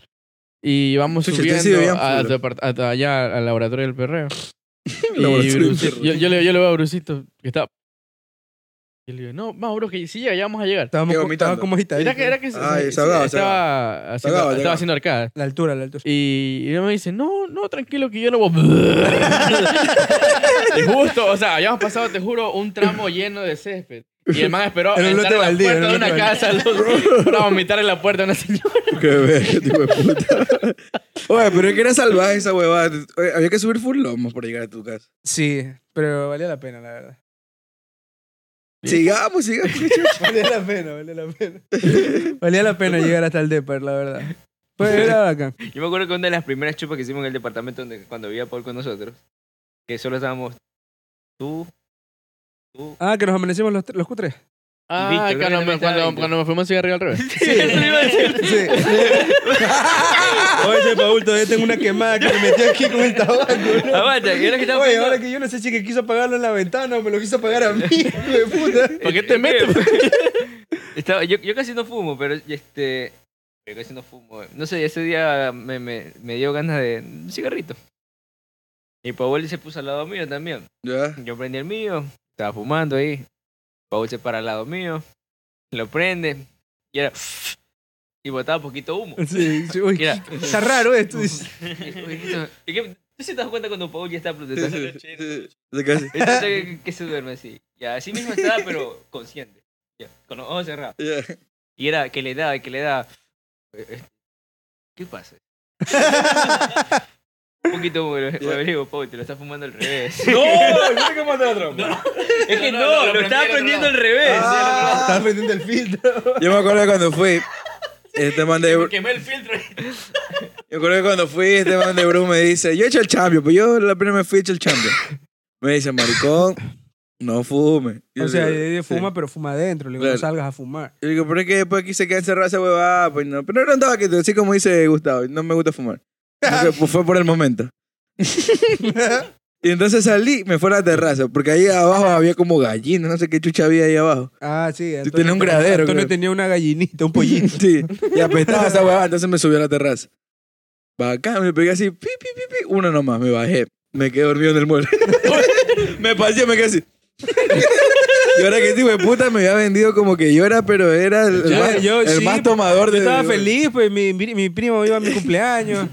S8: Y vamos
S6: Chucha, usted sí
S8: subiendo
S6: bebían
S8: a
S6: full.
S8: su apart- hasta allá al laboratorio del perreo. Y
S6: Laboratorio del
S8: Bruce-
S6: perreo.
S8: yo, yo le, yo le veo a Brucito que está. Y le digo, no, vamos, Bruce, que sí llega, ya vamos a llegar.
S5: Estábamos
S6: Qué
S5: co-
S6: vomitando.
S5: estaba como agitadito.
S8: Era que, era que se-
S6: Ay,
S8: se-
S6: se ahogaba, se
S8: estaba, haciendo,
S6: ahogaba, se
S8: estaba
S6: ahogaba.
S8: haciendo arcada.
S5: La altura, la altura.
S8: Y, y él me dice, no, no, tranquilo que yo no voy. y justo, o sea, habíamos pasado, te juro, un tramo lleno de césped. Y el man esperó
S5: Era un
S8: entrar
S5: lote
S8: a la
S5: baldío,
S8: puerta
S5: era
S8: de
S5: un
S8: una
S5: lote
S8: casa loco, para vomitar en la puerta de una señora.
S6: Qué verga, tipo de puta. Oye, pero es que era salvaje esa huevada. Oye, había que subir full lomos para llegar a tu casa.
S5: Sí, pero valía la pena, la verdad.
S6: Sigamos, sigamos.
S5: Valía la pena, valía la pena. valía la pena llegar hasta el Depar, la verdad. Pues era bacán.
S4: Yo me acuerdo que una de las primeras chupas que hicimos en el departamento donde, cuando vivía Paul con nosotros, que solo estábamos tú, tú.
S5: Ah, que nos amanecimos los, tres- los cutres.
S8: Ah,
S4: Víctor,
S8: cuando,
S4: creo que
S8: me, cuando,
S4: también
S8: cuando me fuimos a cigarrillo al revés.
S5: Sí. Oye, Paul, todavía tengo una quemada que me metí aquí con el tabaco. ¿no?
S4: Aguanta, y ahora Ah, que estaba
S5: Oye,
S4: viendo-
S5: ahora que yo no sé si que quiso apagarlo en la ventana o me lo quiso apagar a mí. hijo de puta.
S8: ¿Por qué te metes?
S4: Estaba- yo, yo casi no fumo, pero este. Yo casi no fumo. No sé, ese día me, me, me dio ganas de un cigarrito. Y Paul se puso al lado mío también.
S6: Ya.
S4: Yo prendí el mío, estaba fumando ahí. Paul se para al lado mío, lo prende, y era. Y botaba poquito humo.
S5: Sí, sí, uy,
S4: Mira.
S5: está raro esto. dice.
S4: ¿Y qué- ¿Tú sí te das cuenta cuando Paul ya está
S6: Sí,
S4: protestando?
S6: sí, sí, sí, casi.
S4: que, que se duerme así. Y así mismo estaba, pero consciente. Ya, con los ojos cerrados.
S6: Ya.
S4: Y era que le da, que le da. Eh, eh, ¿Qué pasa? Un poquito bueno, bueno, digo, Pau, te lo está fumando al revés. ¡No! Es que no, lo, estaba prendiendo al revés.
S5: Ah.
S6: Ah,
S4: Ah,
S5: Estaba prendiendo el filtro.
S6: Yo me acuerdo que cuando fui, este man de... quemé el filtro. Yo me acuerdo que cuando fui, este man de Bruce me dice, yo he hecho el champion, pues yo la primera vez fui he hecho el champion. Me dice, maricón, no fume. Yo
S5: O sea, eh,
S6: digo,
S5: ella
S6: "Sí".
S5: fuma, pero fuma adentro. Le digo,
S6: Claro.
S5: no salgas a fumar.
S6: Yo digo, pero es que después aquí se queda encerrada esa huevada, pues no. Pero no andaba que así como dice Gustavo, no me gusta fumar. Creo que fue por el momento. y entonces salí, me fue a la terraza, porque ahí abajo había como gallinas, no sé qué chucha había ahí abajo.
S5: Ah, sí. Antonio-
S6: tenía un gradero,
S5: Antonio
S6: creo.
S5: tenía una gallinita, un pollito.
S6: Sí, y apestaba esa huevada, entonces me subí a la terraza. Bacán, me pegué así, pi, pi, pi, pi, uno nomás, me bajé. Me quedé dormido en el mueble. me pasé, me quedé así. y ahora que este hijo de puta me había vendido como que yo era, pero era el, el
S5: Yo-
S6: más,
S5: yo
S6: el
S5: sí, pues,
S6: más tomador de.
S5: Yo estaba feliz, pues mi, mi, mi primo iba a mi cumpleaños.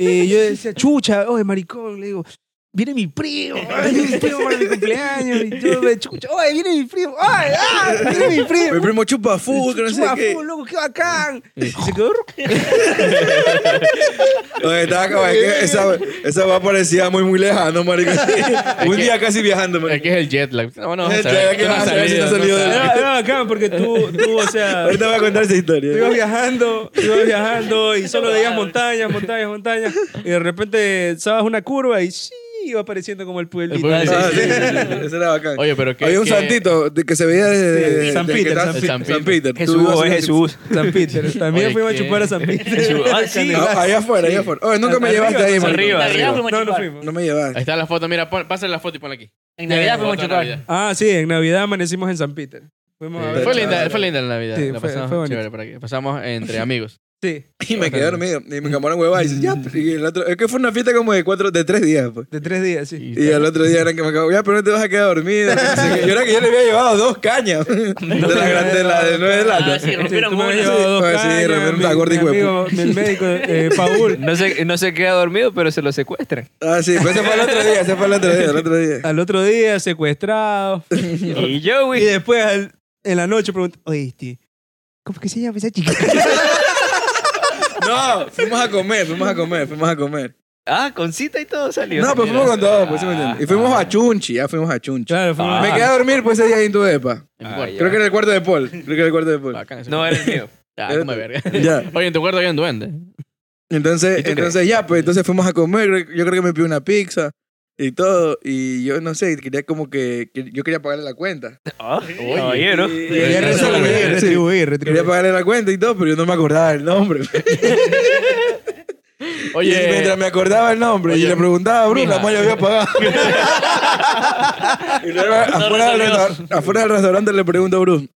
S5: y yo decía, chucha, oye, maricón, le digo. Viene mi primo, ay, viene mi primo para mi cumpleaños. Y yo me chucha, oye, viene mi primo, ay, ah, viene mi primo.
S6: Mi primo chupa full, que no sé
S5: Chupa,
S6: qué.
S5: full, loco, qué bacán. Y se quedó
S6: Oye, estaba como, es que esa, esa va parecía muy, muy lejano, marico. Un día casi viajando,
S8: Es
S6: marico.
S8: que es el jet lag. No, no, vamos a
S6: Jet lag,
S8: ver.
S6: que
S8: No
S6: no
S8: ha
S6: se ve si no ha salido
S8: salido, no
S6: del-
S8: ha
S5: Era, era bacán porque tú, tú, o sea,
S6: Ahorita voy a contar esa
S5: tú
S6: historia.
S5: ibas viajando, tú ibas viajando y solo veías montañas, montañas, montañas. Y de repente sabes una curva y sí, iba apareciendo como el pueblito.
S8: El pueblito.
S6: Ah, sí, sí, sí, Eso era bacán.
S8: Oye, pero que.
S6: Había un
S8: que-
S6: santito de- que se veía desde, desde
S5: San
S6: que
S5: Peter,
S6: estaba-
S5: San
S8: Peter.
S6: San Peter. Tú
S4: Jesús,
S6: ibas
S4: oh,
S6: así-
S4: es Jesús.
S5: San Peter. También
S8: Oye,
S5: fuimos
S8: ¿qué?
S5: a chupar a San Peter.
S4: Ah, sí.
S6: Ah, allá afuera, allá afuera. Oye, nunca me
S5: Arriba,
S6: llevaste ahí,
S5: arriba,
S6: marico.
S4: arriba.
S7: Navidad fuimos a
S5: No, no
S7: chupar.
S5: fuimos.
S6: No me llevaste.
S8: Ahí está la foto, mira, pon, pásale la foto y ponla aquí.
S7: En Navidad
S8: Sí,
S7: fuimos a
S8: otra Navidad.
S7: chupar.
S5: Ah, sí, en Navidad amanecimos en San Peter. Fuimos a ver.
S8: Fue linda, fue linda la Navidad.
S5: Sí,
S8: la
S5: fue-
S8: pasamos
S5: fue bonito.
S8: chévere por aquí. Pasamos entre amigos.
S5: Sí,
S6: Y me quedé dormido. Y me cambiaron huevada. Y dice, ya, pero- y el otro. Es que fue una fiesta como de cuatro, de tres días, pues.
S5: de tres días, sí.
S6: Y al otro día eran que me acabo, ya, pero no te vas a quedar dormido. Así que yo era que yo le había llevado dos cañas. pues, De la grande, de la de nueve de lata.
S7: Ah, sí, rompieron
S5: tú me
S7: una.
S5: habías llevado dos
S6: Ah, sí,
S5: cañas,
S6: realmente
S5: mi-
S6: una gorda
S5: mi
S6: hijo de
S5: amigo, mi médico, eh, Paul.
S4: No se, no se queda dormido, pero se lo secuestran.
S6: Ah, sí, pero ese fue el otro día, ese fue el otro día, el otro día.
S5: Al otro día, secuestrado.
S4: Y yo,
S5: Y
S4: güey.
S5: después, al- en la noche, preguntó, oíste, ¿cómo que se llama esa chica?
S6: No, Ah, fuimos a comer, fuimos a comer, fuimos a comer.
S4: Ah, con cita y todo salió.
S6: No, pues fuimos con todo, pues sí me entiendes. Y fuimos a Chunchi, ya fuimos a Chunchi.
S5: Claro, fue
S4: Ah.
S6: Me quedé a dormir pues ese día en tu depa.
S8: En
S4: Ah,
S8: mi cuarto.
S4: ya.
S6: Creo que era el cuarto de Paul. Creo que era el cuarto de Paul.
S8: Bacán ese
S4: No,
S8: cuarto.
S4: era el mío.
S8: Ah,
S6: eh,
S8: come verga.
S6: Ya.
S8: Oye, en tu cuarto había un duende.
S6: Entonces, entonces ya, pues entonces fuimos a comer. creo- Yo creo que me pidió una pizza y todo. Y yo no sé, quería como que. que- Yo quería pagarle la cuenta.
S4: Ah,
S8: Oye.
S4: Caballero.
S6: Y-
S8: Ya
S6: y-
S5: Ya
S8: resolví,
S5: retribuí,
S6: sí.
S5: retribuí,
S6: Quería
S5: retribuí.
S6: pagarle la cuenta y todo, pero yo no me acordaba el nombre. Y
S8: Oye,
S6: mientras me acordaba el nombre y
S8: Oye.
S6: le preguntaba a Bruno,
S8: Mija.
S6: la mamá ya había pagado. y luego afuera, del
S7: resolvió.
S6: restaurante- afuera del restaurante le pregunto a Bruno.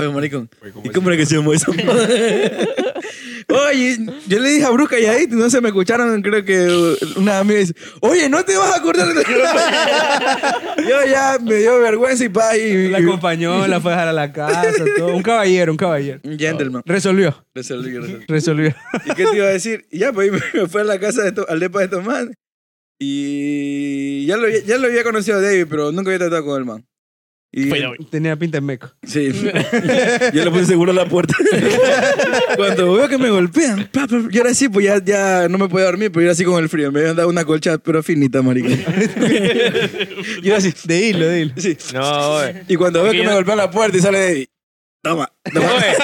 S6: Oye, maricón, ¿y cómo era que se llamó esa madre? Oye, yo le dije a Bruca y ahí no se me escucharon, creo que una amiga dice, oye, no te vas a acordar de Yo ya me dio vergüenza y pa, y,
S5: La
S6: y-
S5: acompañó, la fue a dejar a la casa, todo. Un caballero, un caballero.
S6: un gentleman.
S5: Resolvió,
S6: Resolví, resolví.
S5: resolvió.
S6: ¿Y qué te iba a decir? Y ya, pues ahí me fue a la casa de to- al depa de estos man. Y ya lo, había- ya lo había conocido a David, pero nunca había tratado con el man. Y,
S5: Tenía pinta en meco.
S6: sí. yo le puse seguro a la puerta. Cuando veo que me golpean, pa, pa, yo era así, pues ya, ya no me podía dormir, pero yo era así con el frío. Me habían dado una colcha, pero finita, marica. yo era así.
S5: De hilo, de hilo.
S6: Sí.
S4: No, güey.
S6: Y cuando veo
S4: Aquí
S6: que
S4: yo-
S6: me golpean la puerta y sale David, toma. toma.
S4: Fue-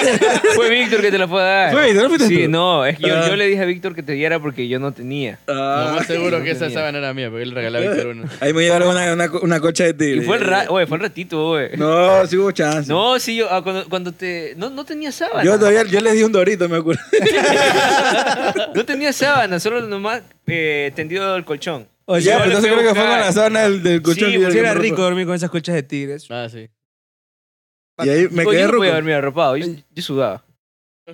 S4: Fue Víctor que te la fue a dar.
S6: Fue Víctor, ¿no fuiste
S4: Sí,
S6: tú?
S4: no, es que yo,
S6: Ah.
S4: yo le dije a Víctor que te diera porque yo no tenía.
S8: lo
S6: Ah.
S8: más seguro
S4: no
S8: que esa
S4: tenía.
S8: sábana era mía, porque él regalaba a Víctor uno.
S6: Ahí me llevaron una, una, co- una colcha de
S4: Y
S6: tigre.
S4: fue el, ra oye, fue el ratito, güey.
S6: No, sí hubo chance.
S4: No, sí, yo, ah, cuando, cuando te. No, no tenía sábana.
S6: Yo todavía, yo les di un dorito, me acuerdo.
S4: No tenía sábana, solo nomás eh, tendido el colchón.
S5: O
S6: ya,
S5: sea,
S6: pero
S4: yo
S6: entonces
S4: le fui a
S6: creo que fue
S4: buscar.
S6: con la zona del, del colchón.
S4: Sí,
S6: y del
S5: sí
S6: que
S5: era
S6: me
S5: rico
S6: ropa.
S5: dormir con esas colchas de tigres.
S8: Ah, sí.
S6: Y ahí me
S4: Oye,
S6: quedé
S4: yo no
S6: ruco.
S4: podía dormir arropado, yo, yo sudaba.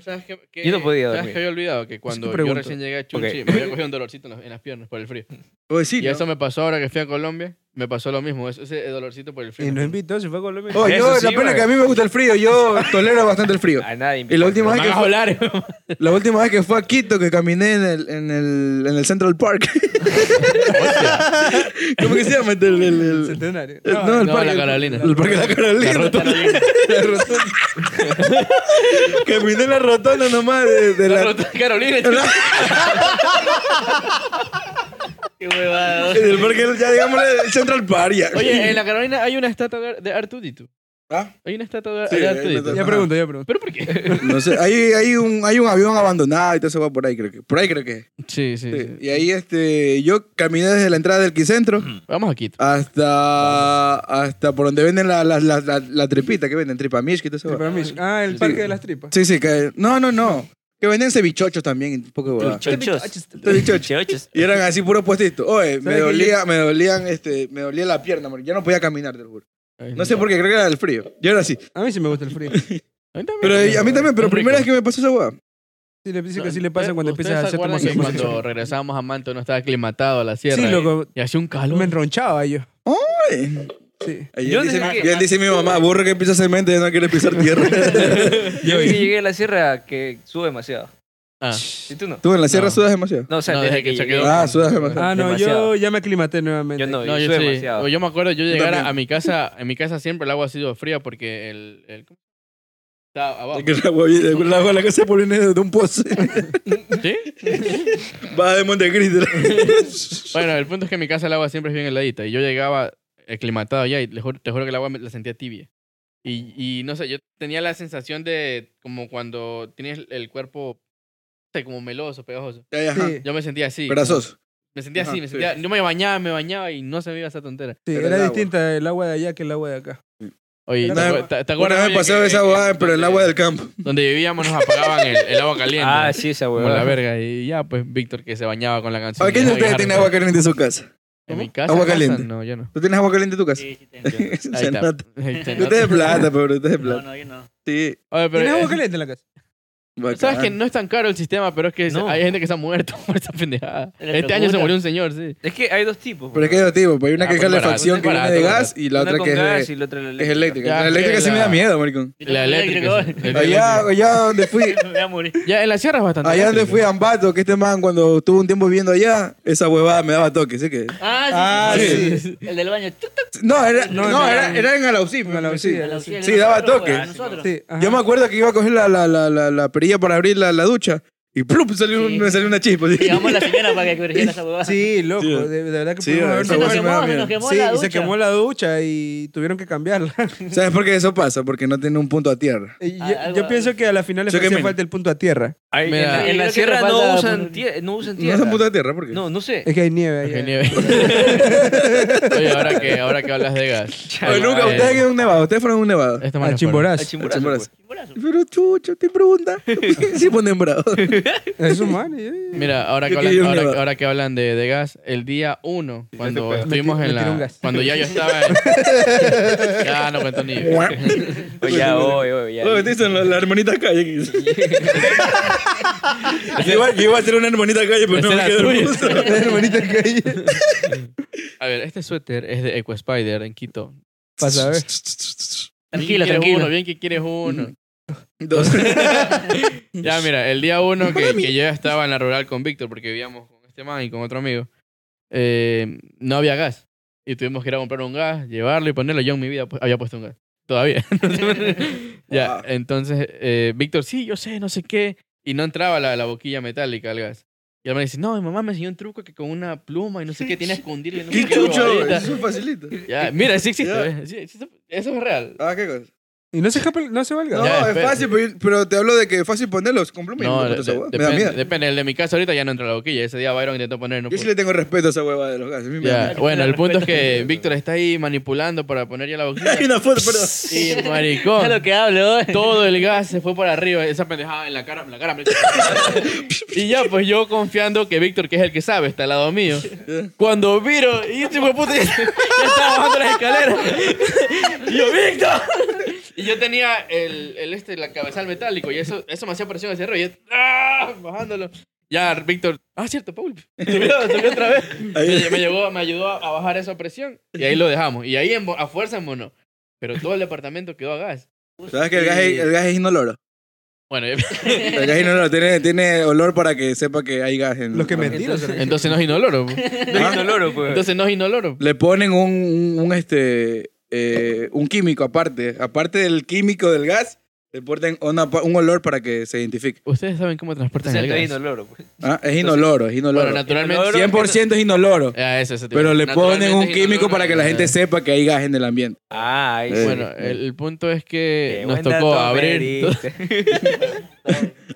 S8: ¿Sabes qué, qué-
S4: Yo no podía
S8: ¿Sabes
S4: dormir.
S8: que había olvidado? Que cuando yo
S5: pregunto.
S8: recién llegué a Chunchi,
S4: Ok.
S8: me había cogido un dolorcito en las, en las piernas por el frío.
S6: Oye, Pues, sí,
S8: y
S6: ¿no?
S8: eso me pasó ahora que fui a Colombia. Me pasó lo mismo, ese, ese dolorcito por el frío.
S5: Y nos invitó, se fue a Colombia.
S6: Oye, Oh, yo,
S4: Eso
S6: la
S4: sí,
S6: pena
S4: man.
S6: que a mí me gusta el frío, yo tolero bastante el frío.
S4: A nadie.
S6: Y la última,
S8: Me
S6: vez
S8: van
S6: que
S8: a
S6: fue,
S8: hablar.
S6: la última vez que fue a Quito, que caminé en el, en el, en el Central Park. ¿Cómo que se llama? este, El, el, el- el-
S5: Centenario.
S6: el- no, el
S8: no,
S6: parque.
S8: la Carolina.
S6: El parque de la Carolina. La rotonda. caminé en la rotonda nomás de, de la,
S8: Carolina,
S7: Qué huevada.
S6: del parque, ya digamos, el Central Park. Ya.
S8: Oye, en la Carolina hay una estatua de, de Artudito.
S6: ¿Ah?
S8: Hay una estatua de,
S6: Sí,
S8: de
S6: hay una
S8: Artudito.
S6: estatua.
S5: Ya pregunto, ya pregunto.
S8: ¿Pero por qué?
S6: No sé, hay, hay, un, hay un avión abandonado y todo eso va por ahí, creo que. Por ahí creo que. es.
S8: Sí,
S6: Sí.
S8: sí. sí.
S6: Y ahí este, yo caminé desde la entrada del Quicentro
S8: Vamos a Quito.
S6: hasta, hasta por donde venden la, la, la, la, la tripita que venden, tripa mish, que todo eso.
S5: Sí,
S6: va.
S5: para mí. Ah, el parque de las tripas.
S6: Sí, sí, que, no, no, no. Que venden cevichochos también, un poco de huevada.
S4: Chochos.
S6: Cevichochos.
S4: Chochos.
S6: Y eran así puros puestitos. Oye, me
S5: ¿Sabes qué?
S6: dolía, me dolían, este, me dolía la pierna, porque ya no podía caminar, te lo juro.
S8: Ay,
S6: No sé por qué, creo que era del frío. Yo era así.
S5: A mí sí me gusta el frío.
S8: A mí también.
S6: Pero eh, a mí también, pero
S8: Es rico.
S6: primera vez que me pasó esa hueá.
S5: Sí, le dice que sí le
S8: ¿Usted-
S5: pasa cuando
S8: ustedes
S5: empiezas a
S8: se
S5: hacer
S8: acuerdan
S5: demasiado
S8: que cuando regresábamos a Manto no estaba aclimatado a la sierra.
S5: Sí,
S8: eh?
S5: loco.
S8: Y hacía un calor.
S5: Me enronchaba yo.
S6: Ay.
S5: Sí.
S6: Bien dice,
S4: desde que-
S6: bien dice mi mamá, burro que pisa cemento, ya no quiere pisar tierra.
S4: Yo desde que llegué a la sierra que sube demasiado.
S8: Ah.
S4: ¿Y tú no?
S6: Tú en la sierra
S8: No.
S6: sudas demasiado.
S4: No, o sea,
S8: No,
S4: desde, que,
S8: se
S4: llegué.
S8: quedó.
S6: Ah, sudas demasiado.
S5: Ah, no, yo
S4: Demasiado.
S5: ya me aclimaté nuevamente.
S4: Yo no,
S8: No,
S4: yo
S8: yo
S4: sube
S8: sí.
S4: demasiado.
S8: O Yo me acuerdo yo llegar
S6: también.
S8: a mi casa, en mi casa siempre el agua ha sido fría porque el... el ¿cómo? Está abajo.
S6: Que el agua viene- el agua de la casa de Paulina es de un pozo.
S8: ¿Sí?
S6: Va de Montecristo.
S8: Bueno, el punto es que en mi casa el agua siempre es bien heladita. Y yo llegaba aclimatado ya y le juro- te juro que el agua me- la sentía tibia. Y, y no sé, yo tenía la sensación de como cuando tienes el cuerpo, no sé, como meloso, pegajoso.
S6: Ya, ya, ajá.
S5: Sí.
S8: Yo me sentía así.
S6: Brazos.
S8: Me sentía
S6: Ajá,
S8: así, me
S6: sí.
S8: sentía... Yo me bañaba, me bañaba y no se me iba esa tontera.
S5: Sí,
S6: Pero
S5: era
S6: el agua.
S5: distinta el agua de allá que el agua de acá.
S8: Oye, ¿te,
S5: Una vez-
S8: acuer- te- te acuerdas?
S6: Una vez
S8: oye,
S6: pasaba
S8: que-
S6: esa
S8: que-
S6: huevada, pero el
S8: donde-
S6: agua del campo.
S8: Donde vivíamos nos apagaban el, el agua caliente.
S4: Ah, sí, esa
S8: Como la
S4: huevada.
S8: verga. Y ya, pues, Víctor que se bañaba con la canción.
S6: ¿A qué
S8: de
S6: ustedes
S8: Harry
S6: tienen
S8: Potter.
S6: agua caliente en su casa?
S8: En mi casa.
S6: Agua
S8: en casa,
S6: caliente.
S8: No, yo no.
S6: ¿Tú tienes agua caliente en tu casa?
S1: Sí, sí, te entiendo.
S8: Ahí
S6: Se
S8: está.
S6: nota.
S8: Ahí se
S6: Tú
S8: nota.
S6: de plata, pero usted de
S1: No,
S6: plata.
S1: no, yo no.
S6: Sí.
S8: Oye, pero,
S5: ¿Tienes agua
S8: eh,
S5: caliente en la casa?
S8: Sabes que
S6: bacán.
S8: no es tan caro el sistema, pero es que se-
S4: No.
S8: hay gente que se ha muerto por esa pendejada.
S7: Se le
S8: Este año se
S7: preocupa.
S8: murió un señor, sí.
S4: Es que hay dos tipos.
S6: Pero es que hay
S4: bro.
S6: dos tipos, pues hay una
S8: Ah,
S6: que es
S8: pues barato,
S6: calefacción que
S8: barato,
S6: viene de
S8: barato.
S6: gas y la
S4: Una
S6: otra
S4: con
S6: que es
S4: gas
S6: de-
S4: y la otra
S6: que es eléctrica.
S8: Ya,
S6: La eléctrica
S8: que
S6: sí me
S8: la-
S6: da miedo, maricón.
S8: La eléctrica. sí. La
S6: Allá,
S8: eléctrica.
S6: allá donde fui,
S7: Me voy a morir.
S8: Ya en la sierra es bastante.
S6: allá donde fui
S8: eléctrica.
S6: a Ambato, que este man cuando estuvo un tiempo viviendo allá, esa huevada me daba toque, ¿sí que?
S7: Ah, sí,
S5: Ah,
S7: sí,
S5: sí.
S7: sí. El del baño. Tuc, tuc.
S6: No, era,
S5: No,
S6: no,
S5: no,
S6: era,
S5: no.
S6: era en Alausí, en Alausí.
S5: Alausí.
S7: El
S6: Sí,
S7: de
S6: daba
S7: nosotros,
S6: toque.
S7: pues, Nosotros.
S5: Sí, ajá.
S6: Yo me acuerdo que iba a coger la, la, la, la, la perilla para abrir la, la ducha y ¡plup! Salió, un-
S7: Sí.
S6: me salió una chispa. así.
S7: Llegamos a la señora para que corrigiera esa huevada.
S5: Sí, loco,
S6: Sí.
S5: de, de verdad que
S6: Sí,
S5: pudimos
S6: a
S5: haber-
S6: esa
S7: Se nos
S6: Esa hueá me
S7: quemó,
S6: da
S7: se
S6: miedo.
S7: nos quemó
S5: Sí,
S7: la
S5: y
S7: ducha.
S5: se quemó la ducha y tuvieron que cambiarla.
S6: ¿Sabes por qué eso pasa? Porque no tiene un punto a tierra.
S5: Y yo,
S7: Ah, algo-
S5: yo pienso que a la final le
S6: Yo que
S5: hacía
S6: me-
S5: falta el punto a tierra.
S4: Ay, en,
S8: Mira.
S4: la, en la
S7: Creo que
S4: sierra
S7: le
S4: no
S7: falta
S4: usan,
S7: poner-
S4: tie- no usan
S6: No
S4: tierra.
S6: es un punto a tierra, ¿por qué?
S4: No, no sé.
S5: Es que hay nieve
S8: Qué
S5: ahí.
S8: nieve. Oye, ahora que, ahora que hablas de gas.
S6: Oye, nunca,
S8: Eh, este
S6: ustedes en un nevado, ustedes fueron a un nevado.
S8: esta
S5: A
S8: mañana
S4: A
S5: Chimborazo.
S4: Ah, Chimborazo,
S6: Chimborazo.
S4: pues.
S7: Chimborazo.
S6: Pero chucho, te pregunta. Si ponen bravo.
S5: Eso, man. y- eh, y-
S8: fueron. Mira, ahora que
S6: Yo quería
S8: hablan,
S6: un
S8: ahora,
S6: nevado.
S8: ahora que hablan de, de gas, el día 1, cuando
S5: Me
S8: estuvimos
S5: ti- me
S8: en
S5: tiró un
S8: la.
S5: gas.
S8: Cuando ya yo estaba en. ya no cuento ni.
S4: Oye, ya, oye, oye, ya.
S6: Luego te dicen la, la hermanita calle. que dice. yo, iba, yo iba a ser una hermanita calle, pero no
S8: Esa
S6: me
S8: era
S6: quedó
S8: tuya.
S6: hermoso.
S8: A ver, este suéter es de Eco Spider en Quito.
S5: Pasa, a ver.
S7: Tranquilo,
S8: Bien que quieres
S7: tranquilo.
S8: uno, bien que quieres uno.
S6: Dos.
S8: Ya, mira, el día uno que, que yo ya estaba en la rural con Víctor, porque vivíamos con este man y con otro amigo, eh, no había gas. Y tuvimos que ir a comprar un gas, llevarlo y ponerlo. Yo en mi vida pu- había puesto un gas. Todavía. ya,
S6: Wow.
S8: entonces, eh, Víctor, sí, yo sé, no sé qué. Y no entraba la, la boquilla metálica al gas. Y el man dice, no, mi mamá me enseñó un truco que con una pluma y no sé qué tienes que hundirle. No sé
S6: ¿Qué chucho?
S8: huevadita".
S6: Eso es facilito.
S8: Ya, mira, sí existe.
S6: Ya.
S8: eh. Sí, eso- eso es real.
S6: Ah, qué cosa.
S5: Y no se escapa, el- no se valga.
S6: No,
S8: Ya,
S6: es
S8: espera.
S6: fácil, pero, pero te hablo de que es fácil ponerlos con pluma y
S8: No,
S6: no,
S8: de-
S6: esa
S8: de-
S6: hueá. Me da
S8: depende,
S6: miedo.
S8: depende. El de mi casa ahorita ya no entra la boquilla. Ese día Byron intentó poner. No
S6: Yo
S8: pudo.
S6: sí le tengo respeto a esa huevada de los gases. a mí me da
S8: Ya,
S6: miedo.
S8: Bueno, el punto es que Víctor está ahí manipulando para poner ya la boquilla.
S6: Hay una foto, perdón.
S8: y
S7: Es lo
S8: maricón.
S7: que hablo, eh.
S8: Todo el gas se fue para arriba, esa pendejada en la cara, en la cara. me- y ya, pues yo confiando que Víctor, que es el que sabe, está al lado mío. Cuando viro, y este hijo de puta ya, ya estaba bajando las escaleras. y yo, ¡Víctor! y yo tenía el, el este, la cabezal metálico, y eso, eso me hacía presión hacia arriba, y yo, ¡ah! bajándolo. Ya, Víctor, ah, cierto, Paul. Subió, subió otra vez.
S6: Ahí-
S8: Me, me llevó, me ayudó a, a bajar esa presión y ahí lo dejamos. Y ahí en bo- a fuerza en mono. Pero todo el departamento quedó a gas.
S6: ¿Sabes que el gas, es- el gas es inoloro?
S8: Bueno,
S6: El gas es inoloro. Tiene, tiene olor para que sepa que hay gas en
S5: Los que
S6: me
S5: mentiros.
S8: entonces no es inoloro. po.
S4: No es inoloro, pues.
S8: Entonces no es inoloro.
S6: Le ponen un, un, un, este, eh, un químico aparte. Aparte del químico del gas, le ponen una pa- un olor para que se identifique.
S8: Ustedes saben cómo transportan
S4: Entonces,
S8: el
S4: es
S8: gas.
S4: inoloro, pues.
S6: Ah, Es inoloro, es
S8: Bueno,
S6: inoloro.
S8: naturalmente.
S4: Inoloro.
S6: 100% es inoloro.
S8: Ah, eso, eso te iba a
S6: Pero le
S8: decir.
S6: ponen un
S8: Naturalmente es
S6: químico
S8: inoloro, eh.
S6: para que la
S8: ¿no?
S6: gente sepa que hay gas en el ambiente.
S4: Ah, ahí
S6: Eh,
S4: sí.
S8: Bueno, el, el punto es que
S4: Qué
S8: nos
S4: buen dato
S8: tocó
S4: me
S8: abrir. todo-
S4: diste.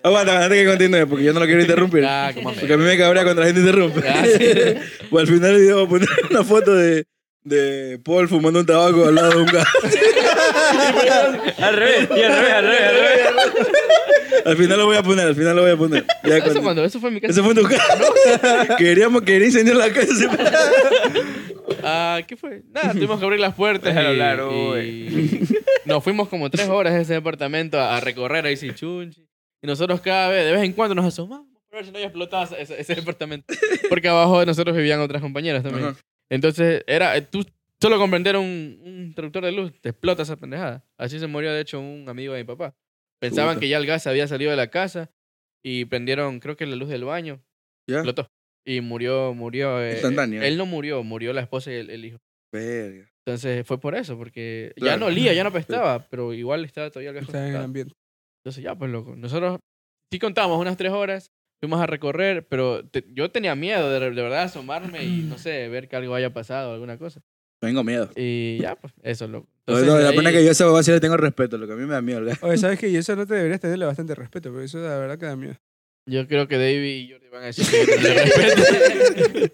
S6: Aguanta, aguanta que continúe, porque yo no lo quiero interrumpir.
S8: Ah, como me-
S6: Porque a mí me cabrea cuando la gente interrumpe.
S8: Ah, sí.
S6: Pues al final del video voy a poner una foto de, de Paul fumando un tabaco al lado de un gas.
S4: Al revés, y al revés, al revés, al revés.
S6: Al final lo voy a poner, al final lo voy a poner. Ya,
S8: Eso,
S6: cuando-
S8: cuando, eso fue en mi casa.
S6: Eso fue en tu casa. Queríamos querer incendiar la casa.
S8: Ah, ¿qué fue? Nada, tuvimos que abrir las puertas.
S4: Déjalo
S8: y-
S4: hablar,
S8: y Nos fuimos como tres horas de ese departamento a, a recorrer ahí sin chunchi. Y nosotros cada vez, de vez en cuando nos asomamos para ver si no había explotado ese- ese, ese departamento. Porque abajo de nosotros vivían otras compañeras también.
S6: Ajá.
S8: Entonces, era, eh, tú solo con prender un, un traductor de luz, te explota esa pendejada. Así se murió, de hecho, un amigo de mi papá. Pensaban
S6: Puta.
S8: que ya el gas había salido de la casa y prendieron, creo que la luz del baño.
S6: ¿Ya?
S8: Explotó. Y murió, murió. eh,
S6: Ah. Instantáneo.
S8: Él no murió, murió la esposa y el, el hijo.
S6: Verga.
S8: Entonces fue por eso, porque ya
S6: Claro.
S8: no olía, ya no apestaba, pero igual estaba todavía el gas
S5: Está en el
S8: concentrado.
S5: ambiente.
S8: Entonces ya, pues loco, nosotros sí contamos unas tres horas, fuimos a recorrer, pero te- yo tenía miedo de, de verdad asomarme y no sé, ver que algo haya pasado, alguna cosa.
S6: Tengo miedo.
S8: Y ya, pues eso, loco.
S6: No,
S8: Entonces,
S6: no, la
S8: ahí-
S6: pena que yo a esa huevada sí le tengo respeto, lo que a mí me da miedo. el gas.
S5: Oye, ¿sabes qué? Y eso no te deberías tenerle bastante respeto, porque eso la verdad que da miedo.
S8: yo creo que David y Jordi van a decir que le respeto.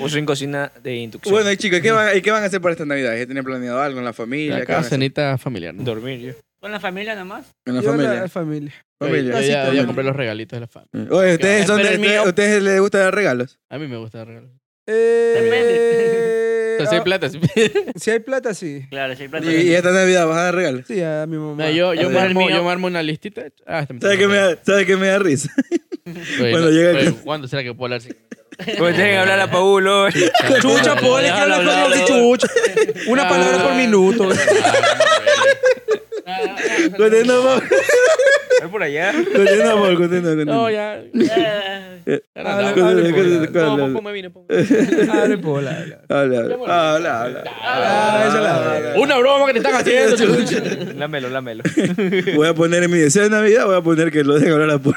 S4: Uso en cocina de inducción.
S6: Bueno, y chicos, ¿qué van, ¿y qué van a hacer para estas navidades? ¿Ya tienen planeado algo en la familia? ¿Qué
S8: Acá,
S6: van a hacer?
S8: cenita familiar. ¿no?
S4: dormir yo.
S7: Con la familia nomás.
S6: En la
S5: Yo
S6: familia.
S5: La familia.
S8: Yo-
S6: familia.
S8: Yo,
S6: Así
S8: ya,
S6: todo.
S8: ya compré los regalitos de la familia.
S6: Oye, ¿ustedes,
S7: Pero
S6: son de-
S7: el mío-
S6: ¿ustedes les gusta dar regalos?
S8: A mí me gusta dar regalos.
S5: Eh,
S8: Entonces, hay
S5: ah,
S8: plata. sí.
S5: si hay plata, sí.
S7: Claro, si hay plata.
S6: Y, y esta Navidad vas a dar regalos.
S5: Sí, a mi mamá.
S8: No, yo,
S6: Ah,
S8: yo,
S7: El
S8: me armo,
S7: mío-
S8: yo me armo una listita. Ah, este
S6: ¿Sabes qué me da, ¿sabe qué me da risa?
S8: Oye,
S6: cuando
S8: no-
S6: llega
S8: oye,
S6: el-
S8: ¿Cuándo será que puedo hablar sin
S4: Pues tienen que hablar a Paulo.
S5: Chucha, ponle que
S8: Habla,
S5: habla con
S8: habla,
S5: los
S8: habla.
S5: chucha. Una
S8: Ah.
S5: palabra por minuto.
S6: Contento, amor.
S4: Es por allá.
S6: Contento, amor. Contento, contento.
S8: No, ya.
S7: Eh,
S5: Habla,
S6: Contento,
S5: hable,
S6: contento,
S5: habla.
S6: contento.
S8: No, ponme vino, ponme.
S5: Abre pola. habla.
S6: Habla, habla. Habla, habla.
S5: Ah, esa es la verga.
S8: Una broma que te están haciendo, chucha.
S4: Lámelo, lámelo.
S6: Voy a poner en mi deseo de Navidad, voy a poner que lo dejen hablar a Paul.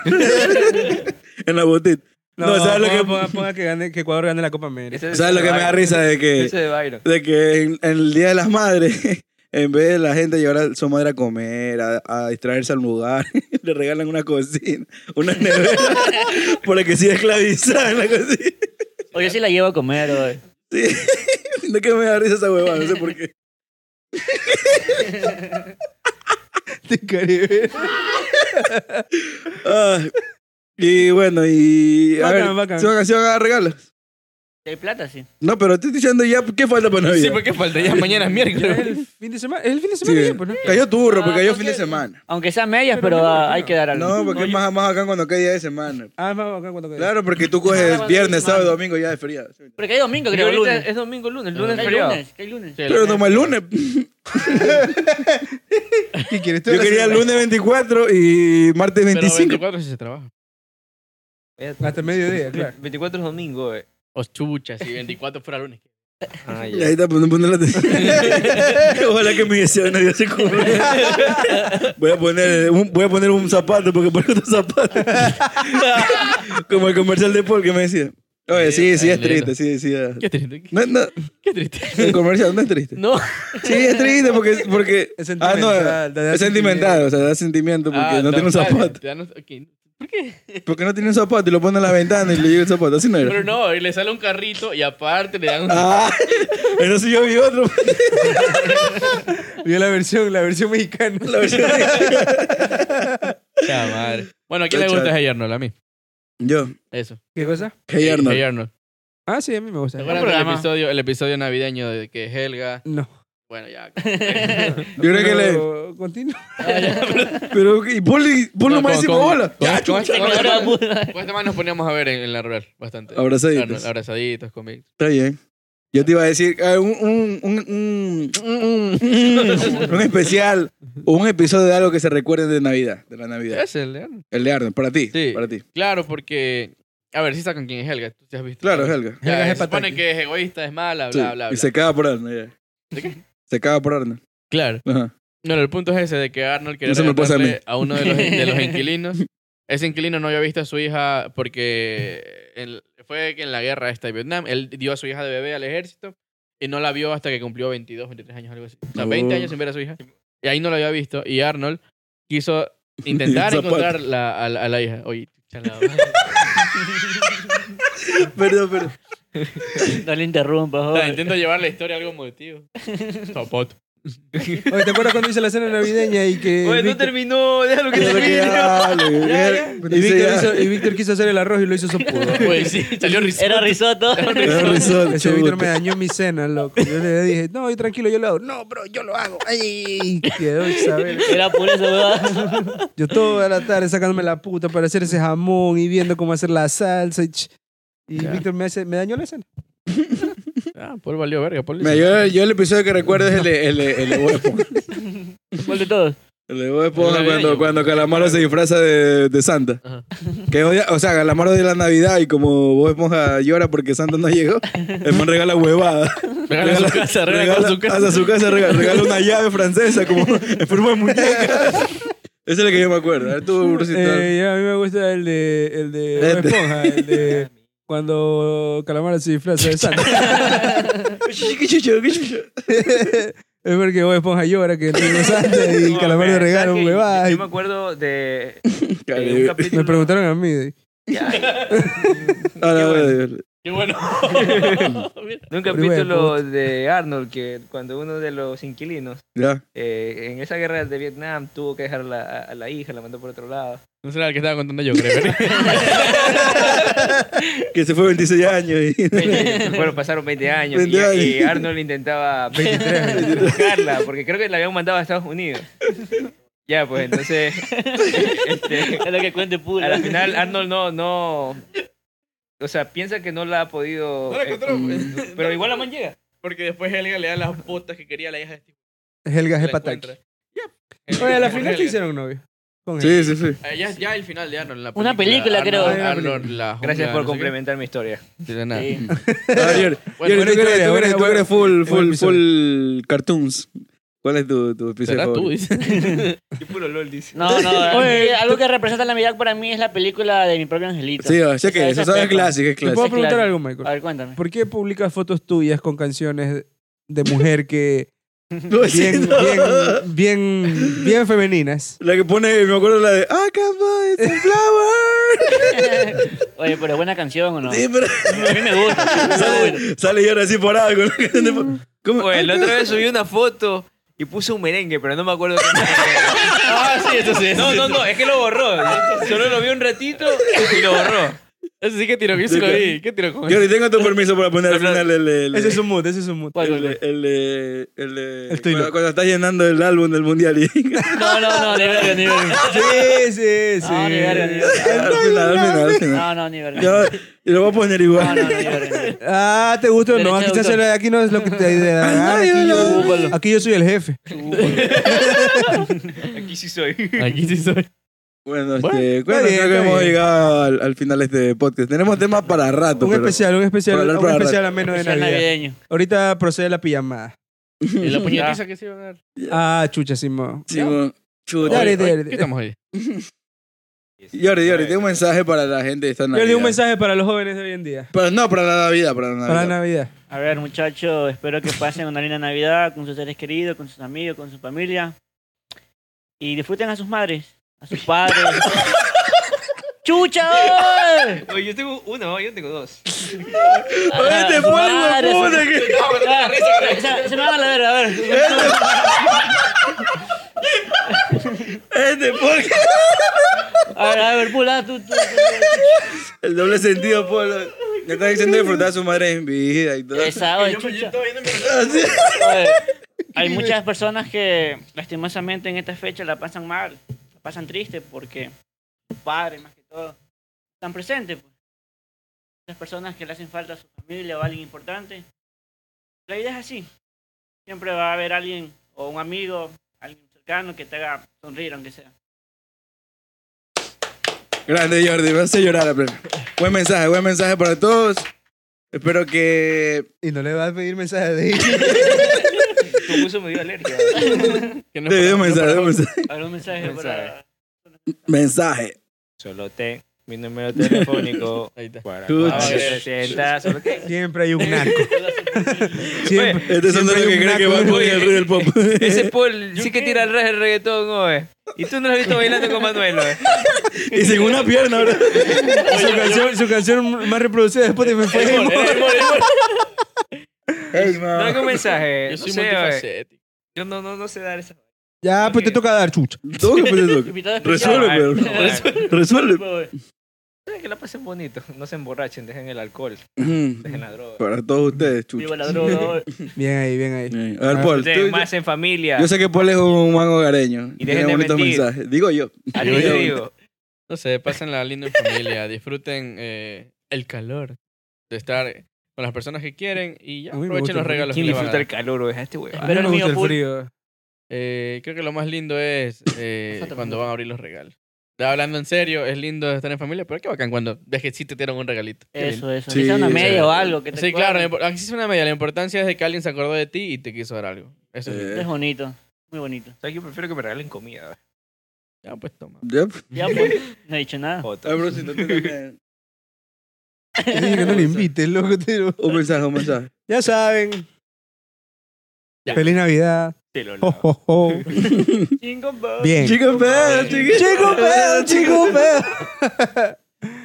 S6: en la botita. No, ¿sabes lo
S5: ponga-
S6: que,
S5: Ponga, ponga que, gane, que Ecuador gane la Copa América.
S6: ¿sabes lo que me da risa de que,
S4: Ese de Byron.
S6: de que en, en el Día de las Madres, en vez de la gente llevar a su madre a comer, a, a distraerse al lugar, le regalan una cocina, una nevera, para que siga esclavizada en la cocina.
S7: O yo sí la llevo a comer, oye.
S6: Sí. No que me da risa esa huevada, no sé por qué.
S5: Te Caribe.
S6: Ah, y bueno, y... A
S5: Bacán,
S6: ver,
S5: bacán.
S6: ¿se van a- se van a dar regalos?
S7: Si hay plata, sí.
S6: No, pero te estoy diciendo ya, ¿qué falta para Navidad?
S8: Sí, porque falta ya mañana es miércoles.
S5: El fin de semana. Es el fin de
S6: Sí.
S5: semana ya, pues, ¿no?
S6: Cayó turro, porque
S7: Ah,
S6: cayó
S7: no
S6: fin de
S7: quiero.
S6: semana.
S7: Aunque sea medias, pero,
S5: Pero no me
S7: ah,
S5: imagino.
S7: hay que dar algo.
S6: No, porque es más, más acá cuando cae día de semana.
S5: Ah, vamos acá cuando quede.
S6: Claro, porque tú
S7: Ah,
S6: coges
S7: bueno,
S6: viernes,
S7: sí,
S6: sábado,
S7: mano.
S6: domingo ya de feriado.
S7: Porque hay domingo, creo, lunes.
S4: es domingo, lunes.
S7: ¿Qué
S4: Lunes
S7: hay
S4: feriado.
S7: lunes? ¿Qué hay lunes?
S6: Pero toma el lunes.
S5: ¿Qué quieres tú?
S6: Yo quería el lunes 24 y martes
S8: Pero
S6: 25.
S8: 24 sí se trabaja.
S5: Hasta el mediodía, claro.
S4: 24 es domingo, eh.
S8: O chucha, si 24 fuera lunes.
S4: Ah,
S6: Y ahí está, pues, no pone la atención. Ojalá que mi deseo de Navidad se cumpla. Voy a poner un, voy a poner un zapato porque pongo otro zapato. Como el comercial de Paul que me decía. Oye, sí, sí, es triste, sí, sí. es-
S8: Qué triste.
S6: No, no,
S8: Qué triste.
S6: el comercial no es triste.
S8: No.
S6: Sí, es triste porque. porque
S5: Es
S6: ah, no,
S5: sentimental, te da
S6: es sentimental, o sea, da sentimiento porque
S8: Ah,
S6: no, tiene un
S8: dale,
S6: zapato.
S8: te dan un- ok. ¿Por qué?
S6: Porque no tiene un zapato y lo pone en la ventana y le llega el zapato, así no era.
S8: Pero no, y le sale un carrito y aparte le dan un.
S6: Ah, pero sí yo vi otro.
S5: Vio la versión, la versión mexicana.
S6: La versión de-
S8: Puta madre. Bueno, ¿a quién le
S6: Chucha.
S8: gusta Hey Arnold? A mí.
S6: yo,
S8: Eso.
S5: ¿Qué cosa?
S6: hey Arnold.
S8: Hey Arnold.
S5: Ah, sí, a mí me gusta.
S8: ¿Te acuerdas
S7: Un
S8: del
S7: programa.
S8: episodio, el episodio navideño de que Helga?
S5: No.
S8: Bueno, ya.
S6: Yo creo que le.
S5: Pero Continúa.
S6: Pero, ¿y Paul, y Paul
S8: No,
S6: nomás
S8: con-
S6: encima
S8: con-
S6: bola?
S8: con-
S6: Ya,
S8: con-
S6: chucha.
S8: con-
S7: Pero
S8: Ahora-
S7: la puta.
S8: Pues además nos poníamos a ver en, en la rural bastante.
S6: Abrazaditos.
S8: Arnold, abrazaditos, conmigo.
S6: bien. Yo te iba a decir ah, un, un, un, un, un- un- un especial o un episodio de algo que se recuerden de Navidad, de la Navidad.
S8: Es el de Arnold.
S6: El de Arnold, para ti,
S8: Sí.
S6: para ti.
S8: Claro, porque. A ver, si sacan quién es Helga, tú te has visto.
S6: Claro, Helga.
S8: Ya,
S5: Helga es
S8: se supone
S5: pataki.
S8: que es egoísta, es mala, bla,
S6: Sí,
S8: bla, bla.
S6: Y se caga por Arnold. ya.
S8: ¿De qué?
S6: Se caga por Arnold.
S8: Claro.
S6: Ajá.
S8: No, no, el punto es ese de que Arnold quería
S6: Eso me pasa a mí.
S8: regalarle a, uno de los, de los inquilinos. Ese inquilino no había visto a su hija porque en- fue que en la guerra esta de Vietnam, él dio a su hija de bebé al ejército y no la vio hasta que cumplió 22, 23 años, algo así. O sea, 20
S6: Oh.
S8: años sin ver a su hija. Y ahí no la había visto. Y Arnold quiso intentar
S6: Y un zapato.
S8: encontrar la- a, la- a la hija. Oye, chala,
S6: Perdón, perdón.
S7: No le interrumpas,
S8: O sea,
S7: joder.
S8: intento llevar la historia a algún motivo. Zapato.
S5: Oye, ¿te acuerdas cuando hice la cena navideña y que.
S4: Oye, no
S5: Víctor-
S4: terminó, déjalo Eh, que termine.
S5: y, "Ah". Víctor hizo- y Víctor quiso hacer el arroz y lo hizo sopudo.
S8: Oye, Pues sí, salió risotto.
S7: Era risotto.
S5: Ese Víctor me dañó mi cena, loco. Yo le dije, no, y tranquilo, yo lo hago. No, bro, yo lo hago. Ay, quedó saber.
S7: Era por eso, weón.
S5: Yo toda la tarde sacándome la puta para hacer ese jamón y viendo cómo hacer la salsa. Y, ch- y Víctor me, hace- me dañó la cena.
S8: Ah, Paul valió verga, Paul.
S6: Mira, yo, yo el episodio que recuerdo es el de, el de, el de Bob Esponja.
S7: ¿Cuál de todos?
S6: El de Bob Esponja
S8: El
S6: cuando,
S8: navideño.
S6: cuando Calamaro se disfraza de, de Santa.
S8: Ajá.
S6: Que odia, o sea, Calamaro de la Navidad y como Bob Esponja llora porque Santa no llegó, el man regala huevada.
S8: Regala su casa, regala su casa.
S6: Hasta su casa regala, regala una llave francesa como en forma de muñeca. Esa es la que yo me acuerdo. A ver, tú, Brucito.
S5: Eh, ya, a mí me gusta el de, el de Bob
S6: Este.
S5: Esponja, el de cuando Calamara se disfraza de Santa.
S6: ¿Qué chucho, qué chucho?
S5: es porque Bob Esponja llora que el niño es Santa y Calamar le regala un huevada.
S4: Yo
S5: y
S4: me acuerdo de, de un
S6: Dale,
S5: Me
S4: capítulo.
S5: preguntaron a mí.
S6: dale, ah, dale, dale.
S8: Qué bueno. Mira.
S4: De un
S5: Pero hijo de
S4: capítulo de Arnold que cuando uno de los inquilinos
S6: Ya.
S4: eh, en esa guerra de Vietnam tuvo que dejar a la, a la hija, la mandó por otro lado.
S8: No será el que estaba contando yo, creo. ¿verdad?
S6: Que se fue 26 años y...
S4: Bueno, pasaron 20 años, y-
S6: 20 años.
S4: Y, Arnold intentaba buscarla porque creo que la habían mandado a Estados Unidos. Ya, pues entonces este,
S7: Es lo que cuente
S4: a
S7: pura.
S4: la final Arnold no, no, o sea, piensa que no la ha podido,
S8: No la
S4: eh,
S8: encontró, pues.
S4: pero igual la man llega.
S8: Porque después Helga le da las botas que quería la hija de Steve.
S5: Helga
S8: La
S5: Hepataki.
S8: encuentra.
S5: Oye, a la
S8: Con
S5: final
S8: Helga.
S5: se hicieron novio. Con
S6: Sí, sí, sí.
S8: Ah, Ya, ya el final de Arnold. La
S7: Una película, creo.
S8: Arnold,
S5: Ah,
S8: Arnold, la jungla,
S4: Gracias por
S8: no sé qué.
S4: complementar mi historia.
S8: De nada.
S7: Sí.
S6: A ver,
S8: Bueno,
S6: Jerry,
S5: buena
S6: Ah, tú que eres-
S5: historia,
S6: tú que eres- tú que eres full,
S5: buen
S6: full, full cartoons. ¿Cuál es tu, tu episodio
S8: será tú,
S6: favorito?
S8: dice.
S4: Qué puro LOL dice.
S7: No, no. a mí Algo que representa la Navidad para mí es la película de mi propio angelito.
S6: Sí, o sea que
S7: Esa-
S6: eso
S7: esa
S6: es
S7: pepa.
S6: clásico, es
S5: ¿Te
S6: clásico.
S5: puedo preguntar
S7: Claro.
S5: algo,
S7: A
S5: Michael?
S7: ver, cuéntame.
S5: ¿Por qué publicas fotos tuyas con canciones de mujer que
S6: No, sí,
S5: bien,
S6: no.
S5: bien, bien, bien femeninas?
S6: La que pone, me acuerdo la de Ah, by the flower.
S7: Oye, pero es buena canción o no?
S6: Sí, pero
S7: A mí me gusta. a mí me gusta.
S6: sale, sale y ahora así por algo. ¿no? "Ah, ¿Cómo?
S4: Oye, la otra vez subí una foto y puse un merengue, pero no me acuerdo qué merengue era.
S8: Ah, sí, eso sí. Eso,
S4: No,
S8: sí.
S4: no, no, es que lo borró. Solo lo vio un ratito y lo borró.
S8: Eso sí que tiró. Yo sí lo vi. ¿Qué tiró con
S6: Yo le tengo tu permiso para poner al final el... el,
S5: Ese es un mood, ese es un mood.
S6: el, el, el, el- el-
S5: Estoy
S6: cuando,
S5: loco.
S6: cuando estás llenando el álbum del mundial y
S7: No, no, no, ni verga, ni verga.
S5: Sí, sí, sí.
S7: No, ni verga, ni verga.
S6: al final, al final, al final.
S7: No, no, ni verga.
S6: Yo, yo lo voy a poner igual.
S7: Ah. No, no, ni verga.
S5: Ah, ¿te gustó? No,
S7: Derecho
S5: aquí,
S7: de
S5: estás-
S7: autor.
S5: aquí no es lo que te
S6: Ah,
S5: aquí,
S6: yo lo-
S5: yo, aquí yo soy el jefe.
S4: Aquí sí soy.
S8: Aquí sí soy.
S6: Bueno,
S8: Bueno,
S6: este, bueno
S5: está bien,
S6: creo que
S5: está
S6: hemos
S5: bien.
S6: llegado al, al final de este podcast. Tenemos temas para rato.
S5: Un
S6: pero-
S5: especial, un especial,
S6: Para hablar
S5: un
S6: para
S5: especial a menos de
S7: Especial
S5: Navidad.
S7: navideño.
S5: Ahorita procede la pijamada.
S8: Y la puñetiza que se iba a dar.
S5: Ah, chucha, Simón.
S6: Sí, bueno. Chuta.
S5: Dale,
S8: Oye,
S5: dale,
S8: oye,
S5: dale.
S8: ¿Qué estamos ahí?
S6: Jordi, Jordi, tengo un mensaje para la gente de esta
S5: Yo
S6: Navidad.
S5: le di un mensaje para los jóvenes de hoy en día.
S6: Pero no, para la Navidad, para la Navidad.
S5: Para Navidad.
S7: A ver, muchachos, espero que pasen una linda Navidad con sus seres queridos, con sus amigos, con su familia. Y disfruten a sus madres, a sus padres. ¡Chucha! oye!
S4: Oye, yo tengo uno, yo tengo dos.
S7: A
S6: ¡Este
S7: sus
S6: fue el
S7: madres, a
S6: hueputa que-
S7: Ya, se, se me van a la verga, a ver.
S6: Este porque...
S7: A ver, a ver, pula, tú, tú, tú.
S6: El doble sentido, Polo. Le están diciendo disfrutar a su madre en vida y todo.
S7: Esa, oye, chucha.
S6: Así.
S7: Oye, hay muchas personas que lastimosamente en esta fecha la pasan mal, la pasan triste porque sus padres más que todo están presentes. Pues. Las personas que le hacen falta a su familia o a alguien importante. La vida es así. Siempre va a haber alguien o un amigo, alguien cercano que te haga sonreír aunque sea.
S6: Grande Jordi, me hace llorar. pero- Buen mensaje, buen mensaje para todos. Espero que
S5: Y no le vas a pedir mensaje de
S4: Tu gusto me dio alergia.
S8: Que no
S6: te dio un
S8: es para-
S6: mensaje, un mensaje.
S7: A ver, un mensaje,
S4: Un
S7: para...
S6: Mensaje.
S4: Solo ten mi número telefónico.
S8: Ahí está.
S4: Para
S6: Tú-
S4: cuando te sientas, solo ten.
S5: Siempre hay un naco. Siempre,
S6: Este son de los que
S5: siempre hay un
S6: creen que
S5: naco.
S6: va a poner el rey del pop.
S4: Ese Paul sí que tira el re- el reggaetón, oe. Y tú no lo has visto bailando con Manuel, oe.
S6: Y sin una pierna, bro.
S5: su, canción, su canción más reproducida de Spotify fue
S8: Era el mole, era el mole.
S6: Hey,
S4: Dame
S6: man.
S4: un mensaje.
S8: Yo
S4: No
S8: soy
S4: sé, oe.
S8: multifacético.
S4: Yo no, no, no sé dar esa.
S5: Ya, pues te
S4: Ok.
S5: toca dar chucha.
S2: No, que pues, loco.
S7: Invitado especial.
S2: Resuelve,
S4: Ay,
S2: pero.
S4: no,
S2: Resuelve. Resuelve.
S4: Que la pasen bonito. No se emborrachen, dejen el alcohol,
S6: Ujú.
S4: dejen la droga.
S6: Para todos ustedes, chucha.
S7: Viva la droga. hoy.
S5: Bien ahí, bien ahí.
S6: Eh, A ver, Paul.
S4: Ustedes
S6: tú-
S4: más en familia.
S6: yo sé que Paul es un man hogareño.
S4: Y
S6: Tiene
S4: dejen de
S6: bonitos
S4: mentir.
S6: mensajes. Digo yo.
S4: A ti te digo.
S8: No sé, pásenla lindo en familia, disfruten eh, el calor de estar con las personas que quieren y ya
S5: A mí me gusta
S8: aprovechen
S5: el-
S8: los regalos que
S4: ¿Quién
S8: le van a
S4: disfruta el
S8: dar.
S4: calor, oveja? Este huevón.
S5: A mí
S7: Pero
S5: no
S7: el
S5: me gusta
S7: mío
S5: el
S7: full.
S5: frío.
S8: Eh, creo que lo más lindo es eh,
S7: Nosotros,
S8: cuando
S7: nosotros.
S8: van a abrir los regalos. Ya hablando en serio, es lindo estar en familia, pero qué bacán cuando ves que sí te dieron un regalito. Qué
S7: Eso,
S8: lindo.
S7: eso.
S6: Sí,
S7: Quizá una
S6: sí.
S7: media o algo que te
S8: Sí, claro,
S7: acuerdes.
S8: la impor- aunque sí es una media, la importancia es de que alguien se acordó de ti y te quiso dar algo. Eso es lindo.
S6: Eh,
S7: Es bonito. Muy bonito.
S4: O sea, yo prefiero que me regalen comida.
S8: Ya, pues toma.
S6: ya, pues.
S7: Ya, pues, no he dicho nada.
S6: A ver, Ah, bro, si no te ganas-
S5: Te dije que no le invites, loco. te digo.
S6: Un mensaje, un mensaje.
S5: Ya saben.
S8: Ya.
S5: Feliz Navidad. Ho, ho, ho. Bien.
S6: Chico pedo, Eh, chico.
S5: Chico pedo, chico pedo.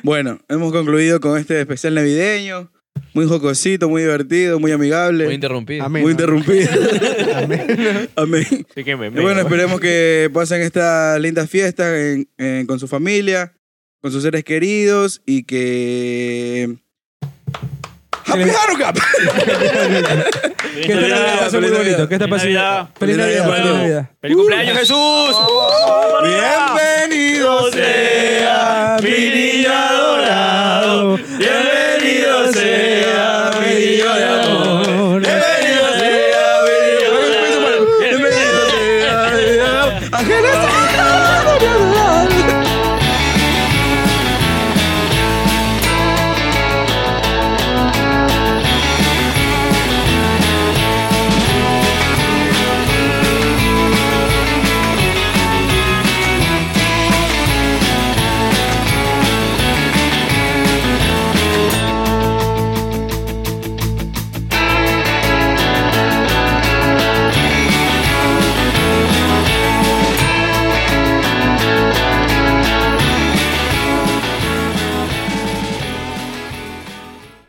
S6: Bueno, hemos concluido con este especial navideño. Muy jocosito, muy divertido, muy amigable.
S8: Voy a interrumpir.
S5: Amén.
S6: muy interrumpido. Amén.
S4: Así que me
S6: Y bueno, esperemos que pasen esta linda fiesta en- en- con su familia, con sus seres queridos y que... ¡Happy
S5: les-
S6: Hanukkah!
S5: Que esta Navidad pase muy
S6: Feliz Navidad.
S5: bonito. Que esta pase- Feliz
S6: Feliz
S5: Navidad.
S6: Navidad para
S5: Feliz
S6: todos.
S5: Navidad.
S4: ¡Feliz cumpleaños,
S6: Bienvenido
S4: Jesús!
S6: sea mi niño adorado. Bienvenido sea.